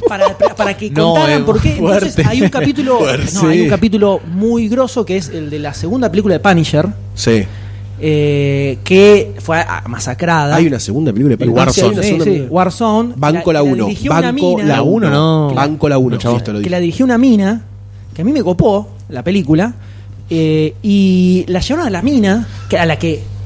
[SPEAKER 1] para, para que
[SPEAKER 3] No,
[SPEAKER 1] contaran
[SPEAKER 3] eh,
[SPEAKER 1] por qué. Entonces
[SPEAKER 3] [LAUGHS] fuerte.
[SPEAKER 1] hay un capítulo, no, hay un capítulo muy grosso que es el de la segunda película de Punisher,
[SPEAKER 2] Sí.
[SPEAKER 1] eh, que fue ah, masacrada.
[SPEAKER 2] Hay una segunda película de
[SPEAKER 3] Y
[SPEAKER 2] Batman. Sí, hay
[SPEAKER 3] Warzone.
[SPEAKER 2] una
[SPEAKER 1] Sí,
[SPEAKER 2] segunda
[SPEAKER 1] sí,
[SPEAKER 2] película.
[SPEAKER 1] Warzone.
[SPEAKER 2] Banco la 1.
[SPEAKER 1] dirigió una
[SPEAKER 2] Banco
[SPEAKER 1] mina,
[SPEAKER 2] la 1,
[SPEAKER 3] no.
[SPEAKER 2] Banco la 1,
[SPEAKER 3] No, chavos,
[SPEAKER 2] te lo
[SPEAKER 1] Que
[SPEAKER 2] dije.
[SPEAKER 1] la dirigió una mina, que a mí me copó la película, eh, y la llevaron a la mina, que a la que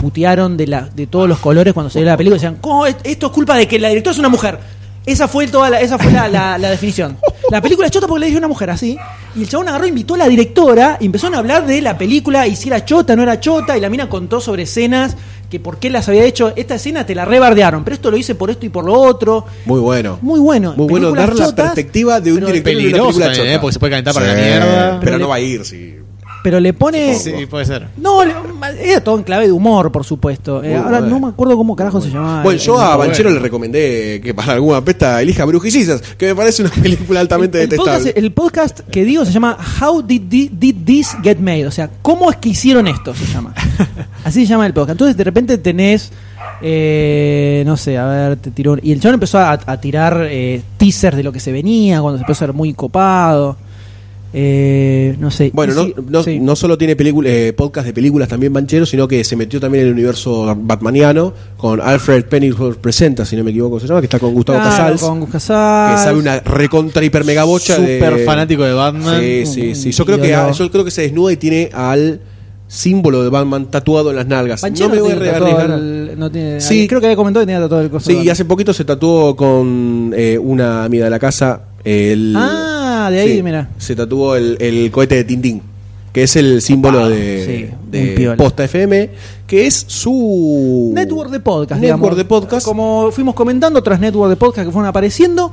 [SPEAKER 1] putearon de, la, de todos los colores cuando salió la película, decían, "¿Cómo es- esto es culpa de que la directora es una mujer. Esa fue toda la, esa fue la, la- la definición. La película es chota porque la dirigió una mujer así. Y el chabón agarró, invitó a la directora, y empezaron a hablar de la película, y si era chota, no era chota, y la mina contó sobre escenas, que por qué las había hecho. Esta escena te la rebardearon, pero esto lo hice por esto y por lo otro.
[SPEAKER 2] Muy bueno.
[SPEAKER 1] Muy bueno.
[SPEAKER 2] Muy bueno
[SPEAKER 1] Películas
[SPEAKER 2] dar la
[SPEAKER 1] chotas,
[SPEAKER 2] perspectiva de un
[SPEAKER 1] pero-
[SPEAKER 2] director de una
[SPEAKER 3] Peligroso
[SPEAKER 2] película
[SPEAKER 3] también,
[SPEAKER 2] chota.
[SPEAKER 3] eh, porque se puede calentar para la mierda.
[SPEAKER 2] Pero
[SPEAKER 1] Pero
[SPEAKER 2] no
[SPEAKER 1] le-
[SPEAKER 2] va a ir, sí.
[SPEAKER 1] Pero le pone.
[SPEAKER 3] Sí, puede ser.
[SPEAKER 1] No, le- era todo en clave de humor, por supuesto. Eh,
[SPEAKER 2] Muy
[SPEAKER 1] ahora
[SPEAKER 2] bueno.
[SPEAKER 1] no me acuerdo cómo carajo se llamaba.
[SPEAKER 2] Bueno,
[SPEAKER 1] el-
[SPEAKER 2] yo a
[SPEAKER 1] el-
[SPEAKER 2] Banchero le recomendé que para alguna pesta elija Brujillizas, que me parece una [LAUGHS] película altamente
[SPEAKER 1] el, el podcast,
[SPEAKER 2] detestable.
[SPEAKER 1] el podcast que digo se llama How did, Thi- Did This Get Made? O sea, ¿cómo es que hicieron esto? Se
[SPEAKER 2] [LAUGHS]
[SPEAKER 1] llama. Así se llama el podcast. Entonces, de repente tenés. eh, no sé, a ver, te tiró. Y el chabón empezó a, a tirar eh, teasers de lo que se venía cuando se empezó a ser muy copado. Eh, no sé.
[SPEAKER 2] Bueno,
[SPEAKER 1] Y
[SPEAKER 2] no,
[SPEAKER 1] sí-
[SPEAKER 2] no,
[SPEAKER 1] sí.
[SPEAKER 2] no solo tiene película, eh, podcast de películas también Banchero, sino que se metió también en el universo batmaniano con Alfred Pennyworth Presenta, si no me equivoco se llama, que está con Gustavo
[SPEAKER 1] Claro,
[SPEAKER 2] Casals,
[SPEAKER 1] Con Gus
[SPEAKER 2] que
[SPEAKER 1] Casals.
[SPEAKER 2] sabe una recontra hiper mega bocha de-
[SPEAKER 3] Súper fanático de Batman.
[SPEAKER 2] Sí, sí, sí. Yo creo, que,
[SPEAKER 1] ídolo.
[SPEAKER 2] yo creo que se desnuda y tiene al símbolo de Batman tatuado en las nalgas.
[SPEAKER 1] Panchero
[SPEAKER 2] no me voy a
[SPEAKER 1] tiene tatuado
[SPEAKER 2] arriesgar.
[SPEAKER 1] el- no tiene-
[SPEAKER 2] Sí.
[SPEAKER 1] ahí- creo que había comentado que tenía tatuado el coso.
[SPEAKER 2] Sí,
[SPEAKER 1] de
[SPEAKER 2] y hace poquito se tatuó con eh, una amiga de la casa. El,
[SPEAKER 1] Ah, de ahí,
[SPEAKER 2] Sí,
[SPEAKER 1] mira.
[SPEAKER 2] Se tatuó el, el cohete de Tintín, que es el símbolo
[SPEAKER 1] Ah,
[SPEAKER 2] de,
[SPEAKER 1] sí,
[SPEAKER 2] de
[SPEAKER 1] un piola.
[SPEAKER 2] Posta FM, que es su.
[SPEAKER 1] Batman. Network de podcast,
[SPEAKER 2] Network
[SPEAKER 1] digamos.
[SPEAKER 2] de podcast.
[SPEAKER 1] Como fuimos comentando, otras network de podcast que fueron apareciendo,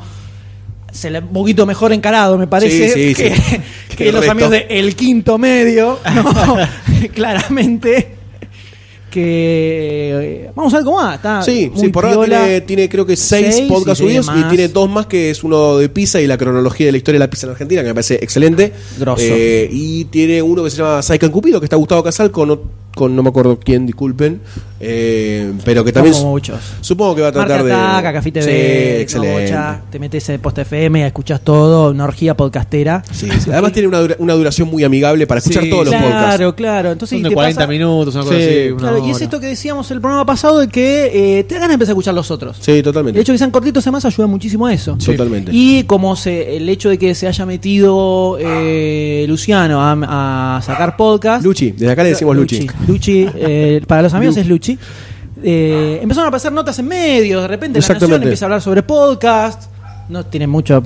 [SPEAKER 1] se le un poquito mejor encarado, me parece,
[SPEAKER 2] Sí, sí,
[SPEAKER 1] que,
[SPEAKER 2] sí.
[SPEAKER 1] [LAUGHS] que
[SPEAKER 2] Que el
[SPEAKER 1] los
[SPEAKER 2] resto.
[SPEAKER 1] amigos de El Quinto Medio.
[SPEAKER 2] [LAUGHS]
[SPEAKER 1] ¿no? [LAUGHS] claramente. Que. eh, Vamos a ver cómo va. Está
[SPEAKER 2] Sí,
[SPEAKER 1] muy
[SPEAKER 2] sí, por ahora
[SPEAKER 1] piola.
[SPEAKER 2] tiene, tiene creo que seis,
[SPEAKER 1] Seis,
[SPEAKER 2] podcasts
[SPEAKER 1] y tiene
[SPEAKER 2] subidos y
[SPEAKER 1] más.
[SPEAKER 2] tiene dos más que es uno de Pisa y la cronología de la historia de la pizza en Argentina, que me parece excelente.
[SPEAKER 1] Grosso.
[SPEAKER 2] Eh, y tiene uno que se llama Saikan Cupido, que está Gustavo Casal con, ot- con no me acuerdo quién, disculpen, eh, pero que también
[SPEAKER 1] Como muchos.
[SPEAKER 2] supongo que va a
[SPEAKER 1] Marca
[SPEAKER 2] tratar de...
[SPEAKER 1] Ataca, Café TV,
[SPEAKER 2] sí,
[SPEAKER 1] No
[SPEAKER 2] excelente.
[SPEAKER 1] Bocha, te metes en Post FM, escuchas todo, una orgía podcastera.
[SPEAKER 2] Sí, sí. Además tiene una, dura- una duración muy amigable para escuchar
[SPEAKER 3] Sí,
[SPEAKER 2] todos los podcasts.
[SPEAKER 1] Claro, claro. Entonces,
[SPEAKER 3] Son
[SPEAKER 1] y
[SPEAKER 3] de
[SPEAKER 1] te
[SPEAKER 3] 40
[SPEAKER 1] pasa-
[SPEAKER 3] minutos, una cosa
[SPEAKER 2] Sí,
[SPEAKER 3] así. una
[SPEAKER 1] Claro, y es
[SPEAKER 3] hora.
[SPEAKER 1] esto que decíamos el programa pasado de que eh, te da ganas de empezar a escuchar los otros.
[SPEAKER 2] Sí, totalmente.
[SPEAKER 1] El hecho de que sean cortitos además ayuda muchísimo a eso.
[SPEAKER 2] Sí. Totalmente.
[SPEAKER 1] Y como se, el hecho de que se haya metido eh, Luciano a, a sacar podcast.
[SPEAKER 2] Ah. Luchi, desde acá le decimos Luchi.
[SPEAKER 1] Luchi, eh, para los amigos es Luchi. Eh, empezaron a pasar notas en medio, de repente la nación
[SPEAKER 2] Exactamente.
[SPEAKER 1] empieza a hablar sobre podcast. No tiene mucho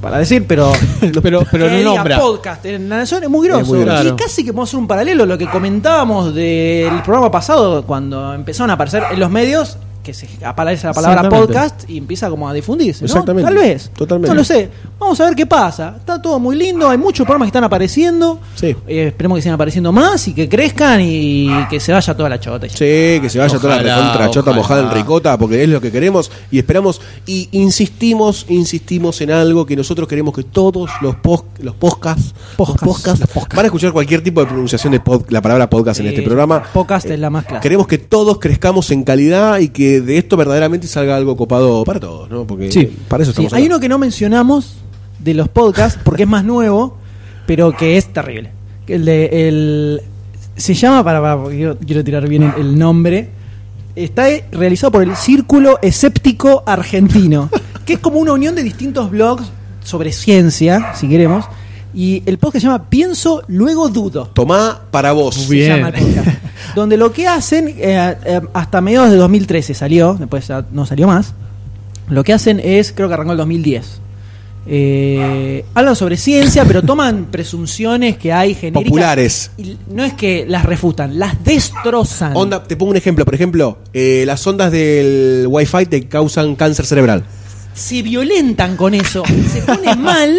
[SPEAKER 1] para decir, pero
[SPEAKER 3] Pero, pero
[SPEAKER 1] que
[SPEAKER 3] no
[SPEAKER 1] diga
[SPEAKER 3] nombra.
[SPEAKER 1] podcast en la nación es muy grosso.
[SPEAKER 2] Es muy grosso.
[SPEAKER 1] Y casi que podemos hacer un paralelo a lo que comentábamos del programa pasado cuando empezaron a aparecer en los medios que se aparece la palabra
[SPEAKER 3] Exactamente.
[SPEAKER 1] podcast y empieza como a difundirse. ¿no?
[SPEAKER 2] Exactamente.
[SPEAKER 1] Tal vez.
[SPEAKER 2] Totalmente.
[SPEAKER 1] No lo sé. Vamos a ver qué pasa. Está todo muy lindo, hay muchos programas que están apareciendo.
[SPEAKER 2] Sí.
[SPEAKER 1] Eh, esperemos que sigan apareciendo más y que crezcan y que se vaya toda la chota.
[SPEAKER 2] Sí, que se vaya toda
[SPEAKER 4] Ojalá,
[SPEAKER 2] la recontra chota
[SPEAKER 4] ojalá.
[SPEAKER 2] mojada en ricota, porque es lo que queremos y esperamos. Y insistimos, insistimos en algo que nosotros queremos que todos los pos- los podcasts,
[SPEAKER 1] Podcasts,
[SPEAKER 2] los podcasts,
[SPEAKER 1] los podcasts.
[SPEAKER 2] van a escuchar cualquier tipo de pronunciación de pod- la palabra podcast en
[SPEAKER 1] Sí,
[SPEAKER 2] este programa. Eh,
[SPEAKER 1] podcast es la más clásica.
[SPEAKER 2] Queremos que todos crezcamos en calidad y que de esto verdaderamente salga algo copado para todos, ¿no? Porque
[SPEAKER 1] Sí.
[SPEAKER 2] para eso
[SPEAKER 1] Sí,
[SPEAKER 2] estamos
[SPEAKER 1] hay
[SPEAKER 2] acá.
[SPEAKER 1] uno que no mencionamos de los podcasts porque es más nuevo, pero que es terrible. Que El de el se llama para, para porque yo quiero tirar bien el, el nombre. Está eh, realizado por el Círculo Escéptico Argentino, que es como una unión de distintos blogs sobre ciencia, si queremos, y el podcast se llama Pienso luego dudo
[SPEAKER 2] Tomá para vos.
[SPEAKER 3] Bien.
[SPEAKER 1] se llama el podcast. [LAUGHS] Donde lo que hacen, eh, eh, hasta mediados de 2013 salió, después ya no salió más, lo que hacen es, creo que arrancó el 2010. Eh, hablan sobre ciencia, pero [LAUGHS] toman presunciones que hay genéricas.
[SPEAKER 2] Populares.
[SPEAKER 1] Y no es que las refutan, las destrozan.
[SPEAKER 2] Onda, te pongo un ejemplo, por ejemplo, eh, las ondas del wifi te causan cáncer cerebral.
[SPEAKER 1] se violentan con
[SPEAKER 2] [LAUGHS]
[SPEAKER 1] eso, se ponen mal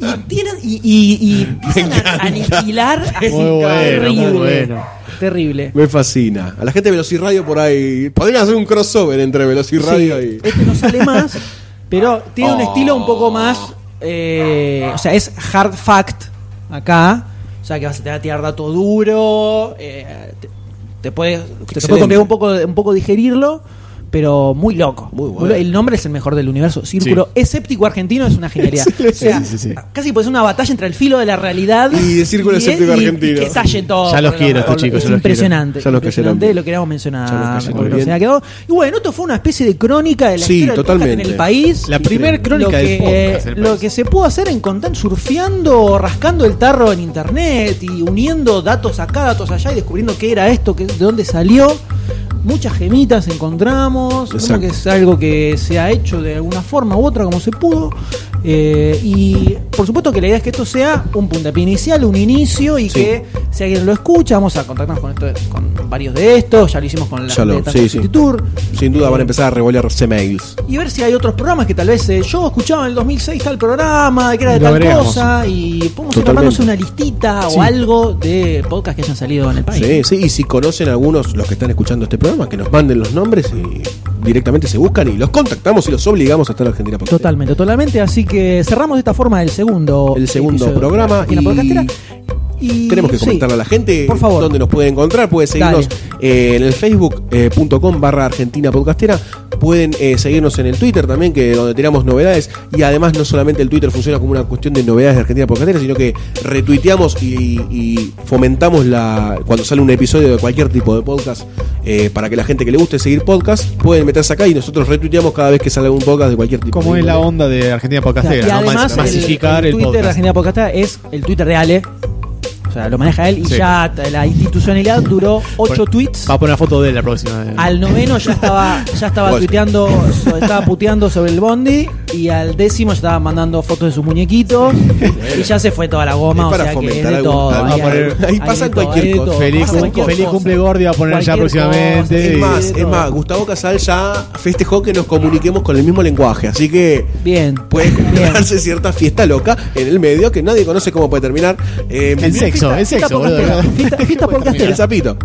[SPEAKER 1] y tienen y, y- y empiezan a aniquilar así,
[SPEAKER 3] bueno, muy bueno.
[SPEAKER 1] terrible.
[SPEAKER 2] Me fascina. A la gente de Velociradio por ahí. Podrían hacer un crossover entre Velociradio
[SPEAKER 1] Sí,
[SPEAKER 2] y.
[SPEAKER 1] Este no sale más, pero tiene un
[SPEAKER 4] Oh.
[SPEAKER 1] estilo un poco más. eh, o sea, es hard fact acá. O sea, que vas a te va a tirar dato duro. eh, te, te puede, te puede
[SPEAKER 2] Excelente.
[SPEAKER 1] complicar un poco, un poco digerirlo. Pero muy loco.
[SPEAKER 2] Muy bueno.
[SPEAKER 1] lo- El nombre es el mejor del universo. Círculo escéptico argentino es una
[SPEAKER 2] [LAUGHS]
[SPEAKER 1] genialidad. O sea,
[SPEAKER 3] Sí, sí, sí.
[SPEAKER 1] casi puede ser una batalla entre el filo de la realidad
[SPEAKER 2] Y el Círculo Escéptico
[SPEAKER 1] y- y
[SPEAKER 2] Argentino.
[SPEAKER 1] que estalle todo.
[SPEAKER 3] Ya los
[SPEAKER 1] Por
[SPEAKER 3] quiero
[SPEAKER 1] la-
[SPEAKER 3] estos
[SPEAKER 1] por la-
[SPEAKER 3] chicos,
[SPEAKER 1] es
[SPEAKER 3] ya los quiero.
[SPEAKER 1] Impresionante.
[SPEAKER 2] Ya los cayeron
[SPEAKER 1] impresionante
[SPEAKER 2] bien.
[SPEAKER 1] lo queríamos mencionar.
[SPEAKER 2] Ya los cayeron
[SPEAKER 1] porque no
[SPEAKER 2] bien.
[SPEAKER 1] se ha quedado. Y bueno, esto fue una especie de crónica de la
[SPEAKER 2] Sí,
[SPEAKER 1] historia del podcast
[SPEAKER 2] totalmente.
[SPEAKER 1] en el país.
[SPEAKER 3] La primer
[SPEAKER 1] Lo
[SPEAKER 3] crónica del
[SPEAKER 1] que-
[SPEAKER 3] podcast, el
[SPEAKER 1] Lo
[SPEAKER 3] país.
[SPEAKER 1] que se pudo hacer en contar surfeando, rascando el tarro en internet y uniendo datos acá, datos allá y descubriendo qué era esto, qué- de dónde salió. Muchas gemitas encontramos,
[SPEAKER 2] Exacto.
[SPEAKER 1] creo que es algo que se ha hecho de alguna forma u otra como se pudo. Eh, y por supuesto que la idea es que esto sea un puntapié inicial, un inicio y
[SPEAKER 2] Sí.
[SPEAKER 1] que si alguien lo escucha, vamos a contactarnos con, esto- con varios de estos, ya lo hicimos con la
[SPEAKER 2] Ya
[SPEAKER 1] gente
[SPEAKER 2] lo-
[SPEAKER 1] de Tango
[SPEAKER 2] sí, sí.
[SPEAKER 1] City Tour.
[SPEAKER 2] Sin duda van a empezar a revolearse mails.
[SPEAKER 1] Y ver si hay otros programas que tal vez eh, yo escuchaba en el 2006 tal programa, que era de
[SPEAKER 3] Lo
[SPEAKER 1] tal
[SPEAKER 3] agregamos.
[SPEAKER 1] cosa, y podemos ir
[SPEAKER 2] Totalmente.
[SPEAKER 1] armándonos una listita
[SPEAKER 2] Sí.
[SPEAKER 1] o algo de podcasts que hayan salido en el país.
[SPEAKER 2] Sí, sí. Y si conocen algunos los que están escuchando este programa, que nos manden los nombres y directamente se buscan y los contactamos y los obligamos a estar en Argentina Podcast.
[SPEAKER 1] Totalmente, totalmente. Así que cerramos de esta forma el segundo,
[SPEAKER 2] El segundo
[SPEAKER 1] episodio de
[SPEAKER 2] programa
[SPEAKER 1] Argentina
[SPEAKER 2] y-
[SPEAKER 1] Podcastera. Y
[SPEAKER 2] Tenemos que
[SPEAKER 1] sí,
[SPEAKER 2] comentarle a la gente
[SPEAKER 1] Por favor.
[SPEAKER 2] dónde nos puede encontrar. Puede seguirnos eh, en el facebook.com barra Argentina Podcastera. Pueden eh, seguirnos en el Twitter también, que donde tiramos novedades. Y además no solamente el Twitter funciona como una cuestión de novedades de Argentina Podcastera, sino que retuiteamos y, y fomentamos la cuando sale un episodio de cualquier tipo de podcast eh, para que la gente que le guste seguir podcast pueden meterse acá y nosotros retuiteamos cada vez que sale un podcast de cualquier tipo.
[SPEAKER 3] Como
[SPEAKER 2] de
[SPEAKER 3] es la
[SPEAKER 2] índole.
[SPEAKER 3] onda de Argentina
[SPEAKER 1] O sea,
[SPEAKER 3] Podcastera,
[SPEAKER 1] y
[SPEAKER 3] ¿no? Mas-
[SPEAKER 1] además, el- el,
[SPEAKER 3] masificar el,
[SPEAKER 1] Twitter de
[SPEAKER 3] podcast.
[SPEAKER 1] Argentina Podcastera es el Twitter de Ale. O sea, lo maneja él y
[SPEAKER 3] Sí.
[SPEAKER 1] ya t- la institucionalidad duró ocho
[SPEAKER 3] Pon-
[SPEAKER 1] tweets.
[SPEAKER 3] Va a poner una foto de él la próxima. eh.
[SPEAKER 1] Al noveno ya estaba, ya estaba
[SPEAKER 2] Bueno.
[SPEAKER 1] tuiteando, so- estaba puteando sobre el Bondi y al décimo ya estaba mandando fotos de sus muñequitos y ya se fue toda la goma,
[SPEAKER 2] Es
[SPEAKER 1] o
[SPEAKER 2] para
[SPEAKER 1] sea que es
[SPEAKER 2] fomentar
[SPEAKER 1] de
[SPEAKER 2] algún-
[SPEAKER 1] todo.
[SPEAKER 2] Ah,
[SPEAKER 1] hay-
[SPEAKER 2] poner- ahí
[SPEAKER 1] hay
[SPEAKER 2] pasa
[SPEAKER 1] de todo,
[SPEAKER 2] cualquier
[SPEAKER 1] hay de
[SPEAKER 2] cosa.
[SPEAKER 1] todo,
[SPEAKER 3] Feliz
[SPEAKER 1] pasa
[SPEAKER 3] cum-
[SPEAKER 1] cualquier
[SPEAKER 3] feliz
[SPEAKER 1] cosa.
[SPEAKER 3] cumple Gordi va a poner ya
[SPEAKER 1] Cualquier
[SPEAKER 3] próximamente.
[SPEAKER 1] cosa,
[SPEAKER 2] Es
[SPEAKER 3] Sí.
[SPEAKER 2] más, es más, Gustavo Casal ya festejó que nos comuniquemos con el mismo lenguaje, así que
[SPEAKER 1] Bien.
[SPEAKER 2] puede
[SPEAKER 1] bien.
[SPEAKER 2] generarse cierta fiesta loca en el medio que nadie conoce cómo puede terminar. Eh,
[SPEAKER 3] El sexo, el
[SPEAKER 1] Fiesta
[SPEAKER 3] sexo,
[SPEAKER 1] podcastera,
[SPEAKER 3] boludo.
[SPEAKER 1] fiesta- fiesta
[SPEAKER 2] [LAUGHS] El
[SPEAKER 1] podcastera.
[SPEAKER 2] sapito.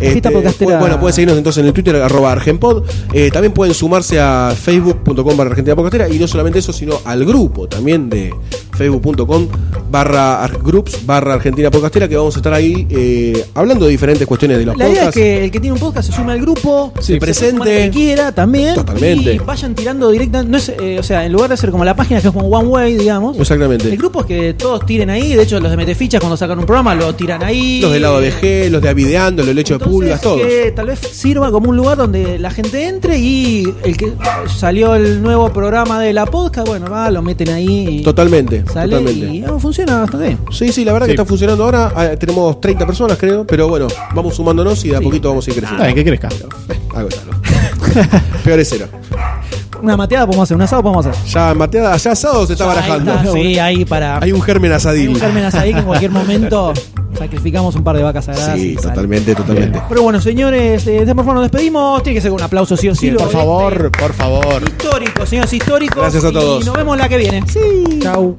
[SPEAKER 2] Este,
[SPEAKER 1] Fiesta podcastera.
[SPEAKER 2] pu- Bueno, pueden seguirnos entonces en el Twitter, arroba argenpod. Eh, también pueden sumarse a facebook.com barra argentina podcastera y no solamente eso, sino al grupo también de facebook.com barra ar- groups barra argentina podcastera que vamos a estar ahí eh, hablando de diferentes cuestiones de los
[SPEAKER 1] La idea es
[SPEAKER 2] podcasts.
[SPEAKER 1] que el que tiene un podcast se sume al grupo,
[SPEAKER 2] Sí, presente.
[SPEAKER 1] suma el que quiera también.
[SPEAKER 2] Totalmente.
[SPEAKER 1] Y vayan tirando directa. No es, eh, o sea, en lugar de ser como la página que es como One Way, digamos.
[SPEAKER 2] Exactamente.
[SPEAKER 1] El grupo es que todos tiren ahí. De hecho, los de Metefichas cuando sacan un programa lo tiran ahí.
[SPEAKER 2] Los del lado de G, los de Avideando, los lechos de
[SPEAKER 1] Entonces,
[SPEAKER 2] pulgas, todos.
[SPEAKER 1] Que tal vez sirva como un lugar donde la gente entre y el que salió el nuevo programa de la podcast, bueno, va, lo meten ahí. Y
[SPEAKER 2] Totalmente,
[SPEAKER 1] Sale
[SPEAKER 2] totalmente.
[SPEAKER 1] y ah, funciona bastante bien.
[SPEAKER 2] Sí, sí, la verdad
[SPEAKER 3] Sí.
[SPEAKER 2] que está funcionando ahora. Ah, tenemos 30 personas, creo, pero bueno, vamos sumándonos y de a
[SPEAKER 1] Sí.
[SPEAKER 2] poquito vamos a ir creciendo.
[SPEAKER 3] Está bien, Ah, que crezca.
[SPEAKER 2] Algo es algo. Peor es cero.
[SPEAKER 1] Una mateada podemos hacer, un asado podemos hacer.
[SPEAKER 2] Ya mateada, ya asado se está
[SPEAKER 1] Ahí
[SPEAKER 2] barajando.
[SPEAKER 1] está, sí, ahí para.
[SPEAKER 2] Hay un germen
[SPEAKER 1] Hay
[SPEAKER 2] asadil. [LAUGHS]
[SPEAKER 1] un germen ahí que en cualquier momento Sacrificamos un par de vacas sagradas.
[SPEAKER 2] Sí,
[SPEAKER 1] y sale.
[SPEAKER 2] totalmente, totalmente.
[SPEAKER 1] Pero bueno, señores, eh, de Morfo nos despedimos. Tiene que ser un aplauso, sí o sí. lo-
[SPEAKER 3] por favor, por favor.
[SPEAKER 1] Histórico, señores, histórico.
[SPEAKER 2] Gracias a
[SPEAKER 1] Y
[SPEAKER 2] todos.
[SPEAKER 1] nos vemos la que viene. Chau.